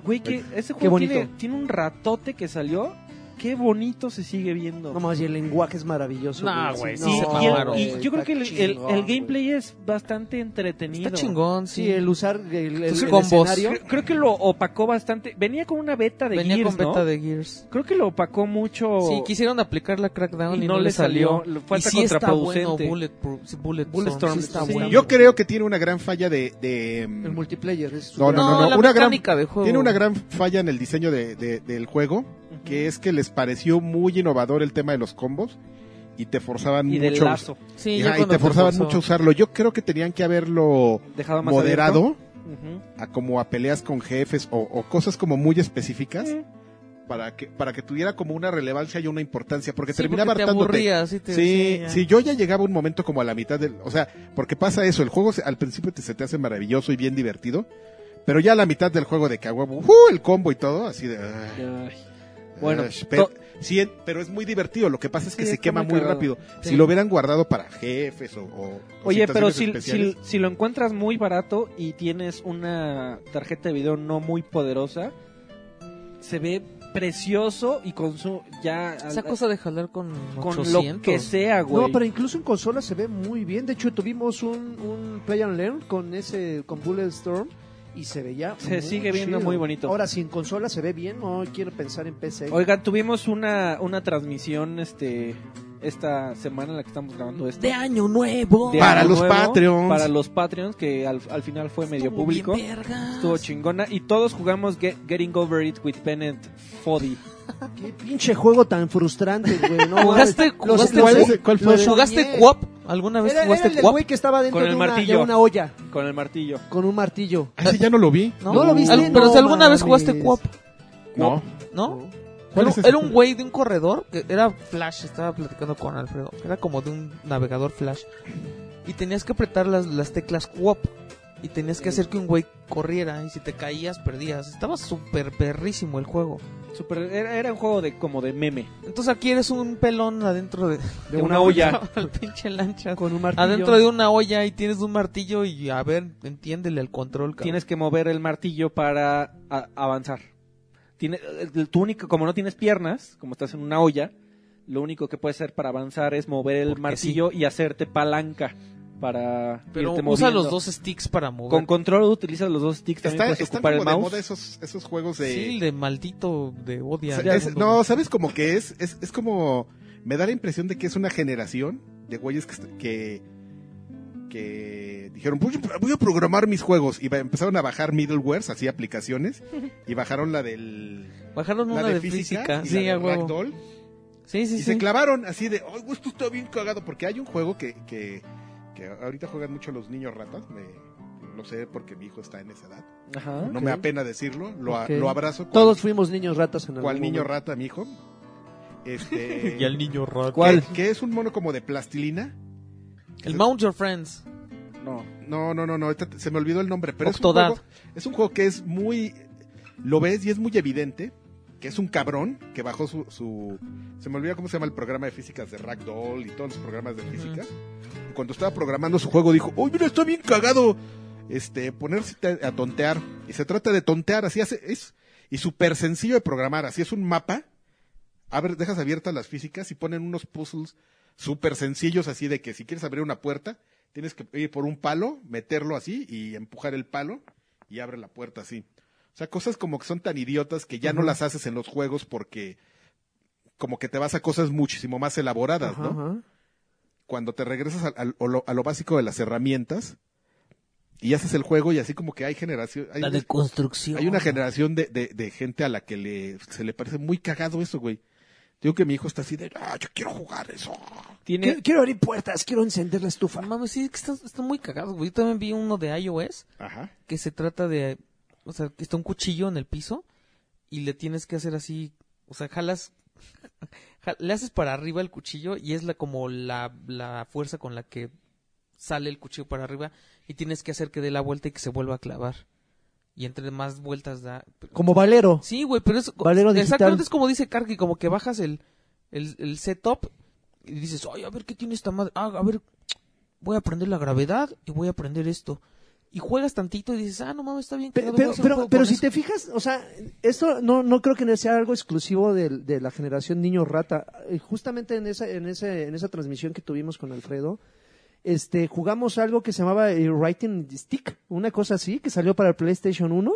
S4: Güey, que ese
S3: Qué
S4: juego
S3: bonito.
S4: tiene, tiene un ratote que salió. Qué bonito se sigue viendo.
S3: No más, y el lenguaje es maravilloso.
S2: Nah, güey,
S4: Sí,
S2: no,
S4: y el-
S2: mamaron,
S4: y
S3: güey,
S4: yo creo
S3: está
S4: que el, el-
S3: chingón,
S4: el
S3: güey.
S4: gameplay es bastante entretenido.
S2: Está chingón, sí.
S3: Sí, el usar el, el-
S2: Tus
S3: el
S2: combos.
S3: escenario.
S4: Creo, creo que lo opacó bastante. Venía con una beta de
S2: Venía
S4: Gears,
S2: con beta
S4: ¿no? Oh.
S2: de Gears.
S4: Creo que lo opacó mucho.
S2: Sí, quisieron aplicar la Crackdown y, no, le salió. y
S4: Fue hasta
S2: sí está
S4: contraproducente.
S2: bueno Bullet, Pro- sí, Bullet,
S4: Bullet
S2: Storm.
S4: Storm
S2: Sí está
S4: sí.
S2: bueno.
S1: Yo creo que tiene una gran falla de... de, mm,
S3: El multiplayer. Es
S1: No,
S3: super-
S1: no, no,
S2: la
S1: una gran-
S2: mecánica de juego.
S1: tiene una gran falla en el diseño de- de- del juego, que es que les pareció muy innovador el tema de los combos y te forzaban
S4: Y del
S1: mucho...
S4: lazo.
S2: Sí,
S1: Ajá,
S2: ya
S1: y
S2: cuando
S1: te forzaban
S2: forzó.
S1: mucho a usarlo. Yo creo que tenían que haberlo
S4: Dejado más
S1: moderado.
S4: abierto. Ujú.
S1: a como a peleas con jefes o, o cosas como muy específicas para que para que tuviera como una relevancia y una importancia porque
S2: Sí,
S1: terminaba
S2: porque te
S1: hartándote.
S2: aburría, sí, te-
S1: sí,
S2: ya.
S1: sí, yo ya llegaba un momento como a la mitad del, o sea, porque pasa eso, el juego se- al principio te, se te hace maravilloso y bien divertido, pero ya a la mitad del juego de que a huevo, ¡uh! el combo y todo, así de ah,
S4: Ay. Bueno,
S1: Ash, pero,
S4: to-
S1: sí, en- pero es muy divertido. Lo que pasa es que
S4: Sí,
S1: se
S4: está
S1: quema
S4: muy
S1: muy
S4: cagado.
S1: rápido.
S4: Sí.
S1: Si lo hubieran guardado para jefes o. o- o
S4: Oye, pero
S1: situaciones
S4: si,
S1: especiales.
S4: si, si lo encuentras muy barato y tienes una tarjeta de video no muy poderosa, se ve precioso y con su ya
S2: Esa cosa de jalar con
S4: con
S2: 800.
S4: lo que sea, güey.
S3: No, pero incluso en consola se ve muy bien. De hecho, tuvimos un, un Play and Learn con ese con Bullet Storm y se veía.
S4: Se
S3: muy
S4: sigue viendo
S3: chido.
S4: muy bonito.
S3: Ahora, si en consola se ve bien, no quiero pensar en PC.
S4: Oigan, tuvimos una, una transmisión este esta semana en la que estamos grabando esto.
S2: De año nuevo.
S4: de
S1: Para
S4: Año
S1: los Patreons.
S4: Para los Patreons, que al, al final fue medio
S2: Estuvo
S4: público.
S2: bien vergas.
S4: Estuvo chingona. Y todos jugamos Get- Getting Over It with Bennett Foddy.
S3: Ah, Qué pinche juego tan frustrante, güey. No,
S2: ¿Jugaste-
S3: mames. Los-
S2: jugaste-
S3: los-
S1: ¿cuál es- cuál fue?
S3: los
S2: ¿Jugaste
S3: soñé.
S2: Quap? ¿Alguna vez
S3: E Era, era el
S2: jugaste
S3: del
S2: Quap?
S3: güey que estaba dentro
S4: Con el
S3: de, una, de
S4: martillo.
S3: una olla
S4: Con el martillo.
S3: con un martillo.
S1: Ah, sí, ya no lo vi.
S3: ¿No lo viste?
S2: Al- Pero
S3: No
S2: si alguna vez
S3: mames.
S2: jugaste Quap,
S1: No.
S2: ¿no?
S1: ¿Cuál
S2: Era,
S1: es ese
S2: era un
S1: juego?
S2: güey de un corredor que era Flash, estaba platicando con Alfredo. Era como de un navegador Flash. Y tenías que apretar las, las teclas Quap. Y tenías que hacer que un güey corriera. Y si te caías, perdías. Estaba súper perrísimo el juego.
S4: Super, era, era un juego de como de meme.
S2: Entonces aquí eres un pelón adentro de,
S4: De una
S3: Oh,
S4: olla.
S2: al pinche lancha.
S3: Con un martillo.
S2: Adentro de una olla y tienes un martillo y a ver, entiéndele al control. cabrón.
S4: Tienes que mover el martillo para a- avanzar. Tiene, el- tu único, como no tienes piernas, como estás en una olla, lo único que puedes hacer para avanzar es mover el
S2: Porque
S4: martillo y hacerte palanca para
S2: Pero
S4: irte
S2: usa
S4: moviendo.
S2: los dos sticks para mover.
S4: Con control utilizas los dos sticks también
S1: Está,
S4: puedes
S1: están
S4: ocupar
S1: como
S4: el
S1: de
S4: mouse.
S1: moda esos, esos juegos de.
S2: Sí, de maldito, de odia.
S1: O sea, es- no, ¿sabes como que es, es? Es como... Me da la impresión de que es una generación de güeyes que... est- que, que dijeron, voy, a- voy a programar mis juegos. Y va- empezaron a bajar middlewares, así aplicaciones. Y bajaron la del...
S2: Bajaron
S1: La
S2: una
S1: de,
S2: de
S1: física,
S2: física.
S1: y
S2: Sí,
S1: la
S2: a
S1: de
S2: huevo.
S1: Ragdoll.
S2: Sí,
S1: Y
S2: sí,
S1: se
S2: sí.
S1: clavaron así de, ¡ay, güey, esto está bien cagado! Porque hay un juego que... que, que ahorita juegan mucho los niños ratas. Me, lo sé porque mi hijo está en esa edad.
S4: Ajá.
S1: No me apena decirlo. Lo, a-
S3: Ah, Ok.
S1: lo abrazo. cual-
S3: Todos fuimos niños ratas en algún
S1: Cual niño
S3: momento.
S1: rata, mi hijo. Este...
S2: Y al niño raro.
S4: ¿Cuál?
S1: Que, que es un mono como de plastilina.
S2: El Mount Your Friends.
S4: No.
S1: No, no, no, no. ahorita te- se me olvidó el nombre. Pero es un,
S2: Octodad.
S1: juego, es un juego que es muy. Lo ves y es muy evidente que es un cabrón que bajó su. su- se me olvidó cómo se llama el programa de físicas de Ragdoll y todos los programas de física. Y Cuando estaba programando su juego dijo: ¡Uy, mira, está bien cagado! Este, ponerse te- a tontear. Y se trata de tontear, así hace. Es, y súper sencillo de programar. Así es un mapa. A ver, dejas abiertas las físicas y ponen unos puzzles súper sencillos, así de que si quieres abrir una puerta, tienes que ir por un palo, meterlo así y empujar el palo y abre la puerta así. O sea, cosas como que son tan idiotas que ya no las haces en los juegos porque como que te vas a cosas muchísimo más elaboradas,
S3: Ajá,
S1: ¿no?
S3: ajá.
S1: Cuando te regresas al- al- o lo- a, lo, básico de las herramientas y haces el juego y así como que hay generación... Hay
S2: La
S1: una-
S2: de construcción.
S1: hay una generación de, de- de gente a la que le, se le parece muy cagado eso, güey. Digo que mi hijo está así de, ah, yo quiero jugar eso.
S4: Tiene,
S3: Quiero, quiero abrir puertas, quiero encender la estufa.
S2: No Mames, sí, es que están están muy cagados, güey. Yo también vi uno de iOS
S1: Ajá.
S2: que se trata de. O sea, que está un cuchillo en el piso y le tienes que hacer así. O sea, jalas. ja- Le haces para arriba el cuchillo y es la como la, la fuerza con la que sale el cuchillo para arriba y tienes que hacer que dé la vuelta y que se vuelva a clavar. Y entre más vueltas da.
S3: Como valero.
S2: Sí, güey, pero es.
S3: Valero digital.
S2: Exactamente es como dice Karki, como que bajas el, el, el setup y dices, ay, a ver qué tiene esta madre. Ah, a ver, voy a aprender la gravedad y voy a aprender esto. Y juegas tantito y dices, ah, no mames, está bien.
S3: Pero,
S2: cagado, voy a
S3: pero,
S2: hacer un
S3: pero,
S2: juego
S3: pero
S2: con
S3: si
S2: eso".
S3: te fijas, o sea, esto no, no creo que no sea algo exclusivo del- de, la generación niño rata. Eh, Justamente en esa, en, ese, en esa transmisión que tuvimos con Alfredo, este, jugamos algo que se llamaba eh, Writing Stick, una cosa así, que salió para el PlayStation 1.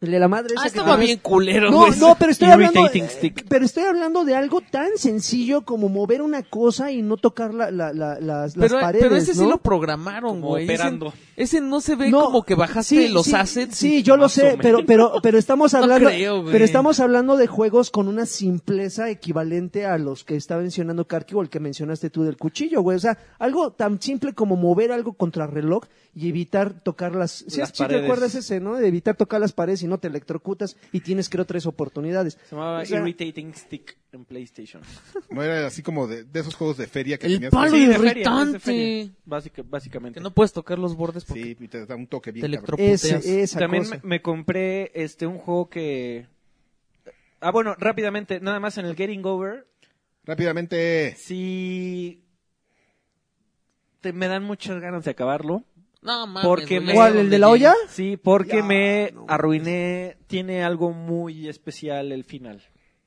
S3: El de la madre
S2: Ah,
S3: esa que
S2: estaba
S3: tenías-
S2: bien culero,
S3: No,
S2: güey.
S3: no, pero estoy hablando,
S4: Irritating
S3: eh,
S4: stick.
S3: pero estoy hablando de algo tan sencillo como mover una cosa y no tocar la- la- la- las, las
S2: Pero-
S3: paredes,
S2: pero ese sí
S3: ¿no?
S2: lo programaron,
S4: Como
S2: güey. Ese-
S4: operando.
S2: Ese, no se ve
S3: No,
S2: como que bajaste
S3: sí,
S2: los
S3: sí,
S2: assets.
S3: Sí, yo lo
S4: más o
S3: sé,
S4: menos.
S3: pero, pero, pero estamos
S2: No
S3: hablando,
S2: creo, güey.
S3: pero estamos hablando de juegos con una simpleza equivalente a los que está mencionando Karki o el que mencionaste tú del cuchillo, güey. O sea, algo tan simple como mover algo contra reloj y evitar tocar las, si
S4: Las
S3: es- si te
S4: paredes.
S3: acuerdas ese, ¿no? De evitar tocar las paredes y no te electrocutas y tienes creo tres oportunidades.
S4: Se llamaba
S3: O sea,
S4: Irritating Stick en PlayStation.
S1: No era así como de, de esos juegos de feria que
S2: El
S1: tenías.
S2: palo
S1: así,
S2: de-
S4: de feria,
S2: irritante.
S4: es de feria, básica- básicamente.
S2: Que no puedes tocar los bordes porque
S1: Sí, y te da un toque
S2: Te
S1: bien cabrón.
S2: electro-
S3: ese-
S2: puteas.
S3: esa
S4: También
S3: cosa.
S4: me, me compré este un juego que Ah, bueno, rápidamente, nada más en el Getting Over,
S1: Rápidamente.
S4: si te, me dan muchas ganas de acabarlo.
S2: No mames.
S4: Porque
S2: güey,
S4: me-
S2: ya sé
S3: ¿Cuál, el
S2: dónde
S3: de la olla?
S2: llegué.
S4: Sí, porque
S1: Ya,
S4: me
S1: no.
S4: arruiné. Tiene algo muy especial el final.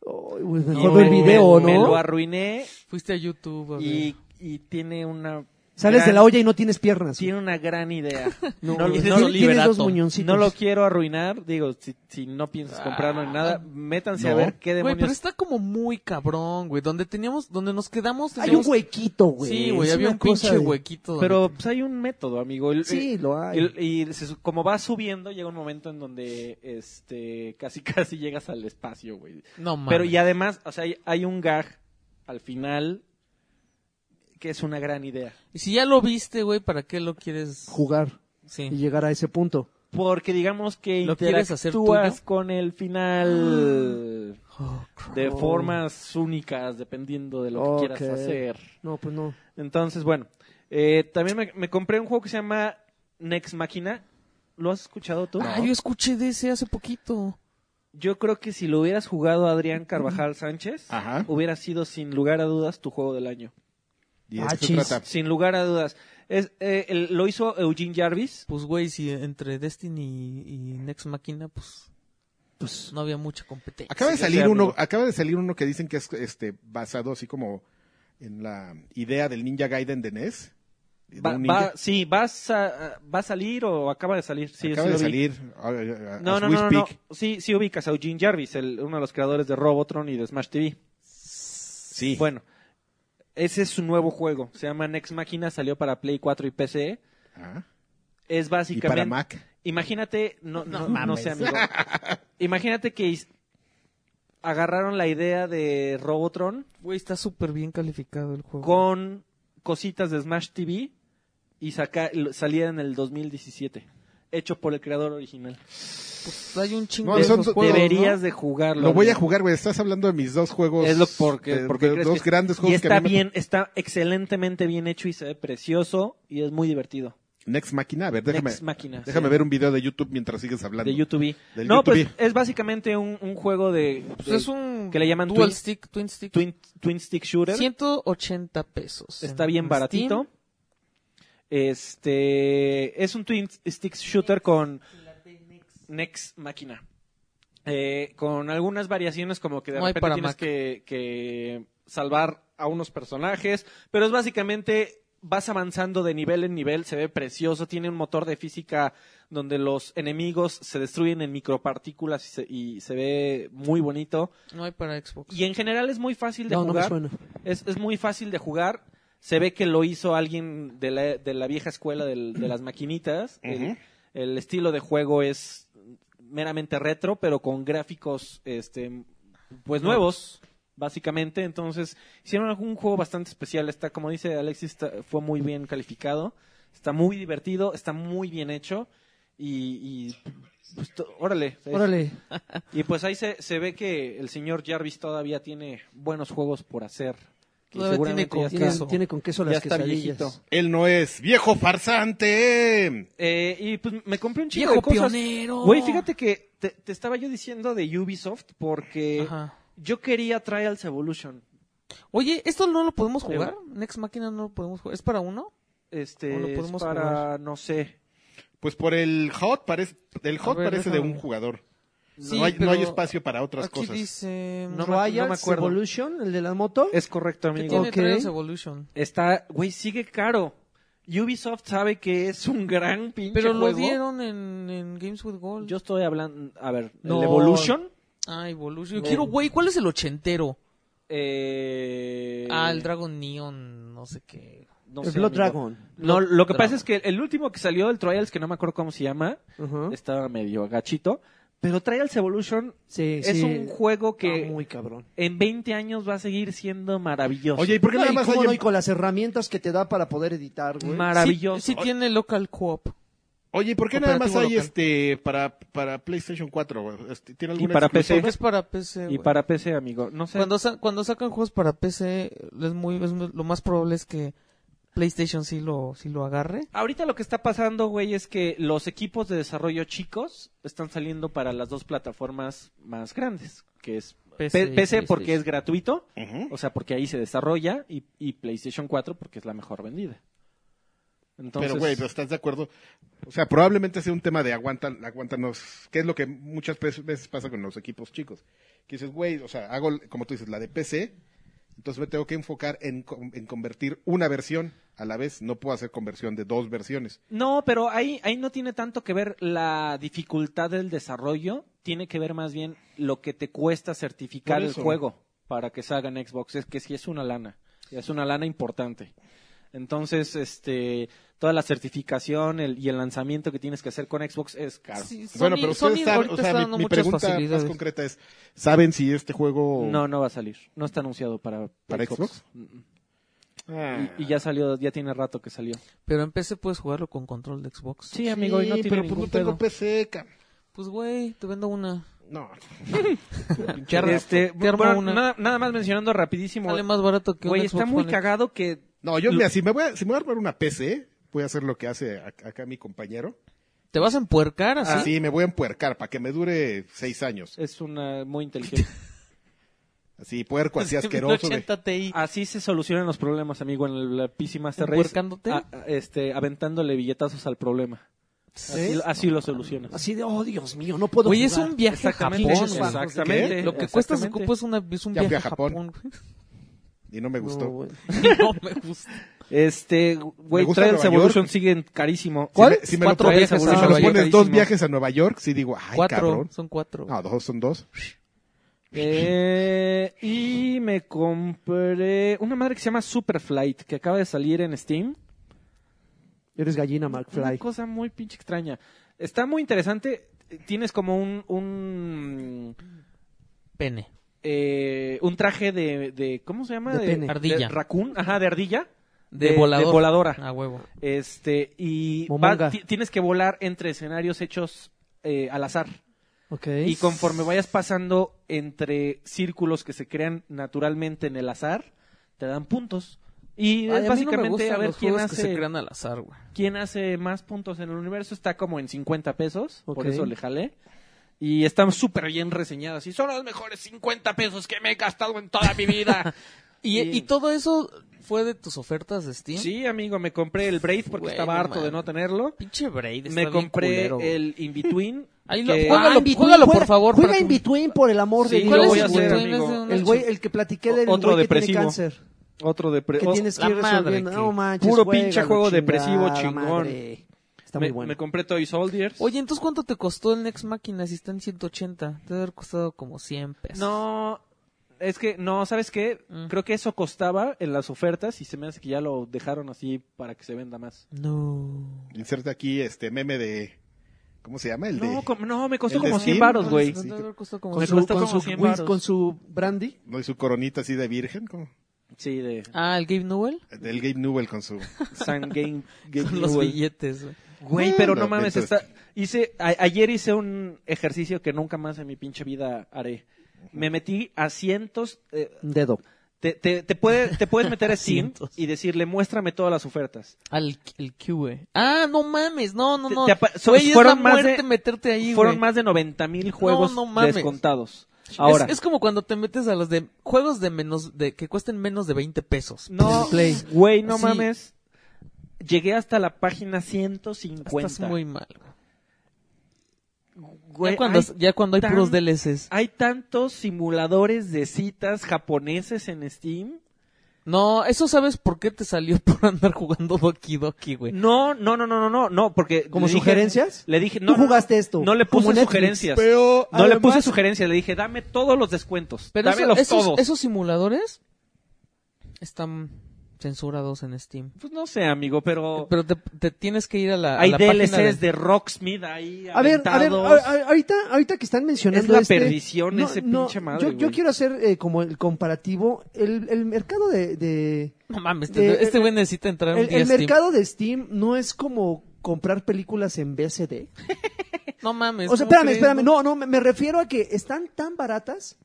S3: Ay, güey,
S4: Y
S3: mejor ve el
S4: me-
S3: video,
S4: Me lo
S3: ¿no?
S4: arruiné
S2: Fuiste a YouTube. a ver.
S4: y, y tiene una.
S3: Sales
S4: gran-
S3: de la olla y no tienes piernas.
S4: Tiene una gran idea. No,
S2: y
S4: lo-
S2: eres
S3: Tienes-
S4: no lo-
S3: tienes dos
S2: liberato.
S3: muñoncitos.
S4: no lo quiero arruinar. Digo, si, si no piensas comprarlo ni
S3: Ah.
S4: nada, métanse a
S1: No.
S4: ver qué
S2: Güey,
S4: demonios.
S2: pero está como muy cabrón, güey. Donde teníamos, donde nos quedamos.
S3: Hay un
S2: teníamos-
S3: huequito, güey.
S2: Sí, güey,
S3: Es
S2: había
S3: una
S2: un pinche
S3: cosa de-
S2: huequito. donde-
S4: Pero pues, hay un método, amigo. El-
S3: Sí,
S4: eh,
S3: lo hay.
S4: el- y se su- como vas subiendo, llega un momento en donde este casi casi llegas al espacio, güey.
S2: no mames.
S4: Pero y además, o sea, hay, hay un gag al final que es una gran idea.
S2: Y Si ya lo viste, güey, ¿para qué lo quieres?
S3: Jugar y
S2: Sí.
S3: llegar a ese punto.
S4: Porque digamos que
S2: ¿Lo quieres hacer
S4: interactúas
S2: tuyo?
S4: con el final
S2: Oh,
S4: de formas únicas, dependiendo de lo que
S3: Ok.
S4: quieras hacer.
S3: No, pues no.
S4: Entonces, bueno, eh, también me, me compré un juego que se llama Next Machina. ¿Lo has escuchado tú?
S2: Ah, yo escuché de ese hace poquito.
S4: Yo creo que si lo hubieras jugado a Adrián Carvajal Sánchez,
S1: Ajá.
S4: hubiera sido sin lugar a dudas tu juego del año.
S1: Y de eso
S3: Ah,
S1: se
S3: chis.
S1: trata.
S4: Sin lugar a dudas. Es, eh, el- lo hizo Eugene Jarvis.
S2: Pues, güey, si entre Destiny y, y Next Machina, pues,
S3: Pues,
S2: no había mucha competencia.
S1: Acaba de
S4: Sí, yo sé,
S1: salir uno,
S4: amigo.
S1: acaba de salir uno que dicen que es este basado así como en la idea del Ninja Gaiden de NES. de
S4: Va-
S1: un
S4: va-
S1: ninja.
S4: sí, vas a- va a salir o acaba de salir. Sí,
S1: acaba de
S4: sí lo vi.
S1: salir. a- a- a-
S4: No,
S1: as
S4: no,
S1: we
S4: no, no,
S1: speak.
S4: no. Sí, sí ubicas a Eugene Jarvis, el- uno de los creadores de Robotron y de Smash TV.
S1: Sí.
S4: Bueno, ese es su nuevo juego. Se llama Next Machina, salió para Play 4 y PC.
S1: Ajá.
S4: Es
S1: Y
S4: básicamente...
S1: para Mac.
S4: Imagínate, no, no, no sé, amigo. Imagínate que is- agarraron la idea de Robotron
S2: Güey, está súper bien calificado el juego.
S4: con cositas de Smash TV y saca, lo- salía en el 2017. Hecho por el creador original.
S2: Pues, hay un chingo
S1: No,
S2: de
S1: son-
S2: esos juegos,
S4: Deberías
S2: ¿no?
S4: de jugarlo.
S1: Lo voy a
S4: amigo.
S1: jugar, güey. Estás hablando de mis dos juegos.
S4: Es lo porque,
S1: de-
S4: porque
S1: de
S4: crees
S1: dos
S4: que-
S1: grandes juegos
S4: y
S1: que
S4: está
S1: a mí me-
S4: bien, está excelentemente bien hecho y se ve precioso y es muy divertido.
S1: Next Máquina. A ver, déjame,
S4: Next Machina,
S1: déjame
S4: sí.
S1: ver un video de YouTube mientras sigues hablando.
S4: de YouTube.
S1: Del
S4: No, pues
S1: YouTube.
S4: es básicamente un, un juego de,
S2: Pues,
S4: de
S2: es un...
S4: que le llaman
S2: Dual
S4: twin-
S2: Stick, Twin Stick.
S4: twin, twin stick shooter.
S2: 180 pesos.
S4: Está
S2: en-
S4: bien
S2: en
S4: baratito.
S2: Steam.
S4: Este es un twin stick shooter con Next Máquina. Eh, con algunas variaciones como que de
S2: No hay
S4: repente
S2: para
S4: tienes
S2: Mac.
S4: que, que salvar a unos personajes, pero es básicamente vas avanzando de nivel en nivel, se ve precioso, tiene un motor de física donde los enemigos se destruyen en micropartículas y se, y se ve muy bonito.
S2: No hay para Xbox.
S4: Y en general es muy fácil de
S3: no, no me
S4: jugar.
S3: suena.
S4: Es, es muy fácil de jugar. Se ve que lo hizo alguien de la, de la vieja escuela del- de las maquinitas. El-
S1: Ujú.
S4: el, estilo de juego es meramente retro, pero con gráficos este, pues nuevos, básicamente. Entonces, hicieron algún juego bastante especial. Está, como dice Alexis, está- fue muy bien calificado. Está muy divertido, está muy bien hecho. Y, y, pues, to- órale.
S3: Órale.
S4: Y pues ahí se, se ve que el señor Jarvis todavía tiene buenos juegos por hacer. Que
S2: Todavía
S4: seguramente
S2: tiene
S4: ya
S2: con-
S4: está-
S3: Tiene, tiene con queso
S4: ya
S3: las
S4: está
S3: quesadillas.
S4: viejito.
S1: Él no es viejo farsante.
S4: Eh, y pues me compré un chico
S2: Viejo
S4: de cosas.
S2: pionero.
S4: Güey, fíjate que te, te estaba yo diciendo de Ubisoft porque
S2: Ajá.
S4: yo quería Trials Evolution.
S2: Oye, ¿esto no lo podemos jugar? Next Máquina no lo podemos jugar. ¿Es para uno?
S4: Este,
S2: ¿O lo
S4: es
S2: podemos
S4: para,
S2: jugar?
S4: no sé.
S1: Pues por el hot parece, el hot
S2: ver,
S1: parece de
S2: déjame.
S1: un jugador.
S2: Sí,
S1: no, hay, no
S2: pero
S1: hay espacio para otras
S2: Aquí
S1: cosas.
S2: dice...
S4: No me-
S3: Trials
S4: no me acuerdo.
S3: Evolution, el de la moto.
S4: Es correcto,
S2: ¿Qué
S4: amigo.
S2: tiene
S3: Ok.
S2: Trials Evolution?
S4: Está, güey, sigue caro. Ubisoft sabe que es un gran pinche
S2: Pero lo
S4: juego.
S2: dieron en, en Games with Gold.
S4: Yo estoy hablando, a ver,
S3: No.
S4: el Evolution.
S2: Ah, Evolution. Yo
S4: No.
S2: quiero, güey, ¿cuál es el ochentero?
S4: Eh,
S2: Ah, el Dragon Neon, no sé qué.
S4: no
S3: el
S4: sé,
S3: Blood
S4: amigo.
S3: Dragon.
S4: No, lo que
S2: Dragon.
S4: pasa es que el último que salió del Trials, que no me acuerdo cómo se llama,
S3: Ajá.
S4: estaba medio agachito. Pero Trials Evolution
S3: Sí,
S4: es
S3: sí.
S4: un juego que
S3: Está muy cabrón.
S4: en 20 años va a seguir siendo maravilloso.
S1: Oye, ¿y por qué
S3: No,
S1: nada
S3: y
S1: más
S3: cómo
S1: hay em-
S3: no,
S1: en-
S3: y con las herramientas que te da para poder editar, güey.
S4: maravilloso.
S2: Sí, sí tiene local co-op.
S1: Oye, ¿y ¿por qué nada más hay
S2: Operativo local.
S1: este para, para PlayStation 4? Este, ¿Tiene alguna
S4: para
S1: exclusiva?
S2: Porque es para PC.
S4: Eh. y
S2: güey.
S4: para PC, amigo. No sé.
S2: Cuando, sa- cuando sacan juegos para PC, es muy, es muy- lo más probable es que PlayStation sí lo, sí lo agarre.
S4: Ahorita lo que está pasando, güey, es que los equipos de desarrollo chicos están saliendo para las dos plataformas más grandes, que es
S2: PC,
S4: P- PC porque es gratuito,
S1: Ujú.
S4: o sea, porque ahí se desarrolla, y, y PlayStation 4 porque es la mejor vendida. Entonces,
S1: Pero, güey, pero ¿estás de acuerdo? O sea, probablemente sea un tema de aguantan, aguántanos, que es lo que muchas pe- veces pasa con los equipos chicos. Que dices, güey, o sea, hago, como tú dices, la de PC, entonces me tengo que enfocar en, con- en convertir una versión a la vez. No puedo hacer conversión de dos versiones.
S4: No, pero ahí, ahí no tiene tanto que ver la dificultad del desarrollo, tiene que ver más bien lo que te cuesta certificar
S1: Por
S4: el
S1: eso.
S4: juego para que salga en Xbox. Es que sí es una lana, y es una lana importante. Entonces, este, toda la certificación el- y el lanzamiento que tienes que hacer con Xbox es caro.
S2: Sí, Sony-
S1: bueno, pero ustedes
S2: Sony
S1: saben,
S2: ahorita
S1: o sea,
S2: está
S1: mi-
S2: dando
S1: mi,
S2: muchas
S1: pregunta más
S2: facilidades.
S1: concreta es, ¿saben si este juego...
S4: No, no va a salir. No está anunciado para,
S1: ¿Para Xbox?
S4: Mm,
S1: Ah.
S4: Y, y ya salió, ya tiene rato que salió.
S2: Pero en PC puedes jugarlo con control de Xbox.
S4: Sí, amigo, y no
S1: Sí,
S4: tiene
S1: pero pues
S4: ningún
S1: no tengo
S4: pedo.
S1: PC, cam.
S2: Pues, güey, te vendo una.
S1: No.
S2: Te arma-
S4: Este,
S2: te armo
S4: bueno,
S2: una.
S4: nada, nada más mencionando rapidísimo.
S2: Sale más barato que un
S4: Güey, está
S2: Xbox
S4: muy
S2: One X.
S4: cagado que
S1: No, yo, mira, si me voy a, si me voy a armar una PC, voy a hacer lo que hace a- acá mi compañero.
S2: Te vas a empuercar así.
S1: Ah, Sí, me voy a empuercar para que me dure seis años.
S4: es una muy inteligente.
S1: Así, puerco, así asqueroso. güey. Ah,
S2: 1080 Ti.
S4: Así se solucionan los problemas, amigo, en la PC Master Race.
S2: ¿Empuercándote?
S1: Ah,
S4: A- a- este, aventándole billetazos al problema. Así,
S3: ¿Sí?
S4: así lo solucionas.
S3: Así de, oh, Dios mío, no puedo
S2: Güey, es
S3: jugar.
S2: un viaje a Japón.
S4: Exactamente.
S2: güey.
S4: exactamente.
S1: ¿Qué?
S2: Lo que cuesta su
S4: exactamente.
S2: cupo es, una, es un
S1: Ya fui
S2: viaje
S1: a
S2: a Japón.
S1: Y no me
S3: No,
S1: gustó.
S3: güey.
S2: güey. no me gusta.
S4: Este,
S1: Me
S4: güey,
S1: gusta
S4: Trials
S1: Nueva
S4: Evolution
S1: York.
S4: siguen carísimo.
S1: ¿Cuál?
S4: Si
S1: Si me
S4: me,
S1: lo
S4: cuatro
S1: pones-
S2: si
S4: viajes
S2: me
S4: a
S1: Si
S2: lo
S4: Nueva
S1: me
S2: Nueva
S4: York
S1: pones dos
S4: carísimo.
S1: viajes a Nueva York, sí digo, ay,
S2: cuatro,
S1: cabrón. Ah.
S2: son cuatro.
S1: No, dos son dos.
S4: Eh, y me compré una madre que se llama Superflight, que acaba de salir en Steam.
S3: Eres gallina,
S4: Una
S3: McFly.
S4: cosa muy pinche extraña. Está muy interesante. Tienes como un, un,
S2: Pene.
S4: eh, un traje de, de- ¿cómo se llama?
S3: De pene.
S2: Ardilla. Ah.
S4: raccoon, ajá, de ardilla.
S2: De, volador.
S4: voladora.
S2: A huevo.
S4: Este, y
S3: Momonga.
S4: va- ti- tienes que volar entre escenarios hechos eh, al azar.
S3: Ok.
S4: Y conforme vayas pasando entre círculos que se crean naturalmente en el azar, te dan puntos. Y
S2: Ay, a mí
S4: es
S2: no me
S4: básicamente a,
S2: gustan
S4: ver
S2: los
S4: quién
S2: juegos que se
S4: hace,
S2: crean al azar, güey.
S4: quién hace más puntos en el universo. Está como en 50 pesos, por
S3: Ok.
S4: eso le jalé. Y están súper bien reseñadas. Y son los mejores 50 pesos que me he gastado en toda mi vida.
S2: ¿Y,
S4: Y-
S2: y todo eso fue de tus ofertas de Steam?
S4: Sí, amigo, me compré el Brave porque
S2: Güey,
S4: estaba
S2: no
S4: harto de
S2: mames.
S4: no tenerlo.
S2: Pinche Braid. está
S4: Me
S2: bien
S4: compré
S2: culero, güey.
S4: el In-Between.
S2: Ahí lo-
S4: que- Ah,
S2: juega- Juégalo,
S3: in between,
S2: juégalo, por
S3: juega-
S2: favor,
S3: Juega
S2: para
S3: en
S2: que-
S3: between por el amor
S4: Sí,
S3: de
S2: ¿Cuál
S4: lo
S2: es
S3: Dios.
S4: voy a
S2: el
S3: güey.
S4: hacer,
S2: Between? Es
S4: amigo.
S2: de un
S3: El güey, el que platiqué del
S4: Otro
S3: güey que
S4: depresivo.
S3: tiene cáncer.
S4: Otro oh,
S3: Que
S4: depresivo.
S3: tienes que
S2: la
S3: ir
S2: madre
S3: resolviendo.
S2: que-
S3: No manches,
S4: Puro
S3: juégalo,
S4: pinche juego
S3: chingada
S4: depresivo chingón.
S3: madre. Está
S4: me,
S3: muy bueno.
S4: me compré Toy Soldiers.
S2: Oye, entonces, ¿cuánto te costó el Next Máquina si está en 180? Te debe haber costado como 100 pesos.
S4: No, es que, no, ¿sabes qué?
S2: Mm.
S4: Creo que eso costaba en las ofertas y se me hace que ya lo dejaron así para que se venda más.
S2: No.
S1: Inserta aquí este meme de. ¿Cómo se llama? El de.
S4: No, com- no, me costó
S1: ¿El de
S4: como 100
S1: Steam?
S2: Ah,
S4: varos, güey.
S2: No, te debe haber costado como
S4: Me
S3: Con su,
S2: 100.
S4: costó
S3: con,
S4: como
S3: su,
S4: 100
S3: whisky,
S4: varos.
S3: con su brandy.
S1: ¿No? Y su coronita así de virgen. ¿cómo?
S4: Sí, de
S2: Ah, el Gabe Newell.
S1: Del Gabe Newell con su.
S4: San Game, Game
S2: Son los
S4: Newell.
S2: billetes, güey.
S4: Güey, pero
S1: Bueno,
S4: no mames,
S1: entonces-
S4: está, hice, a- ayer hice un ejercicio que nunca más en mi pinche vida haré. Me metí a cientos, eh,
S3: Un dedo.
S4: te, te, te, puede- te puedes meter a Steam
S2: Cientos.
S4: y decirle, muéstrame todas las ofertas.
S2: Al el Q, güey. Ah, no mames, no, no,
S4: Te-
S2: no.
S4: te apa- so-
S2: Güey, es
S4: fueron
S2: la
S4: más de-
S2: muerte meterte ahí,
S4: Fueron
S2: güey.
S4: más de 90 mil juegos
S2: No, no mames.
S4: descontados.
S2: Es-
S4: Ahora,
S2: Es, como cuando te metes a los de juegos de menos de que cuesten menos de 20 pesos.
S4: no,
S3: Play.
S4: güey, no
S2: Sí.
S4: mames. Llegué hasta la página 150.
S2: Estás muy mal. güey.
S4: Güey,
S2: ya, cuando,
S4: hay,
S2: ya cuando hay
S4: tan-
S2: puros DLCs.
S4: hay tantos simuladores de citas japoneses en Steam.
S2: No, eso sabes por qué te salió por andar jugando Doki Doki, güey.
S4: No, no, no, no, no, no, no, porque...
S3: ¿Como
S4: le dije-
S3: sugerencias?
S4: Le dije, no.
S3: Tú jugaste esto,
S4: No le
S3: como
S4: puse
S3: Netflix,
S4: sugerencias.
S1: Pero.
S4: no le
S1: además,
S4: puse sugerencias, le dije, dame todos los descuentos.
S2: Pero eso-
S4: dámelos
S2: esos,
S4: todos.
S2: esos simuladores están censurados en Steam.
S4: Pues no sé, amigo, pero...
S2: Pero te, te tienes que ir a la, a
S4: Oh. hay
S2: la página
S4: DLCs
S2: de-
S4: de Rocksmith ahí
S3: A ver, a ver,
S4: aventados.
S3: a- a- ahorita, ahorita que están mencionando
S4: Es la
S3: este-
S4: perdición ese pinche madre,
S3: Yo, yo
S4: güey.
S3: quiero hacer eh, como el comparativo. El, el mercado de- de,
S2: No mames,
S3: de-
S2: este- este
S3: el-
S2: güey necesita entrar un
S3: El,
S2: día
S3: el
S2: a Steam.
S3: mercado de Steam no es como comprar películas en BCD.
S2: No mames.
S3: O sea,
S2: ¿cómo
S3: espérame,
S2: crees?
S3: espérame. No, no, me, me refiero a que están tan baratas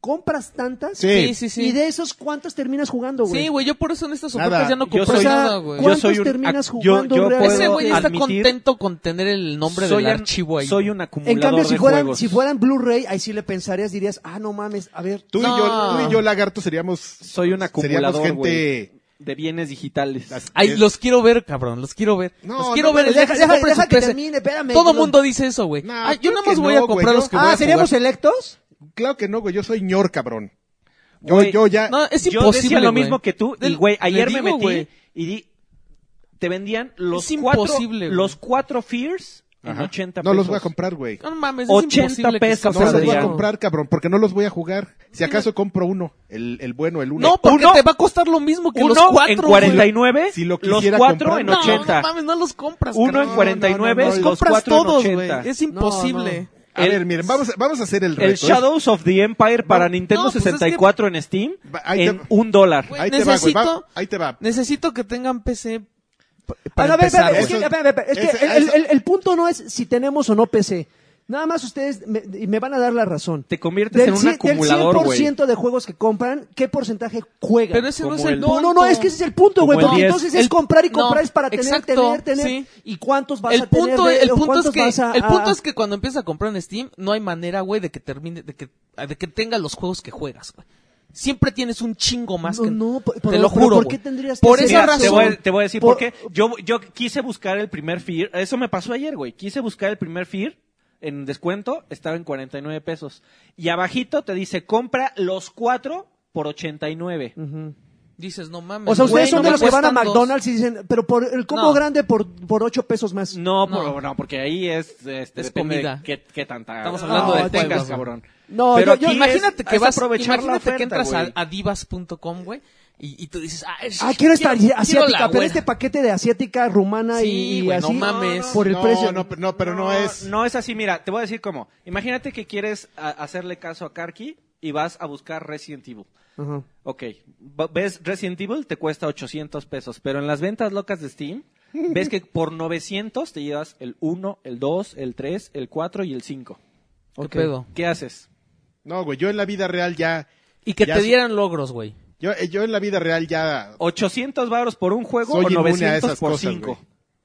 S3: compras tantas
S1: Sí.
S2: Sí, sí, sí.
S3: y de esos cuántos terminas jugando, güey.
S2: Sí, güey, yo por eso en estas
S1: Nada.
S2: ofertas ya no
S1: Yo
S2: compro
S3: o
S4: soy-
S3: sea,
S2: nada, güey.
S4: yo
S3: ¿cuántos
S4: soy un-
S3: terminas
S4: ac-
S3: jugando
S4: yo- yo
S3: realmente?
S4: puedo-
S2: Ese güey está
S4: admitir-
S2: contento con tener el nombre
S4: soy
S2: del
S4: un-
S2: archivo ahí.
S4: Soy un acumulador
S3: En cambio, si
S4: de
S3: fueran,
S4: juegos.
S3: si fueran Blu-ray, ahí sí le pensarías, dirías, ah, no mames, a ver.
S1: Tú,
S2: No.
S1: y yo, tú y yo, Lagarto, seríamos.
S4: Soy un
S1: Seríamos
S4: acumulador,
S1: gente.
S4: güey, de bienes digitales.
S1: Las-
S2: Ay,
S1: es-
S2: los quiero ver, cabrón, los quiero ver.
S1: No,
S2: los
S1: no,
S2: quiero
S1: no,
S2: ver.
S3: deja-
S2: deja que se
S3: deja-
S2: compren su
S3: deja que
S2: PC.
S3: termine, espérame,
S2: Todo
S3: no.
S2: mundo dice eso, güey.
S1: No,
S2: Ay, yo
S1: creo
S2: nada más
S1: que
S2: voy
S1: no,
S2: a comprar
S1: güey,
S2: los que
S1: yo-
S2: voy
S3: Ah,
S2: a
S3: ¿seríamos
S2: jugar.
S3: electos?
S1: Claro que no, güey. Yo soy ñor, cabrón. Yo,
S4: Güey,
S1: yo ya.
S2: No, es
S4: Yo
S2: imposible,
S4: decía lo
S2: güey.
S4: mismo que tú. Y,
S2: Del-
S4: güey, ayer
S2: le
S4: me
S2: digo,
S4: metí
S2: güey.
S4: y di... Te vendían los
S2: Es
S4: cuatro...
S2: imposible, güey.
S4: los cuatro Fears en
S1: Ajá.
S4: 80 pesos.
S1: No los voy a comprar, güey.
S2: No mames,
S4: 80
S2: es imposible que
S4: pesos,
S1: No
S2: escape
S1: los voy a
S2: Adriano.
S1: comprar, cabrón, porque no los voy a jugar. Si acaso compro uno, el, el bueno, el uno.
S2: No, porque
S4: Uno-
S2: te va a costar lo mismo que los
S4: Uno
S2: cuatro.
S4: en
S2: güey.
S4: 49,
S1: Si lo
S4: los
S1: quisiera
S4: cuatro
S1: comprar,
S4: en
S2: No,
S4: 80.
S2: No mames, no los compras.
S4: Uno
S2: carnal.
S4: en 49,
S1: No, no, no,
S4: los
S2: compras
S4: cuatro en
S2: todos,
S4: 80.
S2: güey. Es imposible.
S3: no.
S1: a
S4: el-
S1: ver, miren, vamos, a- vamos a hacer el reto. ¿eh?
S4: El Shadows of the Empire para
S1: No,
S4: Nintendo
S2: no, pues es que-
S4: 64 en Steam
S1: Va, ahí te
S4: en
S1: va.
S4: un dólar.
S2: Güey,
S1: Ahí te va, güey. va,
S2: necesito-
S1: ahí te va.
S2: Necesito que tengan PC.
S3: Ah, no, a ver,
S1: empezar,
S3: espérame, es
S1: güey.
S3: que, espérame, espérame, es que
S1: Ese-
S3: el,
S1: a eso-
S3: el- el punto no es si tenemos o no PC. Nada más ustedes me, y me van a dar la razón.
S4: Te conviertes en un
S3: cien-
S4: acumulador, güey.
S3: 100% de juegos que compran, ¿qué porcentaje juegan?
S2: Pero ese no
S4: Como
S2: es el
S4: el-
S3: No, no, no,
S2: punto.
S3: es que ese es el punto, güey.
S4: Como el
S3: Porque
S4: 10.
S3: entonces es
S2: El-
S3: comprar y comprar
S2: no,
S3: es para tener,
S2: exacto,
S3: tener, tener.
S2: sí.
S3: ¿Y cuántos vas
S2: El
S3: a tener?
S2: punto,
S3: de-
S2: el
S3: o
S2: punto es
S3: cuántos
S2: que,
S3: vas a-
S2: el punto
S3: a-
S2: es que cuando empiezas a comprar en Steam, no hay manera, güey, de que termine, de que, de que tenga los juegos que juegas, güey. Siempre tienes un chingo más
S3: No,
S2: que.
S3: no, por-
S2: te
S3: pero- pero
S2: lo juro.
S3: ¿por qué
S2: güey.
S3: tendrías que
S2: Por
S3: hacer
S2: esa
S3: eso?
S2: razón.
S4: Te voy, te voy a decir por,
S3: Por-
S4: qué. Yo, yo quise buscar el primer Fear. Eso me pasó ayer, güey. Quise buscar el primer Fear en descuento. Estaba en 49 pesos. Y abajito te dice, compra los cuatro por 89.
S3: Ujú.
S2: Dices, no mames.
S3: O sea,
S2: güey,
S3: ustedes son
S2: no
S3: de
S2: me
S3: los que van a
S2: cuestan dos.
S3: McDonald's y dicen, pero por el combo
S2: No. Mm.
S3: grande por, por 8 pesos más.
S4: No,
S2: No.
S4: por- no, porque ahí es, este,
S2: Es
S4: depende de
S2: comida.
S4: Qué, qué tanta.
S2: Estamos
S3: hablando de
S4: tengas,
S2: juegos, güey.
S4: cabrón.
S3: No,
S4: Pero
S3: yo- yo-
S4: aquí es-
S2: Imagínate que
S4: es
S2: vas,
S4: aprovechar la
S2: imagínate
S4: oferta,
S2: que entras a,
S4: güey.
S2: a divas.com, güey, y, y tú dices, ah, es-
S3: Ah, quiero esta
S2: quiero la
S3: asiática, pero
S2: buena.
S3: este paquete de asiática, rumana
S2: Sí,
S3: y
S2: güey, no
S3: así.
S2: mames.
S3: Por el
S1: no,
S3: precio.
S1: No, pero- no, pero no, es.
S4: No es así, mira, te voy a decir cómo. Imagínate que quieres a- hacerle caso a Karki y vas a buscar Resident Evil.
S3: Ajá.
S4: Ok, va- ves Resident Evil te cuesta 800 pesos, pero en las ventas locas de Steam ves que por 900 te llevas el 1, el 2, el 3, el 4 y el 5.
S2: ¿Qué pedo?
S4: ¿Qué haces?
S1: No, güey. Yo en la vida real ya.
S2: Y que
S1: Ya
S2: te
S1: su-
S2: dieran logros, güey.
S1: Yo, eh, yo en la vida real ya.
S4: 800 varos por un juego
S1: Soy
S4: o
S1: inmune a
S4: 900
S1: esas
S4: por
S1: cosas,
S4: 5.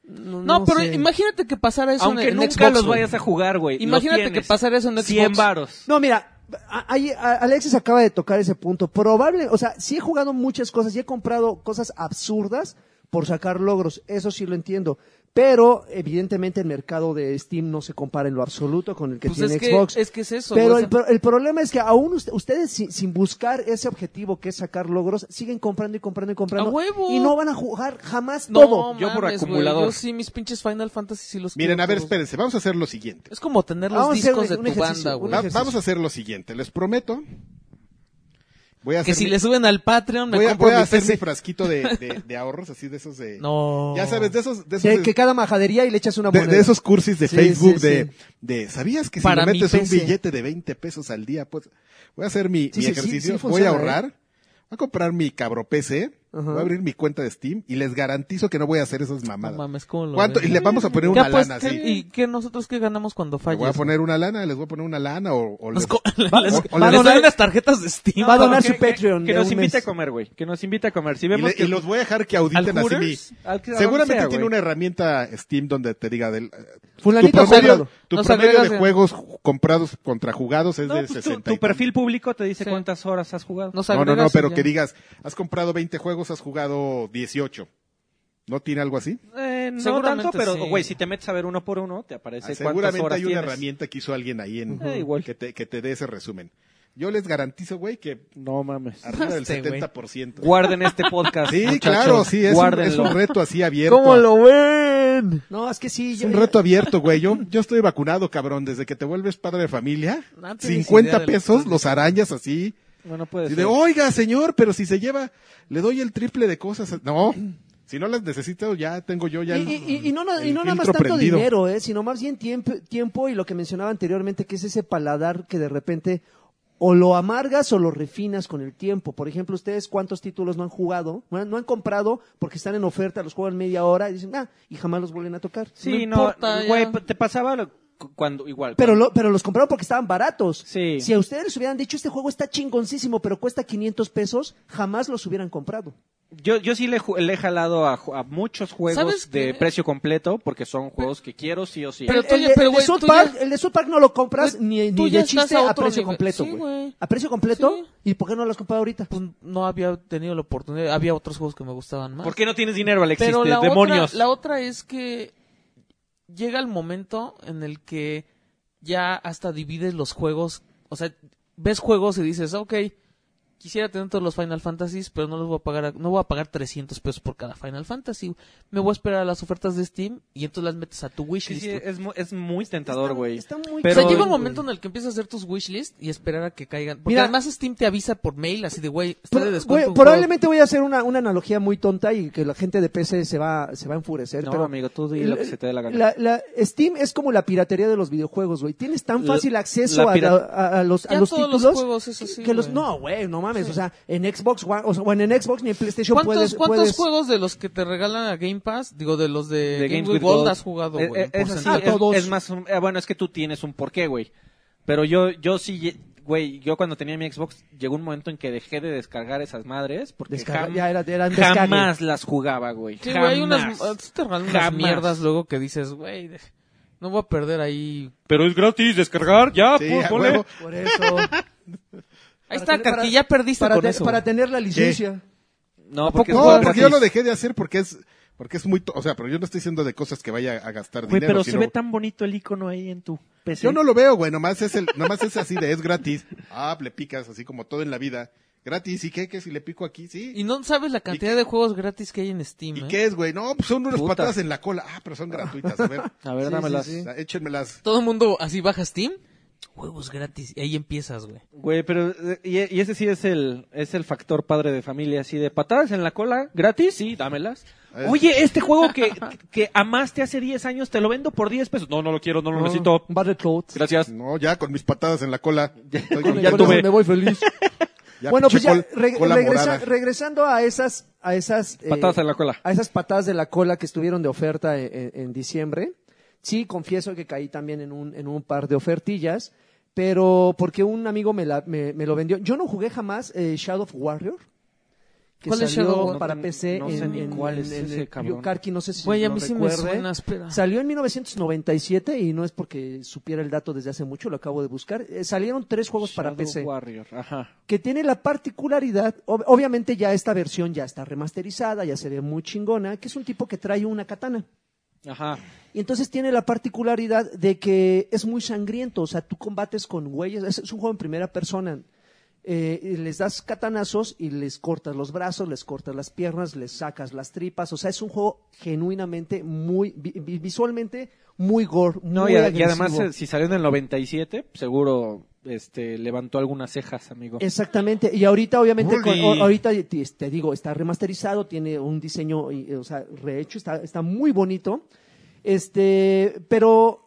S1: güey.
S3: No,
S2: No,
S3: no
S2: pero
S3: sé.
S2: imagínate que pasara eso
S4: Aunque
S2: en, en
S4: nunca
S2: Xbox,
S4: los
S2: güey.
S4: vayas a jugar, güey. los
S2: Imagínate
S4: tienes.
S2: que pasara eso en
S4: 100
S2: Xbox.
S4: varos.
S3: No, mira, a- ahí, a- Alexis acaba de tocar ese punto. Probable, o sea, sí he jugado muchas cosas y he comprado cosas absurdas por sacar logros, eso sí lo entiendo. Pero, evidentemente, el mercado de Steam no se compara en lo absoluto con el que
S2: Pues
S3: tiene
S2: es que-
S3: Xbox.
S2: es que es eso,
S3: Pero
S2: güey,
S3: el,
S2: o sea-
S3: pro- el problema es que aún ust- ustedes, sin, sin buscar ese objetivo que es sacar logros, siguen comprando y comprando y comprando.
S2: ¡A huevo!
S3: Y no van a jugar jamás
S2: No,
S3: todo.
S4: Yo por
S2: mames, güey,
S4: acumulador.
S2: Yo sí, mis pinches Final Fantasy sí los
S1: Miren,
S2: quiero
S1: a ver,
S2: todos.
S1: espérense. Vamos a hacer lo siguiente.
S2: Es como tener los
S3: Vamos a hacer
S2: discos de
S3: un
S2: tu
S3: ejercicio,
S2: banda,
S3: un
S2: güey.
S1: Va-
S3: ejercicio.
S1: vamos a hacer lo siguiente. Les prometo. Voy a hacer.
S2: Que si
S1: mi-
S2: le suben al Patreon, me
S1: voy a,
S2: compro
S1: voy a
S2: mi
S1: hacer
S2: PC.
S1: mi frasquito de, de- de ahorros, así de esos de.
S2: No.
S1: Ya sabes, de esos. De esos,
S3: Que,
S1: de-
S3: que cada majadería y le echas una
S1: de-
S3: moneda.
S1: de esos cursis de
S3: Sí,
S1: Facebook
S3: sí,
S1: de,
S3: sí.
S1: de ¿sabías que si
S2: Para
S1: le
S2: mi
S1: metes un
S2: PC?
S1: billete de 20 pesos al día? Pues voy a hacer mi,
S3: Sí,
S1: mi
S3: sí, sí,
S1: ejercicio,
S3: sí
S1: voy
S3: funciona,
S2: ¿eh?
S1: a ahorrar, voy a comprar mi cabro PC,
S3: Ajá.
S1: voy a abrir mi cuenta de Steam y les garantizo que no voy a hacer esas
S2: No
S1: mamadas.
S2: mames, ¿cómo lo
S1: ¿Cuánto?
S2: ven?
S1: Y le vamos a poner
S2: ¿Qué
S1: una
S2: apuest-
S1: lana,
S2: qué-
S1: sí.
S2: ¿Y qué nosotros qué ganamos cuando
S1: Le voy a
S2: fallas?
S1: poner una lana, les voy a poner una lana o, o les,
S2: Nos co-
S1: o-
S2: les-
S1: o
S2: les
S1: les-
S2: doy unas tarjetas de Steam.
S3: Va a donar
S4: que-
S3: su
S4: que-
S3: Patreon
S4: Que,
S3: de
S4: nos
S3: un
S4: invite
S3: mes.
S4: a comer, güey. Que nos invite a comer. Si
S1: y,
S4: vemos
S1: le-
S4: que
S1: y los voy a dejar que auditen
S2: ¿Al
S1: así mi...
S2: Hooters?
S4: Al que- a donde
S1: Seguramente
S4: sea,
S1: tiene
S4: güey.
S1: una herramienta Steam donde te diga del... eh,
S3: Fulanito,
S1: tu promedio,
S3: cómpralo.
S1: tu
S2: Nos
S1: promedio
S2: agregas
S1: de
S2: en-
S1: juegos comprados contra jugados es
S4: No,
S1: de
S4: pues tu-
S1: 60
S4: tu,
S1: y tantos.
S4: perfil público te dice
S2: Sí.
S4: cuántas horas has jugado.
S2: Nos
S1: No, no, no,
S2: agregas y
S1: pero
S2: ya.
S1: que digas, has comprado 20 juegos, has jugado 18. ¿No tiene algo así?
S4: Eh, no
S2: Seguramente
S4: tanto, pero
S2: sí.
S4: güey, si te metes a ver uno por uno, te aparece cuántas
S1: Ah, Seguramente
S4: horas
S1: hay una
S4: tienes.
S1: herramienta que hizo alguien ahí en
S2: Ah,
S4: Eh, igual.
S1: que te, que te dé ese resumen. Yo les garantizo, güey, que
S4: No mames.
S1: arriba del
S2: Este, güey.
S1: 70%.
S4: Guarden este podcast.
S1: Sí,
S4: muchachos,
S1: claro, sí, es un, es
S4: guárdenlo.
S1: un reto así abierto.
S2: ¿Cómo lo ven?
S3: No, es que sí.
S1: Es
S3: yo-
S1: un reto abierto, güey. Yo, yo estoy vacunado, cabrón. Desde que te vuelves padre de familia,
S2: No tienes
S1: 50
S2: idea de lo que
S1: pesos
S2: estás
S1: los arañas así.
S4: Bueno, puede
S1: Y
S4: ser.
S1: de, oiga, señor, pero si se lleva, le doy el triple de cosas. No, si no las necesito, ya tengo yo ya
S3: Y,
S1: el-
S3: y- y no, na- y
S1: el
S3: no nada más
S1: filtro
S3: tanto
S1: prendido.
S3: dinero, eh, sino más bien tiempo, tiempo y lo que mencionaba anteriormente, que es ese paladar que de repente o lo amargas o lo refinas con el tiempo. Por ejemplo, ustedes cuántos títulos no han jugado, no han, no han comprado porque están en oferta, los juegan media hora y dicen, ah, y jamás los vuelven a tocar.
S4: Sí,
S2: No
S4: no,
S2: importa,
S4: güey,
S2: ya.
S4: te pasaba lo- cu- cuando igual.
S3: Pero, lo- pero los compraron porque estaban baratos.
S4: Sí.
S3: Si a ustedes les hubieran dicho, este juego está chingoncísimo, pero cuesta 500 pesos, jamás los hubieran comprado.
S4: Yo, yo sí le, ju- le he jalado a, ju- a muchos
S2: ¿Sabes
S4: juegos de
S2: qué?
S4: precio completo porque son juegos que quiero sí o sí.
S2: Pero
S3: el,
S2: tú
S3: el
S2: ya-
S3: de-
S2: pero,
S3: el de
S2: güey,
S3: South
S2: tú
S3: Park,
S2: ya-
S3: el de South Park no lo compras
S2: Güey,
S3: ni,
S2: Pues, tú
S3: ni
S2: ya
S3: de
S2: estás
S3: chiste
S2: a
S3: a,
S2: otro
S3: precio
S2: nivel.
S3: completo,
S2: Sí,
S3: güey.
S2: güey.
S3: a precio completo.
S2: Sí.
S3: ¿Y por qué no lo has comprado ahorita?
S2: Pues no había tenido la oportunidad. Había otros juegos que me gustaban más.
S4: ¿Por qué no tienes dinero, Alexis?
S2: Pero
S4: Te-
S2: la
S4: demonios.
S2: otra, la otra es que llega el momento en el que ya hasta divides los juegos. O sea, ves juegos y dices, ok, quisiera tener todos los Final Fantasies, pero no los voy a pagar, a- no voy a pagar 300 pesos por cada Final Fantasy. Me voy a esperar a las ofertas de Steam y entonces las metes a tu
S4: Sí,
S2: wishlist.
S4: sí,
S3: eh,
S2: güey.
S4: es, mu- es muy tentador,
S3: Está-
S4: güey.
S3: está muy
S4: Pero-
S2: o sea, llega un
S3: güey.
S2: momento en el que empiezas a hacer tus wishlist y esperar a que caigan. Porque
S3: Mira-
S2: además Steam te avisa por mail, así de, güey, está
S3: Pro-
S2: de descuento.
S3: güey,
S2: un
S3: probablemente voy a hacer una, una analogía muy tonta y que la gente de PC se va, se va a enfurecer.
S4: No,
S3: pero
S4: amigo, tú di lo que se te dé la gana.
S3: La, la- Steam es como la piratería de los videojuegos, güey. Tienes tan
S4: La-
S3: fácil acceso
S4: la
S3: a,
S4: pira-
S3: a- a los, a
S2: Ya
S3: los
S2: todos los
S3: títulos.
S2: juegos, eso sí,
S3: que los,
S2: güey.
S3: no, güey, no mames. O sea, en Xbox One, o sea, bueno, en Xbox ni en PlayStation
S2: ¿Cuántos,
S3: puedes.
S2: cuántos
S3: puedes-
S2: juegos de los que te regalan a Game Pass? Digo, de los de,
S4: De
S2: Game
S4: Games
S2: Boy
S4: with
S2: Gold,
S4: Gold.
S2: has jugado,
S4: Eh,
S2: güey.
S4: eh,
S2: en
S4: es, así,
S2: porcentaje.
S3: Ah,
S4: es-
S3: todos.
S4: es más, un- eh, bueno, es que tú tienes un porqué, güey. Pero yo, yo sí, güey, yo cuando tenía mi Xbox llegó un momento en que dejé de descargar esas madres porque
S3: Descarga-
S4: jam-
S3: ya era- eran descargue.
S4: jamás las jugaba, güey.
S2: Sí,
S4: jamás.
S2: güey, hay unas, ah, sí te regalan unas
S4: Jamás.
S2: mierdas luego que dices, güey, de- no voy a perder ahí.
S4: Pero es gratis descargar, ya,
S1: Sí,
S4: pues,
S1: a
S4: ponle.
S1: huevo.
S3: Por eso.
S2: Ahí
S3: Para
S2: está,
S3: tener-
S2: Carqui, ya perdiste
S3: para,
S2: con
S3: te-
S2: eso.
S3: para
S2: güey.
S3: tener la licencia.
S4: No, porque, es
S1: No,
S4: juego
S1: porque yo lo
S4: gratis.
S1: dejé de hacer porque es porque es muy, to- o sea, pero yo no estoy diciendo de cosas que vaya a gastar
S4: Güey,
S1: dinero,
S4: pero se
S1: sino-
S4: ve tan bonito el icono ahí en tu PC.
S1: yo no lo veo, güey, nomás es el nomás es así de es gratis. Ah, le picas así como todo en la vida. Gratis, ¿y qué? ¿Qué si le pico aquí? Sí.
S2: Y no sabes la cantidad de juegos gratis que hay en Steam,
S1: ¿Y
S2: ¿eh?
S1: qué es, güey? No, pues son unas
S4: Puta.
S1: patadas en la cola. Ah, pero son gratuitas. A ver, Ah,
S4: A ver,
S3: Sí,
S4: dámelas.
S3: sí, sí.
S1: échenmelas.
S2: Todo el mundo así baja Steam, juegos gratis, y ahí empiezas, güey.
S4: Güey, pero eh, y, y ese sí es el es el factor padre de familia, así de patadas en la cola, gratis, sí, dámelas.
S1: Eh.
S4: Oye, este juego que, que amaste hace 10 años, te lo vendo por 10 pesos. No, no lo quiero, no Eh, lo necesito.
S3: Battle Clouds.
S4: Gracias.
S1: No, ya con mis patadas en la cola. Estoy
S3: Con-
S1: con-
S4: ya
S3: con
S4: tuve.
S3: eso Me voy feliz.
S1: ya
S3: bueno, pues
S1: pinche
S3: ya
S1: col-
S3: re-
S1: cola
S3: regresa-
S1: morada.
S3: regresando a esas a esas eh,
S4: Patadas en la cola.
S3: a esas patadas de la cola que estuvieron de oferta en, en- en diciembre. Sí, confieso que caí también en un en un par de ofertillas, pero porque un amigo me, la- me, me lo vendió. Yo no jugué jamás eh, Shadow of Warrior. Que
S2: ¿Cuál es
S3: salió
S2: Shadow of
S3: para
S4: Warrior?
S3: PC
S4: No
S3: en,
S4: sé ni
S3: en-
S4: cuál es
S3: en-
S4: ese,
S3: en- yo,
S4: cabrón.
S3: Karki, no sé si
S2: Güey, a
S3: lo
S2: mí sí me
S3: recuerde.
S2: suena, espera.
S3: Salió en 1997 y no es porque supiera el dato desde hace mucho, lo acabo de buscar. Eh, salieron tres juegos para
S4: Shadow
S3: PC
S4: Warrior, ajá.
S3: que tiene la particularidad, ob- obviamente ya esta versión ya está remasterizada, ya se ve muy chingona, que es un tipo que trae una katana.
S4: Ajá.
S3: Y entonces tiene la particularidad de que es muy sangriento, o sea, tú combates con güeyes, es, es un juego en primera persona. Eh, y les das catanazos y les cortas los brazos, les cortas las piernas, les sacas las tripas, o sea, es un juego genuinamente muy, vi- vi- visualmente muy gore,
S4: No,
S3: muy
S4: y, a- y
S3: agresivo.
S4: además eh, si salió en el 97, seguro este levantó algunas cejas, amigo.
S3: Exactamente, y ahorita obviamente, con-
S4: Bully.
S3: o- ahorita te te digo, está remasterizado, tiene un diseño, y, o sea, rehecho, está, está muy bonito, este, pero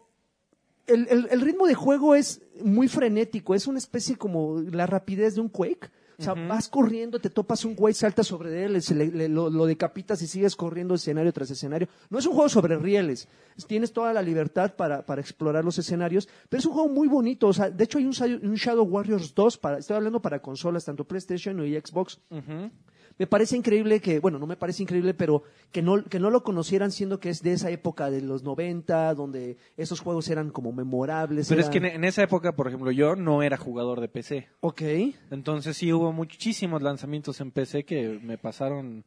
S3: el, el- el ritmo de juego es muy frenético, es una especie como la rapidez de un Quake. O sea, vas corriendo, te topas un güey, saltas sobre él, se le- le- lo, lo decapitas y sigues corriendo escenario tras escenario. No es un juego sobre rieles, tienes toda la libertad para, para explorar los escenarios, pero es un juego muy bonito. O sea, de hecho hay un, Shadow- un Shadow Warriors 2, para, estoy hablando para consolas, tanto PlayStation y Xbox. Me parece increíble que, bueno, no me parece increíble, pero que no, que no lo conocieran siendo que es de esa época de los 90, donde esos juegos eran como memorables.
S4: Pero es
S3: eran-
S4: que en, e- en esa época, por ejemplo, yo no era jugador de PC.
S3: Ok.
S4: Entonces sí hubo muchísimos lanzamientos en PC que me pasaron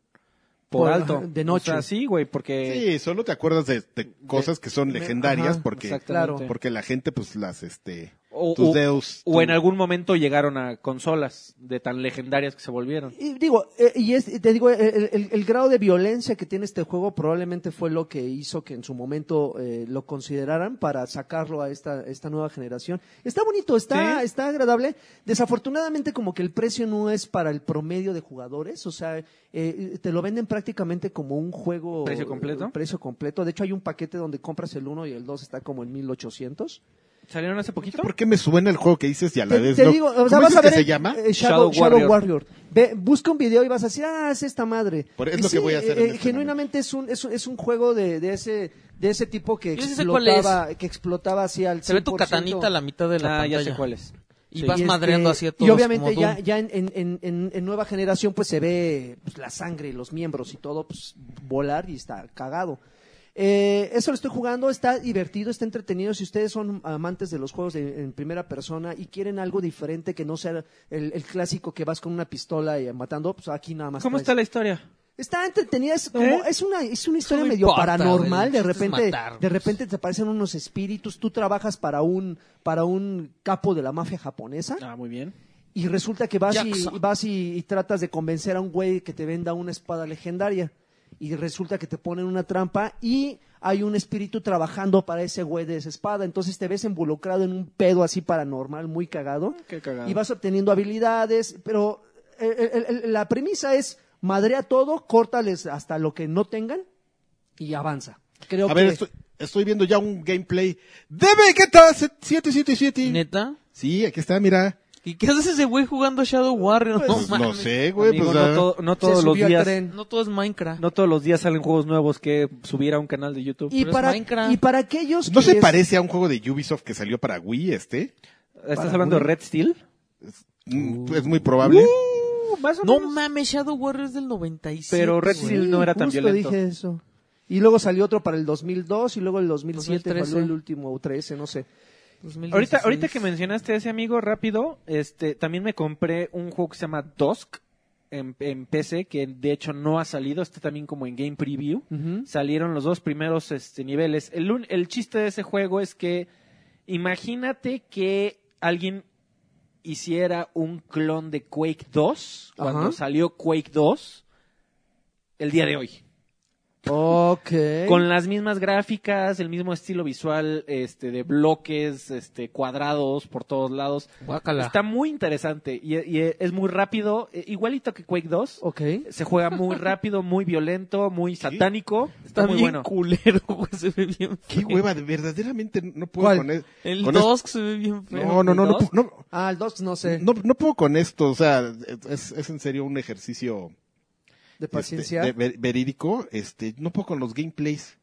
S4: por,
S3: Por-
S4: alto.
S3: de noche.
S4: O sea, sí, güey, porque...
S1: Sí, solo te acuerdas de, de cosas que son
S4: me-
S1: legendarias
S3: ajá,
S1: porque
S4: Exactamente.
S3: claro.
S1: porque la gente pues las este
S4: O,
S1: tus
S4: o-
S1: deus
S4: o
S1: tu-
S4: en algún momento llegaron a consolas de tan legendarias que se volvieron.
S3: Y digo, eh, y es- te digo, el, el- el grado de violencia que tiene este juego probablemente fue lo que hizo que en su momento eh, lo consideraran para sacarlo a esta, esta nueva generación. Está bonito, está,
S4: Sí.
S3: está agradable. Desafortunadamente como que el precio no es para el promedio de jugadores, o sea, eh, te lo venden prácticamente como un juego...
S4: ¿Precio completo?
S3: eh, precio completo. De hecho hay un paquete donde compras el 1 y el 2 está como en 1800.
S4: ¿Salieron hace poquito?
S1: ¿Por qué me suena el juego que dices y a la
S3: te,
S1: vez
S3: te
S1: no?
S3: digo, o
S1: ¿Cómo
S3: sea, vas
S1: dices
S3: a ver
S1: que se
S3: eh,
S1: llama?
S3: eh, Shadow,
S4: Shadow
S3: Shadow
S4: Warrior.
S3: Warrior. Ve, busca un video y vas a decir, ah, es esta madre.
S1: Por- es
S3: Y eh,
S1: lo que voy a hacer en este
S3: genuinamente es un, es un es un juego de, de ese de ese tipo que
S2: Yo sí sé cuál es.
S3: explotaba que explotaba así al
S2: Se ve tu
S3: 100%.
S2: catanita a la mitad de la
S4: Ah,
S2: pantalla.
S4: ya sé cuál es.
S2: Y
S3: Sí,
S2: vas
S3: este,
S2: madreando así a todos.
S3: Y obviamente
S2: como
S3: ya,
S2: Doom.
S3: ya en, en- en- en- en nueva generación pues se ve pues, la sangre, los miembros y todo pues, volar y está cagado. Eh, eso lo estoy jugando, está divertido, está entretenido. Si ustedes son amantes de los juegos de- en primera persona y quieren algo diferente que no sea el, el clásico que vas con una pistola y matando, pues aquí nada más.
S4: ¿Cómo
S3: traes-
S4: está la historia?
S3: Está entretenida, es, como,
S4: ¿Eh?
S3: es, una, es una historia
S2: no
S3: medio
S2: importa,
S3: paranormal,
S2: güey,
S3: de
S2: el chiste es
S3: repente,
S2: matarlos.
S3: de repente te aparecen unos espíritus, tú trabajas para un, para un capo de la mafia japonesa
S4: Ah, muy bien.
S3: y resulta que vas, y,
S2: Jackson.
S3: y vas y, y tratas de convencer a un güey que te venda una espada legendaria y resulta que te ponen una trampa y hay un espíritu trabajando para ese güey de esa espada, entonces te ves involucrado en un pedo así paranormal muy
S2: Ah,
S3: cagado
S4: Qué cagado.
S3: y vas obteniendo habilidades, pero eh, el- el- la premisa es madrea todo, córtales hasta lo que no tengan y avanza. Creo
S1: A ver,
S3: que
S1: estoy, estoy viendo ya un gameplay. ¡Debe que está! 777.
S2: ¿Neta?
S1: Sí, aquí está, mira.
S2: ¿Y qué haces ese güey jugando a Shadow Warrior? No
S1: Pues, no
S2: mames.
S1: sé, güey.
S4: Amigo,
S1: Pues,
S4: no,
S1: ah,
S4: todo- no
S3: se
S4: todos los
S3: subió al
S4: días.
S3: tren.
S2: No todo es Minecraft.
S4: No todos los días salen juegos nuevos que subir a un canal de YouTube.
S3: Y
S2: pero es
S3: para,
S2: Minecraft.
S3: y para aquellos
S1: ¿No
S3: que
S1: se
S3: es-
S1: parece a un juego de Ubisoft que salió para Wii este?
S4: ¿Estás
S3: para
S4: hablando de
S3: Wii.
S4: Red Steel?
S1: Mm, Es muy probable.
S3: Uh,
S4: más
S2: No mames, Shadow Warrior es del 97.
S4: Pero Red
S2: güey.
S4: Seal no era tan
S3: justo
S4: violento.
S3: dije eso. Y luego salió otro para el 2002 y luego el 2007
S2: 2013.
S3: salió el último o 13, no sé.
S2: 2016.
S4: Ahorita, ahorita que mencionaste a ese amigo rápido, este, también me compré un juego que se llama Dusk en, en PC, que de hecho no ha salido, está también como en Game Preview. Salieron los dos primeros este, niveles. El, un- el chiste de ese juego es que imagínate que alguien hiciera un clon de Quake 2 cuando
S3: Ajá.
S4: salió Quake 2 el día de hoy.
S3: Ok.
S4: Con las mismas gráficas, el mismo estilo visual este, de bloques, este, cuadrados por todos lados.
S2: Guácala.
S4: Está muy interesante y, y es muy rápido, eh, igualito que Quake 2.
S3: Ok.
S4: Se juega muy rápido, muy violento, muy satánico. Está,
S2: Está
S4: muy
S2: bien
S4: bueno.
S2: culero, güey. Se ve bien
S1: Qué
S2: feo.
S1: hueva, de- verdaderamente no puedo
S3: ¿Cuál?
S1: con e-
S2: El
S1: con esto.
S2: 2 se ve bien feo.
S1: No, no, no, no,
S4: ¿Dos?
S1: no,
S3: Ah, el 2 no sé.
S1: no, no puedo con esto. O sea, es, es en serio un ejercicio
S3: de
S1: este,
S3: paciencia.
S1: de ver- verídico. Este, no puedo con los gameplays.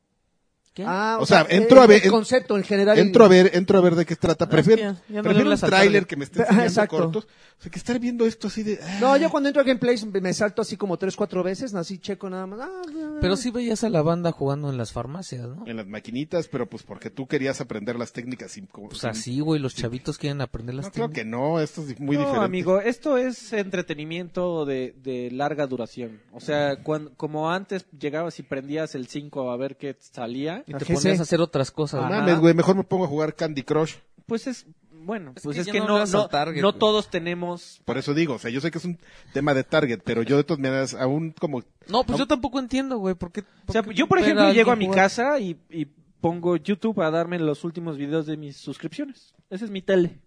S2: ¿Qué?
S3: Ah,
S1: O sea, entro a
S3: el-
S1: ver-
S3: El concepto en general. el-
S1: Entro a ver, entro a ver de qué trata. Prefiero,
S2: Ah, ya- ya no
S1: prefiero
S2: le
S1: un
S2: hablas al
S1: tráiler
S2: target.
S1: que me esté
S3: Ve-
S1: enseñando
S3: exacto.
S1: cortos. O sea, que estar viendo esto así de... ah,
S3: No, yo cuando entro a gameplays me me salto así como 3, 4 veces, así checo nada más. Ah, ah.
S2: Pero sí veías a la banda jugando en las farmacias, ¿no?
S1: En las maquinitas, pero pues porque tú querías aprender las técnicas. Sin, como-
S2: Pues
S1: sin-
S2: así, güey, los chavitos quieren aprender las
S1: No, creo que
S2: técnicas.
S1: no. Esto es muy
S4: no,
S1: diferente.
S4: amigo, esto es entretenimiento de, de larga duración. O sea, cuan- como antes llegabas y prendías el 5 a ver qué salía,
S2: Y te
S3: GC.
S2: ponías a hacer otras cosas.
S1: No
S4: Ah,
S2: güey.
S1: mames, güey. Mejor me pongo a jugar Candy Crush.
S4: pues es bueno,
S2: Es
S4: pues
S2: que
S4: es
S2: ya
S4: que
S2: no
S4: no,
S2: hablas
S4: no-
S2: al target,
S4: no
S2: güey.
S4: todos tenemos
S1: Por eso digo, o sea, yo sé que es un tema de target, pero yo de todas maneras aún como...
S2: No, pues yo tampoco entiendo, güey, por qué- por
S4: O sea,
S2: qué
S4: yo por
S2: ver
S4: ejemplo llego a mi
S2: alguien jugar.
S4: casa y, y pongo YouTube a darme los últimos videos de mis suscripciones. Ese es mi tele.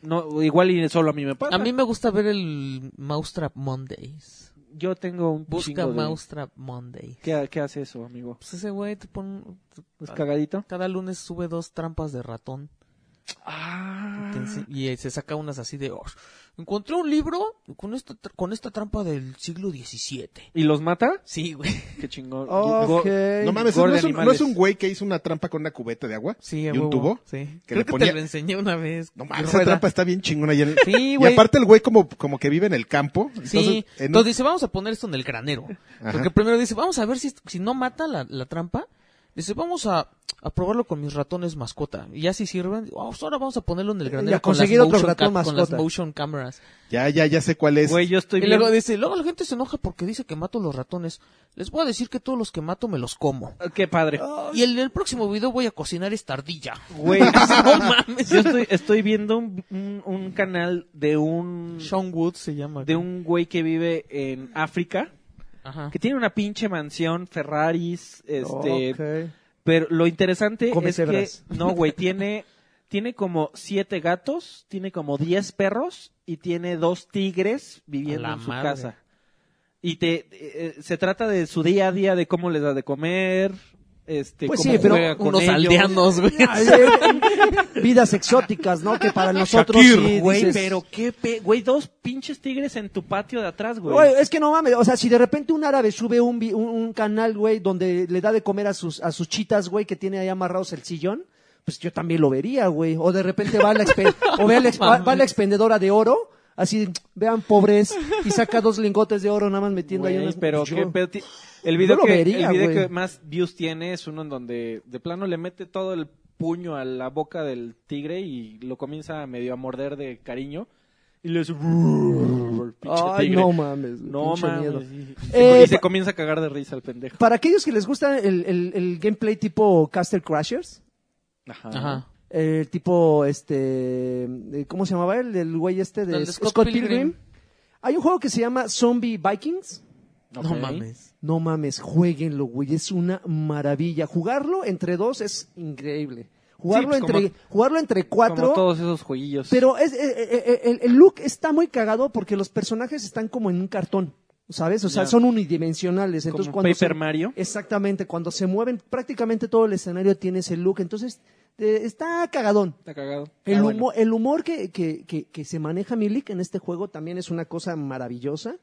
S4: No, igual y solo a mí me pasa.
S2: A mí me gusta ver el Mousetrap Mondays.
S4: yo tengo un
S2: Busca
S4: chingo de-
S2: Mousetrap Monday.
S4: ¿Qué, qué hace eso, amigo? Ah.
S2: Pues ese güey te pone... Pues
S4: ¿Es cagadito?
S2: Cada lunes sube dos trampas de ratón.
S4: Ah.
S2: Te ense- Y eh, se saca unas así de... "Oh, encontré un libro con esta, tr- con esta trampa del siglo XVII.
S4: ¿Y los mata?
S2: Sí, güey.
S4: Qué chingón.
S3: Ok.
S4: Go-
S1: No mames,
S4: Gore
S1: ¿no
S4: de
S1: es, un, no
S4: animales.
S1: es un güey que hizo una trampa con una cubeta de agua?
S2: Sí,
S1: ¿Y
S2: a
S1: un
S2: huevo.
S1: tubo?
S2: Sí.
S1: Que
S2: Creo
S1: le
S2: que
S1: ponía-
S2: te lo enseñé una vez.
S1: No mames, esa
S2: Rueda.
S1: trampa está bien chingona. Y, en-
S2: Sí,
S1: y
S2: güey.
S1: aparte el güey como, como que vive en el campo. Entonces,
S2: sí,
S1: en un-
S2: entonces dice, vamos a poner esto en el granero.
S1: Ajá.
S2: Porque primero dice, vamos a ver si, si no mata la, la trampa. Dice, vamos a, a probarlo con mis ratones mascota. Y ya si sirven, vamos, ahora vamos a ponerlo en el granero
S3: a
S2: con, las
S3: conseguir otro
S2: motion
S3: ratón
S2: ca- con las
S3: mascota.
S2: motion cameras.
S1: Ya, ya, ya sé cuál es.
S4: Güey, yo estoy
S2: y
S4: bien-
S2: luego dice, luego la gente se enoja porque dice que mato los ratones. Les voy a decir que todos los que mato me los como.
S4: Ah, Qué padre.
S2: Y en el próximo video voy a cocinar esta ardilla.
S4: Güey,
S2: no mames.
S4: yo estoy, estoy viendo un, un- un canal de un...
S2: Sean Woods se llama.
S4: De un güey que vive en África.
S2: Ajá.
S4: que tiene una pinche mansión, Ferraris, este,
S3: Ok.
S4: pero lo interesante
S3: Come
S4: es
S3: cebras.
S4: que no, güey, tiene tiene como siete gatos, tiene como diez perros y tiene dos tigres
S2: A
S4: viviendo
S2: la
S4: en su
S2: madre.
S4: casa. Y te eh, eh, se trata de su día a día, de cómo les da de comer, este,
S3: Pues
S4: cómo
S3: sí, pero
S4: juega con
S2: Unos
S4: ellos.
S2: aldeanos, güey.
S3: Ay, eh, vidas exóticas, ¿no? Que para nosotros
S1: Shakir,
S3: sí,
S4: Güey,
S3: dices-
S4: pero qué pe... Güey, dos pinches tigres en tu patio de atrás, güey.
S3: Güey, es que no mames, o sea, si de repente un árabe sube un, vi- un, un canal, güey, donde le da de comer a sus, a sus chitas, güey, que tiene ahí amarrados el sillón, pues yo también lo vería, güey. O de repente va la, expe- o ve a la ex- va- va a la expendedora de oro, así, vean, pobres, y saca dos lingotes de oro nada más metiendo ahí
S4: Güey,
S3: unas-
S4: pero
S3: yo-
S4: qué pedo ti- el video,
S3: yo lo
S4: que,
S3: vería,
S4: el video
S3: güey.
S4: que más views tiene es uno en donde de plano le mete todo el puño a la boca del tigre y lo comienza medio a morder de cariño y le hace pinche
S3: Ay,
S4: tigre.
S3: no mames,
S4: No
S3: pinche
S4: mames.
S3: miedo.
S4: Y-
S3: Eh,
S4: y se
S3: pa-
S4: comienza a cagar de risa el pendejo.
S3: Para aquellos que les gusta el, el- el gameplay tipo Castle Crashers,
S4: Ajá.
S2: Ajá.
S3: el tipo, este, eh, ¿cómo se llamaba el, el güey este de
S2: El
S3: S- Scott, Pilgrim? Hay un juego que se llama Zombie Vikings.
S2: No
S4: Ok.
S2: mames.
S3: No mames, jueguenlo, güey, es una maravilla. Jugarlo entre dos es increíble. Jugarlo
S4: pues,
S3: entre
S4: como-
S3: jugarlo entre cuatro.
S4: Como todos esos jueguillos.
S3: Pero es, eh, eh, eh, el, el look está muy cagado porque los personajes están como en un cartón, ¿sabes? O sea,
S4: Ya.
S3: son unidimensionales. Entonces,
S4: Como
S3: cuando
S4: Paper
S3: se-
S4: Mario.
S3: Exactamente, cuando se mueven prácticamente todo el escenario tiene ese look. Entonces, eh, está cagadón.
S4: Está cagado.
S3: El,
S4: Ah,
S3: humo-
S4: bueno.
S3: el humor que, que- que- que se maneja Milik en este juego también es una cosa maravillosa.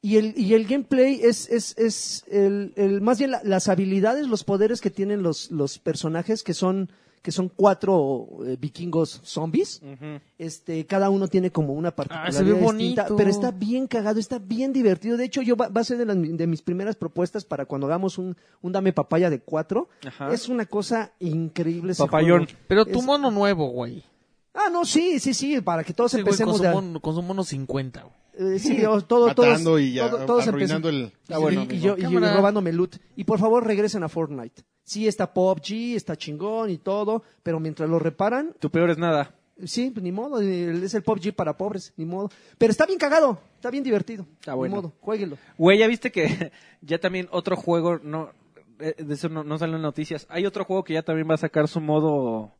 S3: Y el, y el gameplay es, es, es el, el- más bien la- las habilidades, los poderes que tienen los, los personajes, que son, que son cuatro eh, vikingos zombies.
S4: Ujú.
S3: Este, cada uno tiene como una particularidad
S2: Ah, se ve
S3: distinta,
S2: bonito.
S3: pero está bien cagado, está bien divertido. De hecho, yo va, va a ser de, las- de mis primeras propuestas para cuando hagamos un, un dame papaya de cuatro.
S4: Ajá.
S3: Es una cosa increíble. ese
S4: Papayón.
S3: juego.
S2: Pero tu
S3: Es-
S2: mono nuevo, güey.
S3: Ah, no, sí, sí, sí, para que todos
S2: Ese güey con
S3: empecemos
S2: su
S3: de,
S2: mono- con su mono 50, güey.
S3: eh, sí, o todo,
S1: matando
S3: todos,
S1: y ya,
S3: todo- todos
S1: arruinando
S3: empecemos-
S1: el... Ah,
S4: Está bueno,
S3: y, y
S4: amigo.
S3: yo, y yo
S2: Cámara.
S3: robándome loot. Y por favor, regresen a Fortnite. Sí, está PUBG, está chingón y todo, pero mientras lo reparan,
S4: Tu peor es nada.
S3: Sí, pues, ni modo, eh, es el PUBG para pobres, ni modo. Pero está bien cagado, está bien divertido.
S4: Está bueno.
S3: Ni modo, jueguelo.
S4: Güey, ya viste que ya también otro juego, no, eh, de eso no, no salen noticias. Hay otro juego que ya también va a sacar su modo.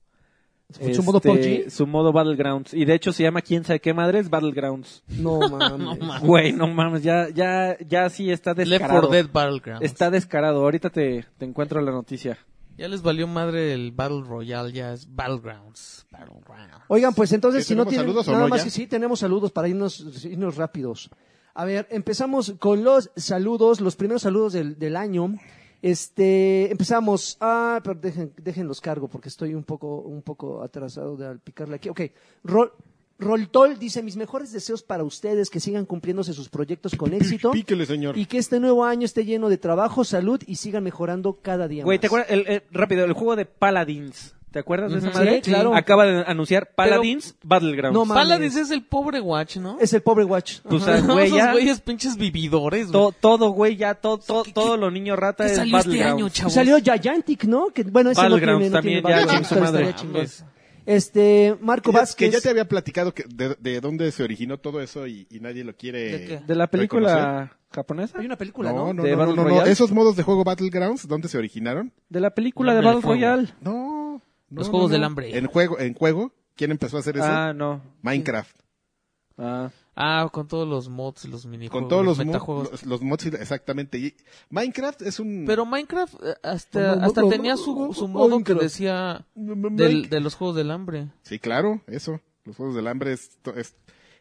S4: este,
S3: ¿Su modo PUBG?
S4: Su modo Battlegrounds. Y de hecho se llama quién sabe qué madres Battlegrounds.
S3: No mames.
S4: Güey, no mames, ya, ya, ya sí está
S2: Left 4
S4: descarado.
S2: Dead Battlegrounds.
S4: Está descarado. Ahorita te, te encuentro la noticia.
S2: Ya les valió madre el Battle Royale, ya es Battlegrounds. Battlegrounds.
S3: Oigan, pues entonces,
S1: ¿Ya
S3: si no
S1: tenemos
S3: tienen
S1: saludos o
S3: nada
S1: no
S3: más
S1: ya?
S3: que sí, tenemos saludos para irnos, irnos rápidos. A ver, empezamos con los saludos, los primeros saludos del, del año. Este, empezamos. Ah, pero dejen, déjenlos cargo porque estoy un poco, un poco atrasado de al picarle aquí. Ok, Rol, Roltol dice: Mis mejores deseos para ustedes que sigan cumpliéndose sus proyectos con éxito.
S1: Píquele, señor.
S3: Y que este nuevo año esté lleno de trabajo, salud y sigan mejorando cada día
S4: Güey,
S3: más.
S4: ¿te acuerdas? El, el- rápido, el juego de Paladins. ¿Te acuerdas de esa
S3: Ujú.
S4: madre?
S3: Sí, claro.
S4: Acaba de anunciar Paladins Battlegrounds.
S3: No mames.
S2: Paladins Pues, es el pobre Watch, ¿no?
S3: Es el pobre Watch.
S4: Pues,
S3: Ajá.
S4: ah,
S2: Esos
S4: güey, ya-
S2: güeyes pinches vividores, güey.
S4: Pues, To- todo, güey, ya todo, todo,
S2: ¿Qué- qué-
S4: todo lo niño rata
S2: ¿Qué
S4: es
S2: salió este año,
S4: Battlegrounds.
S2: chavos?
S3: Salió Gigantic, ¿no? Que, bueno, ese no tiene,
S4: Battlegrounds
S3: no tiene
S4: también, ya,
S3: Battlegrounds,
S4: chingó su
S3: pero
S4: madre.
S3: estaría chingón.
S4: Pues,
S2: Mames.
S3: Este, Marco
S1: Que ya-
S3: Vázquez.
S1: Que ya te había platicado que de, de dónde se originó todo eso y, y nadie lo quiere.
S2: ¿De qué?
S4: De la película
S1: reconocer.
S4: japonesa.
S3: Hay una película, ¿no?
S1: No, no,
S4: ¿De
S1: no, no,
S4: Battle
S1: no, no.
S4: Royale?
S1: Esos modos de juego Battlegrounds, ¿dónde se originaron?
S4: De la película de
S2: Hombre de
S4: Battle
S2: fuego.
S4: Royale.
S1: No. no,
S2: Los
S1: no,
S2: Juegos
S1: no.
S2: del Hambre.
S1: En juego, en juego, ¿quién empezó a hacer eso?
S4: Ah, no.
S1: Minecraft.
S4: Ah.
S2: Ah, con todos los mods y los minijuegos.
S1: Con todos los, mo-
S2: metajuegos.
S1: los, los mods, y- exactamente. Y Minecraft es un...
S2: Pero Minecraft eh, hasta,
S3: No, no,
S2: hasta
S3: no,
S2: tenía
S3: no, no,
S2: su, su
S3: no,
S2: modo que
S3: Minecraft.
S2: decía del-
S1: Del-
S2: de los Juegos del Hambre.
S1: Sí, claro, eso. Los Juegos del Hambre es, to- es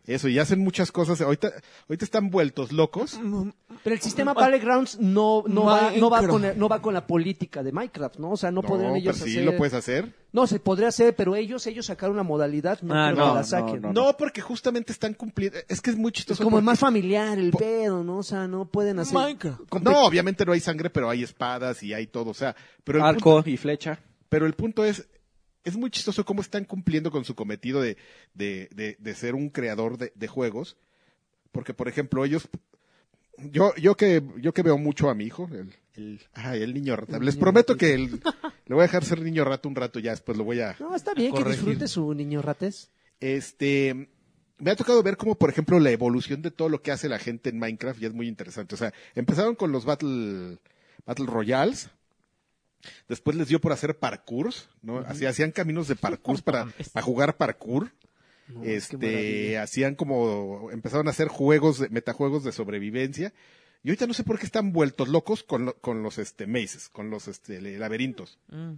S1: eso. Y hacen muchas cosas. Ahorita, ahorita están vueltos locos.
S3: Pero el
S1: Ah.
S3: sistema Battlegrounds no, no, va, no, va
S2: Minecraft.
S3: con, el- no va con la política de Minecraft, ¿no? O sea, no, podrían ellos
S1: pero
S3: hacer.
S1: sí lo puedes hacer.
S3: No, se podría hacer, pero ellos, ellos sacaron una modalidad, no
S4: Ah,
S3: creo
S4: no,
S3: que la
S4: no,
S3: saquen.
S4: no.
S1: No, porque justamente están cumpliendo. Es que es muy
S3: Es
S1: chistoso.
S3: como
S1: porque-
S3: más familiar el
S1: po-
S3: pedo, ¿no? O sea, no pueden hacer.
S2: Minecraft.
S1: No, obviamente no hay sangre, pero hay espadas y hay todo. O sea, pero el, punto,
S4: Arco y flecha.
S1: pero el punto es. Es muy chistoso cómo están cumpliendo con su cometido de, de, de, de ser un creador de, de juegos. Porque, por ejemplo, ellos. Yo, yo que yo que veo mucho a mi hijo, el, el, ay, el niño rata. Les prometo que el- le voy a dejar ser niño rata un rato ya, después lo voy a,
S3: No, está bien que
S2: Corregir.
S3: disfrute su niño rates.
S1: este me ha tocado ver como por ejemplo la evolución de todo lo que hace la gente en Minecraft y es muy interesante. O sea, empezaron con los Battle Battle Royales. Después les dio por hacer parkours, ¿no? Así hacían caminos de parkour para, para jugar parkour.
S3: qué
S1: este,
S3: maravilla.
S1: hacían como empezaron a hacer juegos, de, metajuegos de sobrevivencia Y ahorita no sé por qué están vueltos locos con, lo- con los este, mazes, con los este, le- laberintos.
S2: Mm.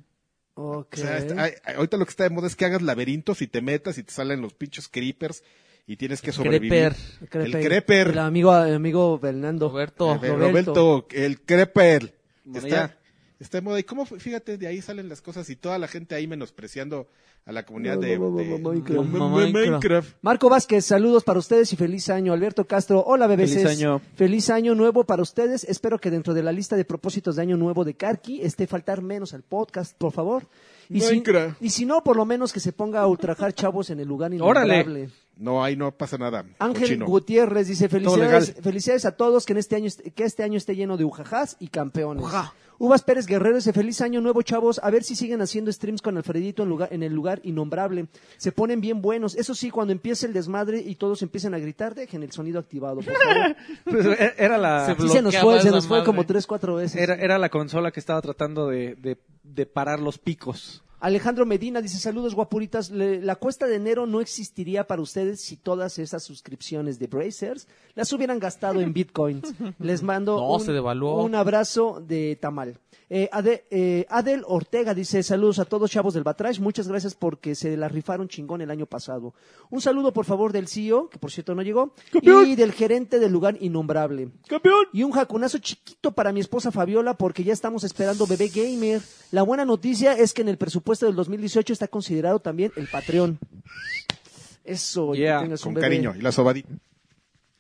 S3: Ok.
S1: O sea, está- ay- ay, ahorita lo que está de moda es que hagas laberintos y te metas y te salen los pinches creepers y tienes que sobrevivir.
S2: Creeper.
S1: El creeper.
S3: El amigo, el amigo Fernando.
S2: Roberto.
S1: A ver,
S3: Roberto.
S1: Roberto. el creeper.
S4: Bueno, ya.
S1: Está, está de moda. Y cómo, fue? fíjate, de ahí salen las cosas y toda la gente ahí menospreciando a la comunidad de, de-
S3: Minecraft.
S1: de Minecraft.
S3: Marco Vázquez, saludos para ustedes y feliz año. Alberto Castro, hola bebés.
S4: Feliz año.
S3: Feliz año nuevo para ustedes. Espero que dentro de la lista de propósitos de año nuevo de Karki esté faltar menos al podcast, por favor. Y si,
S1: Minecraft.
S3: y si no, por lo menos que se ponga a ultrajar chavos en el lugar
S4: Órale.
S3: inolvidable.
S1: No, ahí no pasa nada.
S3: Ángel
S1: cochino.
S3: Gutiérrez dice felicidades,
S1: legal.
S3: felicidades a todos que en este año est- que este año esté lleno de ujajás y campeones.
S2: Ujá.
S3: Uvas Pérez Guerrero dice feliz año nuevo chavos, a ver si siguen haciendo streams con Alfredito en, lugar, en el lugar innombrable. Se ponen bien buenos. Eso sí, cuando empiece el desmadre y todos empiezan a gritar, dejen el sonido activado, por favor.
S4: Pues, e- era la...
S2: Se
S3: Sí se nos fue,
S2: Bloqueabas
S3: se
S2: la
S3: nos fue
S2: madre.
S3: como tres, cuatro veces.
S4: Era, era la consola que estaba tratando de, de- de parar los picos.
S3: Alejandro Medina dice saludos guapuritas, Le- la cuesta de enero no existiría para ustedes si todas esas suscripciones de Bracers las hubieran gastado en bitcoins. Les mando
S2: No,
S3: un,
S2: se devaluó.
S3: un abrazo de Tamal. Eh, Ade- eh, Adel Ortega dice saludos a todos chavos del Batrash, muchas gracias porque se la rifaron chingón el año pasado. Un saludo por favor del CEO, que por cierto no llegó, y del gerente del lugar innombrable.
S4: ¡Campeón!
S3: Y un jacunazo chiquito para mi esposa Fabiola porque ya estamos esperando bebé gamer. La buena noticia es que en el presupuesto del 2018 está considerado también el Patreon. Eso, y que
S4: Yeah,
S3: tengas un
S1: Con
S3: bebé.
S1: cariño. Y la sobadita.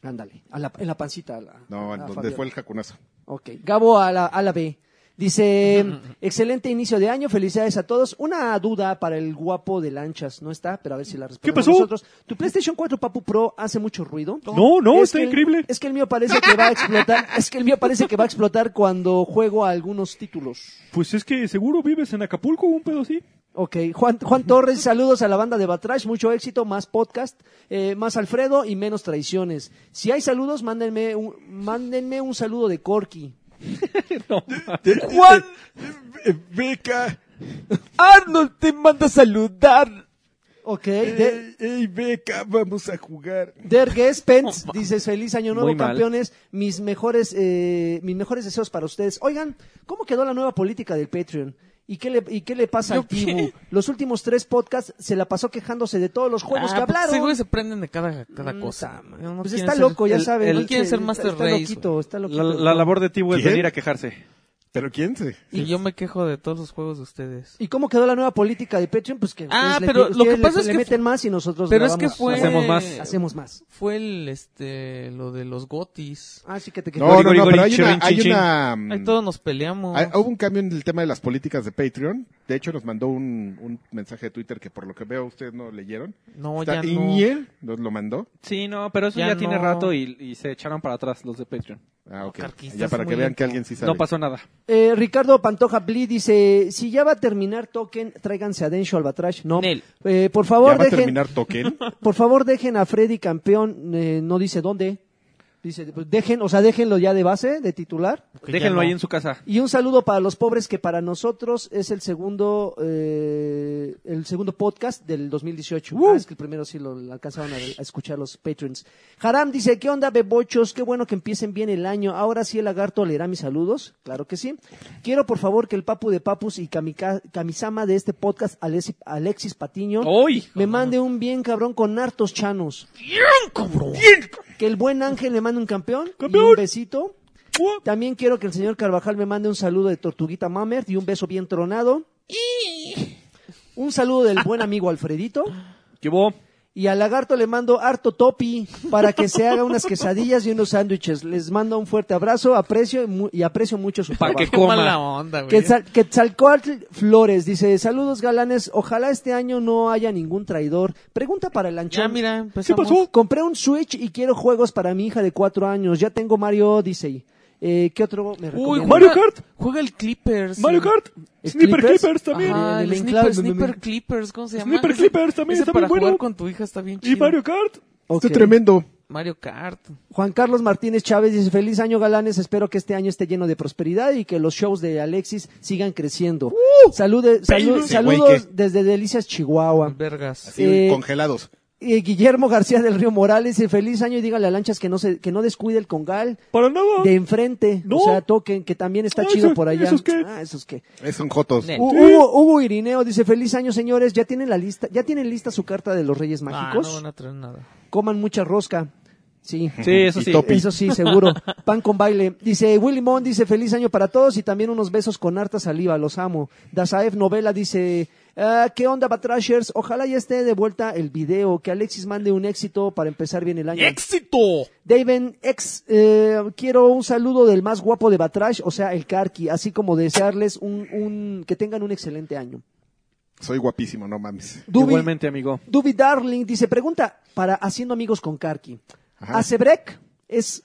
S3: Ándale, a la- en la pancita. a la-
S1: No,
S3: a
S1: en donde
S3: Fabiola.
S1: fue el jacunazo.
S3: Ok, Gabo a la, a la B. Dice, excelente inicio de año, felicidades a todos. Una duda para el guapo de lanchas, no está, pero a ver si la respondemos
S4: pasó?
S3: nosotros. ¿Tu PlayStation 4 Papu Pro hace mucho ruido?
S4: No, no, está
S3: que el-
S4: increíble.
S3: es que el mío parece que va a explotar, es que el mío parece que va a explotar cuando juego a algunos títulos.
S5: Pues es que seguro vives en Acapulco, un pedo así.
S3: Ok, Juan, Juan Torres, saludos a la banda de Batrash, mucho éxito, más podcast, eh, más Alfredo y menos traiciones. Si hay saludos, mándenme un, mándenme un saludo de Corky.
S1: ¡Juan! ¡Beca!
S4: ¡Ah,
S2: Arnold te manda a saludar.
S3: Ok,
S4: Eh,
S3: de-
S1: ¡Ey, Beca! Vamos a jugar.
S3: Dergues
S2: Oh,
S3: Pence dice feliz año nuevo
S4: Muy mal.
S3: campeones, mis mejores eh, mis mejores deseos para ustedes. Oigan, ¿cómo quedó la nueva política del Patreon? ¿Y qué le, y qué le pasa
S2: ¿Yo
S3: al Tibu? Los últimos tres podcasts se la pasó quejándose de todos los juegos
S2: Ah,
S3: que
S2: pues,
S3: hablaron.
S2: Seguro se prenden de cada, cada
S3: Mm,
S2: cosa.
S3: está-
S2: No
S3: pues
S2: quieren
S3: está
S2: ser-
S3: loco, ya
S2: el-
S3: saben.
S2: el-
S3: ¿no?
S2: quieren ser
S3: Está-
S2: Master
S3: está,
S2: Race,
S3: loquito, está
S4: La,
S3: loquito.
S4: la labor de Tibu es
S1: ¿Quién?
S4: venir a quejarse.
S1: ¿Pero quién se?
S2: Y yo me quejo de todos los juegos de ustedes.
S3: ¿Y cómo quedó la nueva política de Patreon? Pues que
S2: Ah,
S3: ustedes le-
S2: pero lo que
S3: ustedes le-
S2: pasa es
S3: le
S2: que
S3: meten más y nosotros
S2: Pero es que
S3: grabamos
S2: fue...
S3: más.
S4: Hacemos más.
S3: hacemos más.
S2: Fue el, este, lo de los gotis.
S3: Ah, sí que te
S1: No, no,
S4: Gori,
S1: no,
S4: gori,
S1: pero hay
S4: chirin,
S1: una... Hay
S4: chin,
S1: una
S2: Ahí todos nos peleamos.
S1: Ah, hubo un cambio en el tema de las políticas de Patreon. De hecho, nos mandó un, un mensaje de Twitter que por lo que veo ustedes no leyeron.
S2: No,
S1: Está
S2: ya no.
S1: Iñe, nos lo mandó.
S4: Sí, no, pero eso
S2: Ya
S4: ya, tiene
S2: no.
S4: rato y, y se echaron para atrás los de Patreon.
S1: Ah, ok.
S2: Carquistas
S1: ya para
S2: muy
S1: que vean
S2: lento.
S1: que alguien sí sabe.
S4: No pasó nada.
S3: Eh, Ricardo Pantoja Bli dice, si ya va a terminar Token, tráiganse a Densho al Batrash. No,
S2: Nel.
S3: Eh, por
S1: Ya
S3: favor,
S1: va a
S3: dejen,
S1: terminar Token.
S3: por favor, dejen a Freddy campeón, eh, no dice dónde. Dice, pues, dejen, o sea, déjenlo ya de base, de titular.
S2: Que ya
S4: Déjenlo
S2: no.
S4: ahí en su casa.
S3: Y un saludo para los pobres que para nosotros es el segundo eh, el segundo podcast del 2018. Ah, es que el primero sí lo alcanzaron a, a escuchar los patrons. Haram dice, ¿qué onda, bebochos? Qué bueno que empiecen bien el año. Ahora sí el lagarto leerá mis saludos. Claro que sí. Quiero, por favor, que el papu de papus y kamika- kamisama de este podcast, Alexi- Alexis Patiño,
S4: ¡Uy!
S3: me mande un bien cabrón con hartos chanos. Que el buen ángel me mande un campeón, y un besito. También quiero que el señor Carvajal me mande un saludo de Tortuguita Mamert y un beso bien tronado. Un saludo del buen amigo Alfredito.
S4: ¿Qué hubo?
S3: Y al lagarto le mando harto topi para que se haga unas quesadillas y unos sándwiches. Les mando un fuerte abrazo, aprecio y, mu- y aprecio mucho su
S4: Pa'
S3: trabajo.
S4: que
S2: Qué
S4: coma.
S2: mala onda, güey.
S3: Quetzal- Quetzalcóatl Flores dice, saludos galanes, ojalá este año no haya ningún traidor. Pregunta para el
S2: Ya,
S3: anchón.
S2: mira, empezamos.
S3: Compré un Switch y quiero juegos para mi hija de cuatro años. Ya tengo Mario Odyssey. Eh, ¿Qué otro me
S2: Uy,
S3: recomiendas?
S2: juega,
S5: Mario Kart.
S2: Juega el Clippers.
S5: Mario
S2: el-
S5: Kart,
S3: ¿Es
S5: Sniper
S3: Clippers?
S5: Clippers, también.
S2: Ajá,
S3: Bien,
S2: el
S3: el
S2: Sniper,
S3: Club,
S2: Sniper
S3: mm,
S2: Clippers, ¿cómo se llama?
S5: Sniper
S2: Ese-
S5: Clippers también
S2: ese
S5: está
S2: para
S5: bien bueno.
S2: jugar con tu hija está bien
S5: Y
S2: chido.
S5: Mario Kart.
S3: Ok.
S1: Está tremendo.
S2: Mario Kart.
S3: Juan Carlos Martínez Chávez dice, feliz año galanes, espero que este año esté lleno de prosperidad y que los shows de Alexis sigan creciendo. Salude- salu-
S1: Ese güey
S3: saludos
S1: que-
S3: desde Delicias, Chihuahua.
S2: Vergas.
S1: Así,
S3: Eh,
S1: congelados.
S3: Eh, eh, Guillermo García del Río Morales, eh, feliz año y dígale a Lanchas que no, se, que no descuide el congal
S5: Para nada.
S3: de enfrente.
S5: No.
S3: O sea, toquen, que también está
S5: Ah,
S3: chido
S5: eso-
S3: por allá.
S5: ¿esos qué?
S3: Ah, esos qué.
S1: Es un Jotos.
S2: Nel.
S3: Hu- Hugo, Hugo Irineo dice, feliz año señores, ya tienen la lista, ya tienen lista su carta de los Reyes
S2: Ah,
S3: Mágicos.
S2: no van a traer nada.
S3: Coman mucha rosca. Sí.
S4: Sí, eso
S1: Y
S4: sí.
S1: topi.
S3: Eso sí, seguro. Pan con baile. Dice Willy Mon, dice feliz año para todos y también unos besos con harta saliva, los amo. Dazaef Novela dice, "Ah, ¿qué onda, Batrashers? Ojalá ya esté de vuelta el video, que Alexis mande un éxito para empezar bien el año.
S2: ¡Éxito!
S3: Daven, ex, eh, quiero un saludo del más guapo de Batrash, o sea, el Karki, así como desearles un, un, que tengan un excelente año.
S1: Soy guapísimo, no mames.
S3: Dubi-
S4: Igualmente, amigo.
S3: Dubi Darling dice, pregunta para Haciendo Amigos con Karki.
S1: Ajá.
S3: Acebrec es...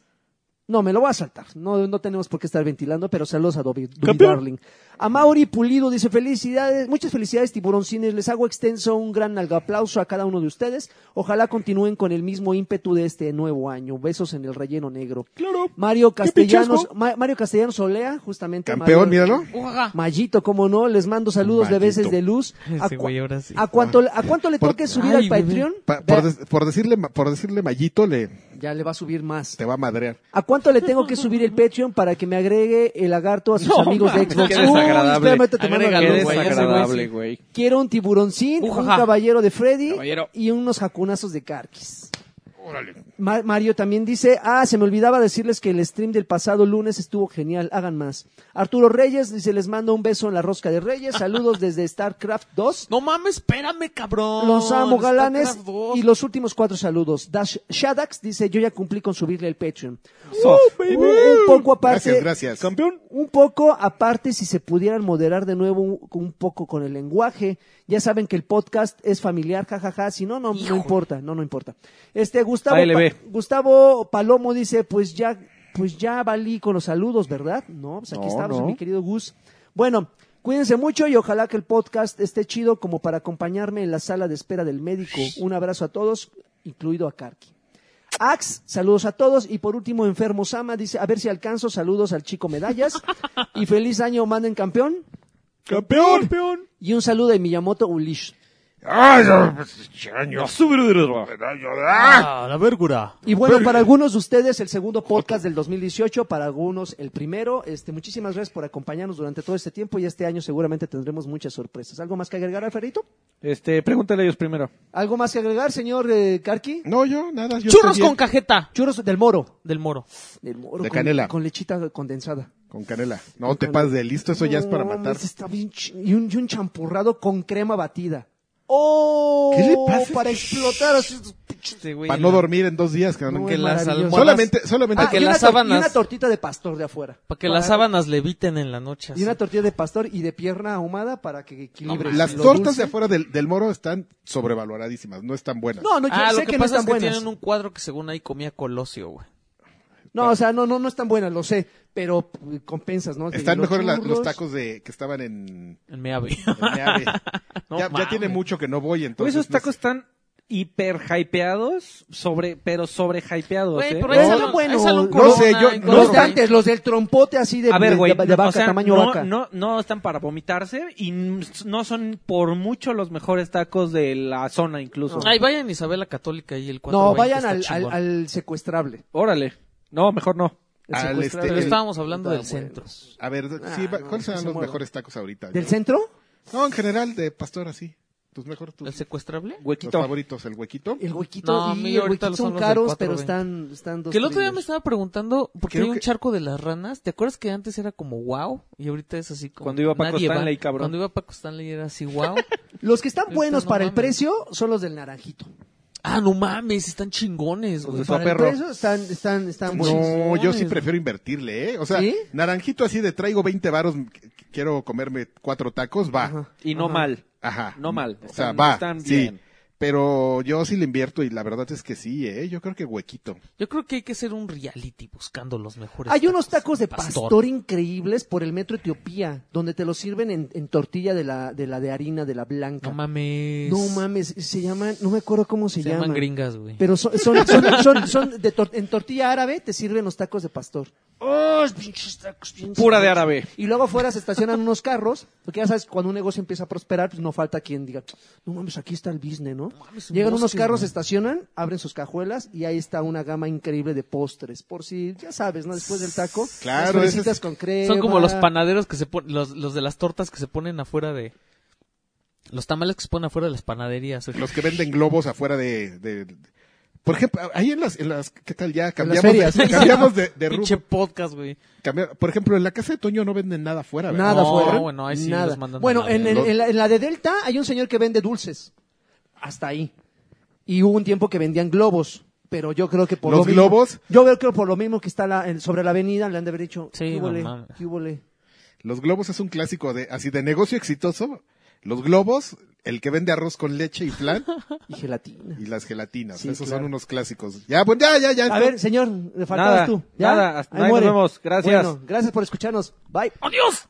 S3: No, me lo voy a saltar. No, no tenemos por qué estar ventilando, pero saludos a Dubi, Dubi
S5: Campeón.
S3: Darling. A Mauri Pulido dice, felicidades, muchas felicidades tiburoncines. Les hago extenso un gran aplauso a cada uno de ustedes. Ojalá continúen con el mismo ímpetu de este nuevo año. Besos en el relleno negro.
S5: Claro.
S3: Mario
S5: Qué
S3: Castellanos,
S5: pinchesco.
S3: Ma- Mario Castellanos Olea, justamente.
S1: Campeón,
S3: Mario-
S1: míralo.
S2: Ujaja.
S3: Mallito, como no, les mando saludos de
S1: Mallito.
S3: veces de luz. ¿A,
S2: Ese
S3: cua-
S2: güey ahora sí.
S3: a cuánto, ¿A cuánto le
S1: Por-
S3: toque subir
S2: Ay,
S3: al
S2: bebé.
S3: Patreon?
S1: Pa-
S3: Vea,
S1: por, des- por decirle, ma- por decirle mallito, le,
S3: ya le va a subir más.
S1: te va a madrear.
S3: ¿A cuánto le tengo que subir el Patreon para que me agregue el lagarto a sus
S4: No,
S3: amigos de
S4: mames,
S3: Xbox?
S4: qué
S3: Uy,
S4: desagradable.
S3: espérame, ahorita te mando la-
S2: Agrégalo,
S4: Qué
S2: güey, ese güey
S4: desagradable,
S2: sí.
S4: güey.
S3: Quiero un tiburoncín, un
S2: Ujaja.
S3: caballero de Freddy
S4: Caballero.
S3: y unos jacunazos de Carquis. Ma- Mario también dice, ah, se me olvidaba decirles que el stream del pasado lunes estuvo genial, hagan más. Arturo Reyes dice, les mando un beso en la rosca de Reyes, saludos desde StarCraft 2.
S2: No mames, espérame, cabrón.
S3: Los amo, galanes.
S2: Starcraft dos.
S3: Y los últimos cuatro saludos. Dash Shadax dice, yo ya cumplí con subirle el Patreon.
S4: So,
S5: Baby.
S3: Un, un poco aparte,
S1: Gracias, gracias.
S5: Campeón.
S3: un poco aparte, si se pudieran moderar de nuevo un, un poco con el lenguaje. Ya saben que el podcast es familiar, jajaja. Si no, no, no importa, no, no importa. Este, Gustavo,
S4: Ahí le
S3: Pa-
S4: ve.
S3: Gustavo Palomo dice, pues ya, pues ya valí con los saludos, ¿verdad? No, pues aquí
S1: No,
S3: estamos,
S1: no.
S3: mi querido Gus. Bueno. Cuídense mucho y ojalá que el podcast esté chido como para acompañarme en la sala de espera del médico. Un abrazo a todos, incluido a Karki. Ax, saludos a todos. Y por último, Enfermo Sama dice, a ver si alcanzo, saludos al chico Medallas. y feliz año, manden campeón.
S5: Campeón. Campeón.
S3: Y un saludo de Miyamoto Ulish.
S1: ¡Ay, no, pues, años!
S2: Ah, la vergura.
S3: Y bueno, para algunos de ustedes el segundo podcast del 2018, para algunos el primero. Este, muchísimas gracias por acompañarnos durante todo este tiempo y este año seguramente tendremos muchas sorpresas. ¿Algo más que agregar, Alfredito?
S4: Este, pregúntale a ellos primero.
S3: ¿Algo más que agregar, señor eh, Karki?
S1: No, yo, nada. Yo
S2: Churros
S1: estoy
S2: con
S1: bien.
S2: cajeta.
S3: Churros del moro.
S2: Del moro.
S3: Del moro.
S1: De
S3: con-
S1: canela.
S3: Con lechita condensada.
S1: Con canela. No
S3: Con
S1: te
S3: canela.
S1: pases de listo, eso ya es para
S3: No,
S1: matar.
S3: mames, está bien ch- y, un, y un champurrado con crema batida. ¡Oh!
S1: ¿Qué le pasa?
S3: Para explotar así.
S2: Este güey,
S1: Para no
S2: la-
S1: dormir en dos días, cabrón.
S3: No,
S2: Que
S3: es
S2: las
S3: maravilloso.
S2: almohadas-
S1: solamente, solamente.
S2: Ah, que
S3: y una
S2: las
S3: tor-
S2: sábanas-
S3: Y una tortita de pastor de afuera.
S2: Para que las sábanas leviten en la noche. así.
S3: Y una tortilla de pastor y de pierna ahumada para que equilibre.
S1: Las
S3: lo
S1: tortas
S3: dulce.
S1: de afuera del, del moro están sobrevaloradísimas, no están buenas.
S3: No, no, yo
S2: Ah,
S3: sé
S2: lo que,
S3: que, no
S2: pasa
S3: están
S2: es que
S3: buenas.
S2: tienen un cuadro que según ahí comía Colosio, güey.
S3: No, o sea, no, no, no están buenas, lo sé. Pero p- compensas, ¿no?
S1: están
S3: Los
S1: mejor la- los
S3: churros.
S1: tacos de que estaban en,
S2: En mi ave.
S1: en Meave.
S2: No
S1: ya, ya
S2: mames.
S1: tiene mucho que no voy, entonces. pues,
S4: esos
S1: no sé.
S4: tacos están hiper hypeados, sobre, pero sobre hypeados,
S2: Güey,
S4: ¿eh?
S2: pero
S3: ahí
S2: hay
S3: No,
S2: salón-
S3: bueno,
S2: hay salón
S1: no sé,
S2: Corona,
S1: yo-
S2: hay
S1: no
S2: Corona.
S3: Los de antes, los del trompote así de,
S4: A ver,
S3: de-
S4: güey,
S3: de- de
S4: no,
S3: vaca,
S4: o sea,
S3: tamaño
S4: no,
S3: vaca.
S4: no, no están para vomitarse y n- no son por mucho los mejores tacos de la zona incluso.
S2: Ay, vayan a Isabel la Católica y el 4
S3: No, vayan al, al, al secuestrable.
S4: Órale. No, mejor no.
S3: El
S1: Al
S3: secuestrable.
S1: este-
S2: Pero
S1: el-
S2: estábamos hablando del
S3: Está bueno.
S2: centro.
S1: A ver,
S3: Ah,
S1: sí, va-
S3: no,
S1: ¿cuáles
S3: que se
S1: serán los
S3: muera.
S1: mejores tacos ahorita?
S3: ¿Del centro?
S1: No, en general, de pastor así. Tus mejores, tus
S2: ¿El secuestrable?
S1: los
S4: Huequito.
S1: favoritos, el huequito.
S3: El huequito
S2: No, a mí
S3: y el
S2: ahorita
S3: huequito
S2: los
S3: son
S2: son los de
S3: caros,
S2: 4.20.
S3: pero están, están dos.
S2: Que el otro día me
S3: trillos.
S2: estaba preguntando por qué
S1: Creo
S2: hay un
S1: que-
S2: charco de las ranas. ¿Te acuerdas que antes era como wow? Y ahorita es así como.
S4: Cuando iba Paco
S2: nadie va.
S4: Stanley, cabrón.
S2: Cuando iba Paco Stanley era así wow.
S3: Los que están
S2: Ahorita
S3: buenos
S2: no
S3: para el
S2: mames.
S3: precio son los del naranjito.
S2: ah, no mames, están chingones, güey.
S4: Los de
S3: Para
S4: perro.
S3: el precio están, están, están buenos.
S1: No, yo sí
S2: Chingones.
S1: prefiero invertirle, ¿eh? O sea,
S3: ¿Sí?
S1: naranjito así de traigo 20 varos, qu- quiero comerme cuatro tacos, va. Ajá.
S3: Ajá.
S4: Y no mal. No mal.
S1: O sea,
S4: Están-
S1: va.
S4: están
S1: sí.
S4: bien.
S1: Pero yo sí le invierto y la verdad es que sí, ¿eh? Yo creo que huequito.
S2: Yo creo que hay que hacer un reality buscando los mejores.
S3: Hay unos tacos de pastor increíbles por el metro Etiopía, donde te los sirven en, en tortilla de la, de la de harina, de la blanca.
S2: No mames.
S3: No mames, se llaman, no me acuerdo cómo se,
S2: Se llaman
S3: llaman.
S2: gringas, güey.
S3: Pero son, son, son, son, son de tor- en tortilla árabe te sirven los tacos de pastor. ¡Oh, pinches tacos! bien
S4: Pura de
S3: sabrosos!
S4: árabe.
S3: Y luego afuera se estacionan unos carros, porque ya sabes, cuando un negocio empieza a prosperar, pues no falta quien diga, no mames, aquí está el business, ¿no? ¿no?
S2: mames, un
S3: Llegan unos
S2: bosque,
S3: carros,
S2: güey.
S3: se estacionan, abren sus cajuelas y ahí está una gama increíble de postres. Por si, ya sabes, ¿no? Después del taco,
S1: Claro,
S3: las
S1: ese es-
S3: fresitas con crema.
S2: Son como los panaderos que se ponen, los, los de las tortas que se ponen afuera de... Los tamales que se ponen afuera de las panaderías. güey.
S1: Los que venden globos afuera de... de- de- por ejemplo, ahí en las, en las... ¿Qué tal ya? Cambiamos,
S3: ferias.
S1: de, cambiamos de, de
S2: Pinche
S1: rumbo.
S2: podcast, güey.
S1: Cambiar- por ejemplo, en la casa de Toño no venden nada afuera, ¿verdad?
S3: Nada
S2: No,
S3: fuera.
S2: bueno, ahí sí
S3: nada.
S2: los mandan a
S3: Bueno,
S2: la
S3: en, el-
S1: mierda.
S3: en la, en la de Delta hay un señor que vende dulces. Hasta ahí. Y hubo un tiempo que vendían globos. Pero yo creo que por
S1: ¿Los
S3: lo mismo-
S1: globos?
S3: Yo veo que por lo mismo que está la- en- sobre la avenida le han de haber dicho.
S2: Sí,
S3: "¿Qué
S2: no
S3: hubole?
S2: mames.
S3: ¿Qué hubole?".
S1: Los globos es un clásico de así de negocio exitoso. Los globos, el que vende arroz con leche y flan
S3: Y gelatina.
S1: y las gelatinas.
S3: Sí,
S1: Esos
S3: claro.
S1: son unos clásicos. Ya, bueno, ya, ya, ya.
S3: A ver, señor, le faltabas
S4: Nada,
S3: tú. ¿Ya?
S4: nada, hasta
S3: Ahí
S4: ahí nos
S3: muere.
S4: vemos. Gracias.
S3: Bueno, gracias por escucharnos. Bye.
S2: ¡Adiós!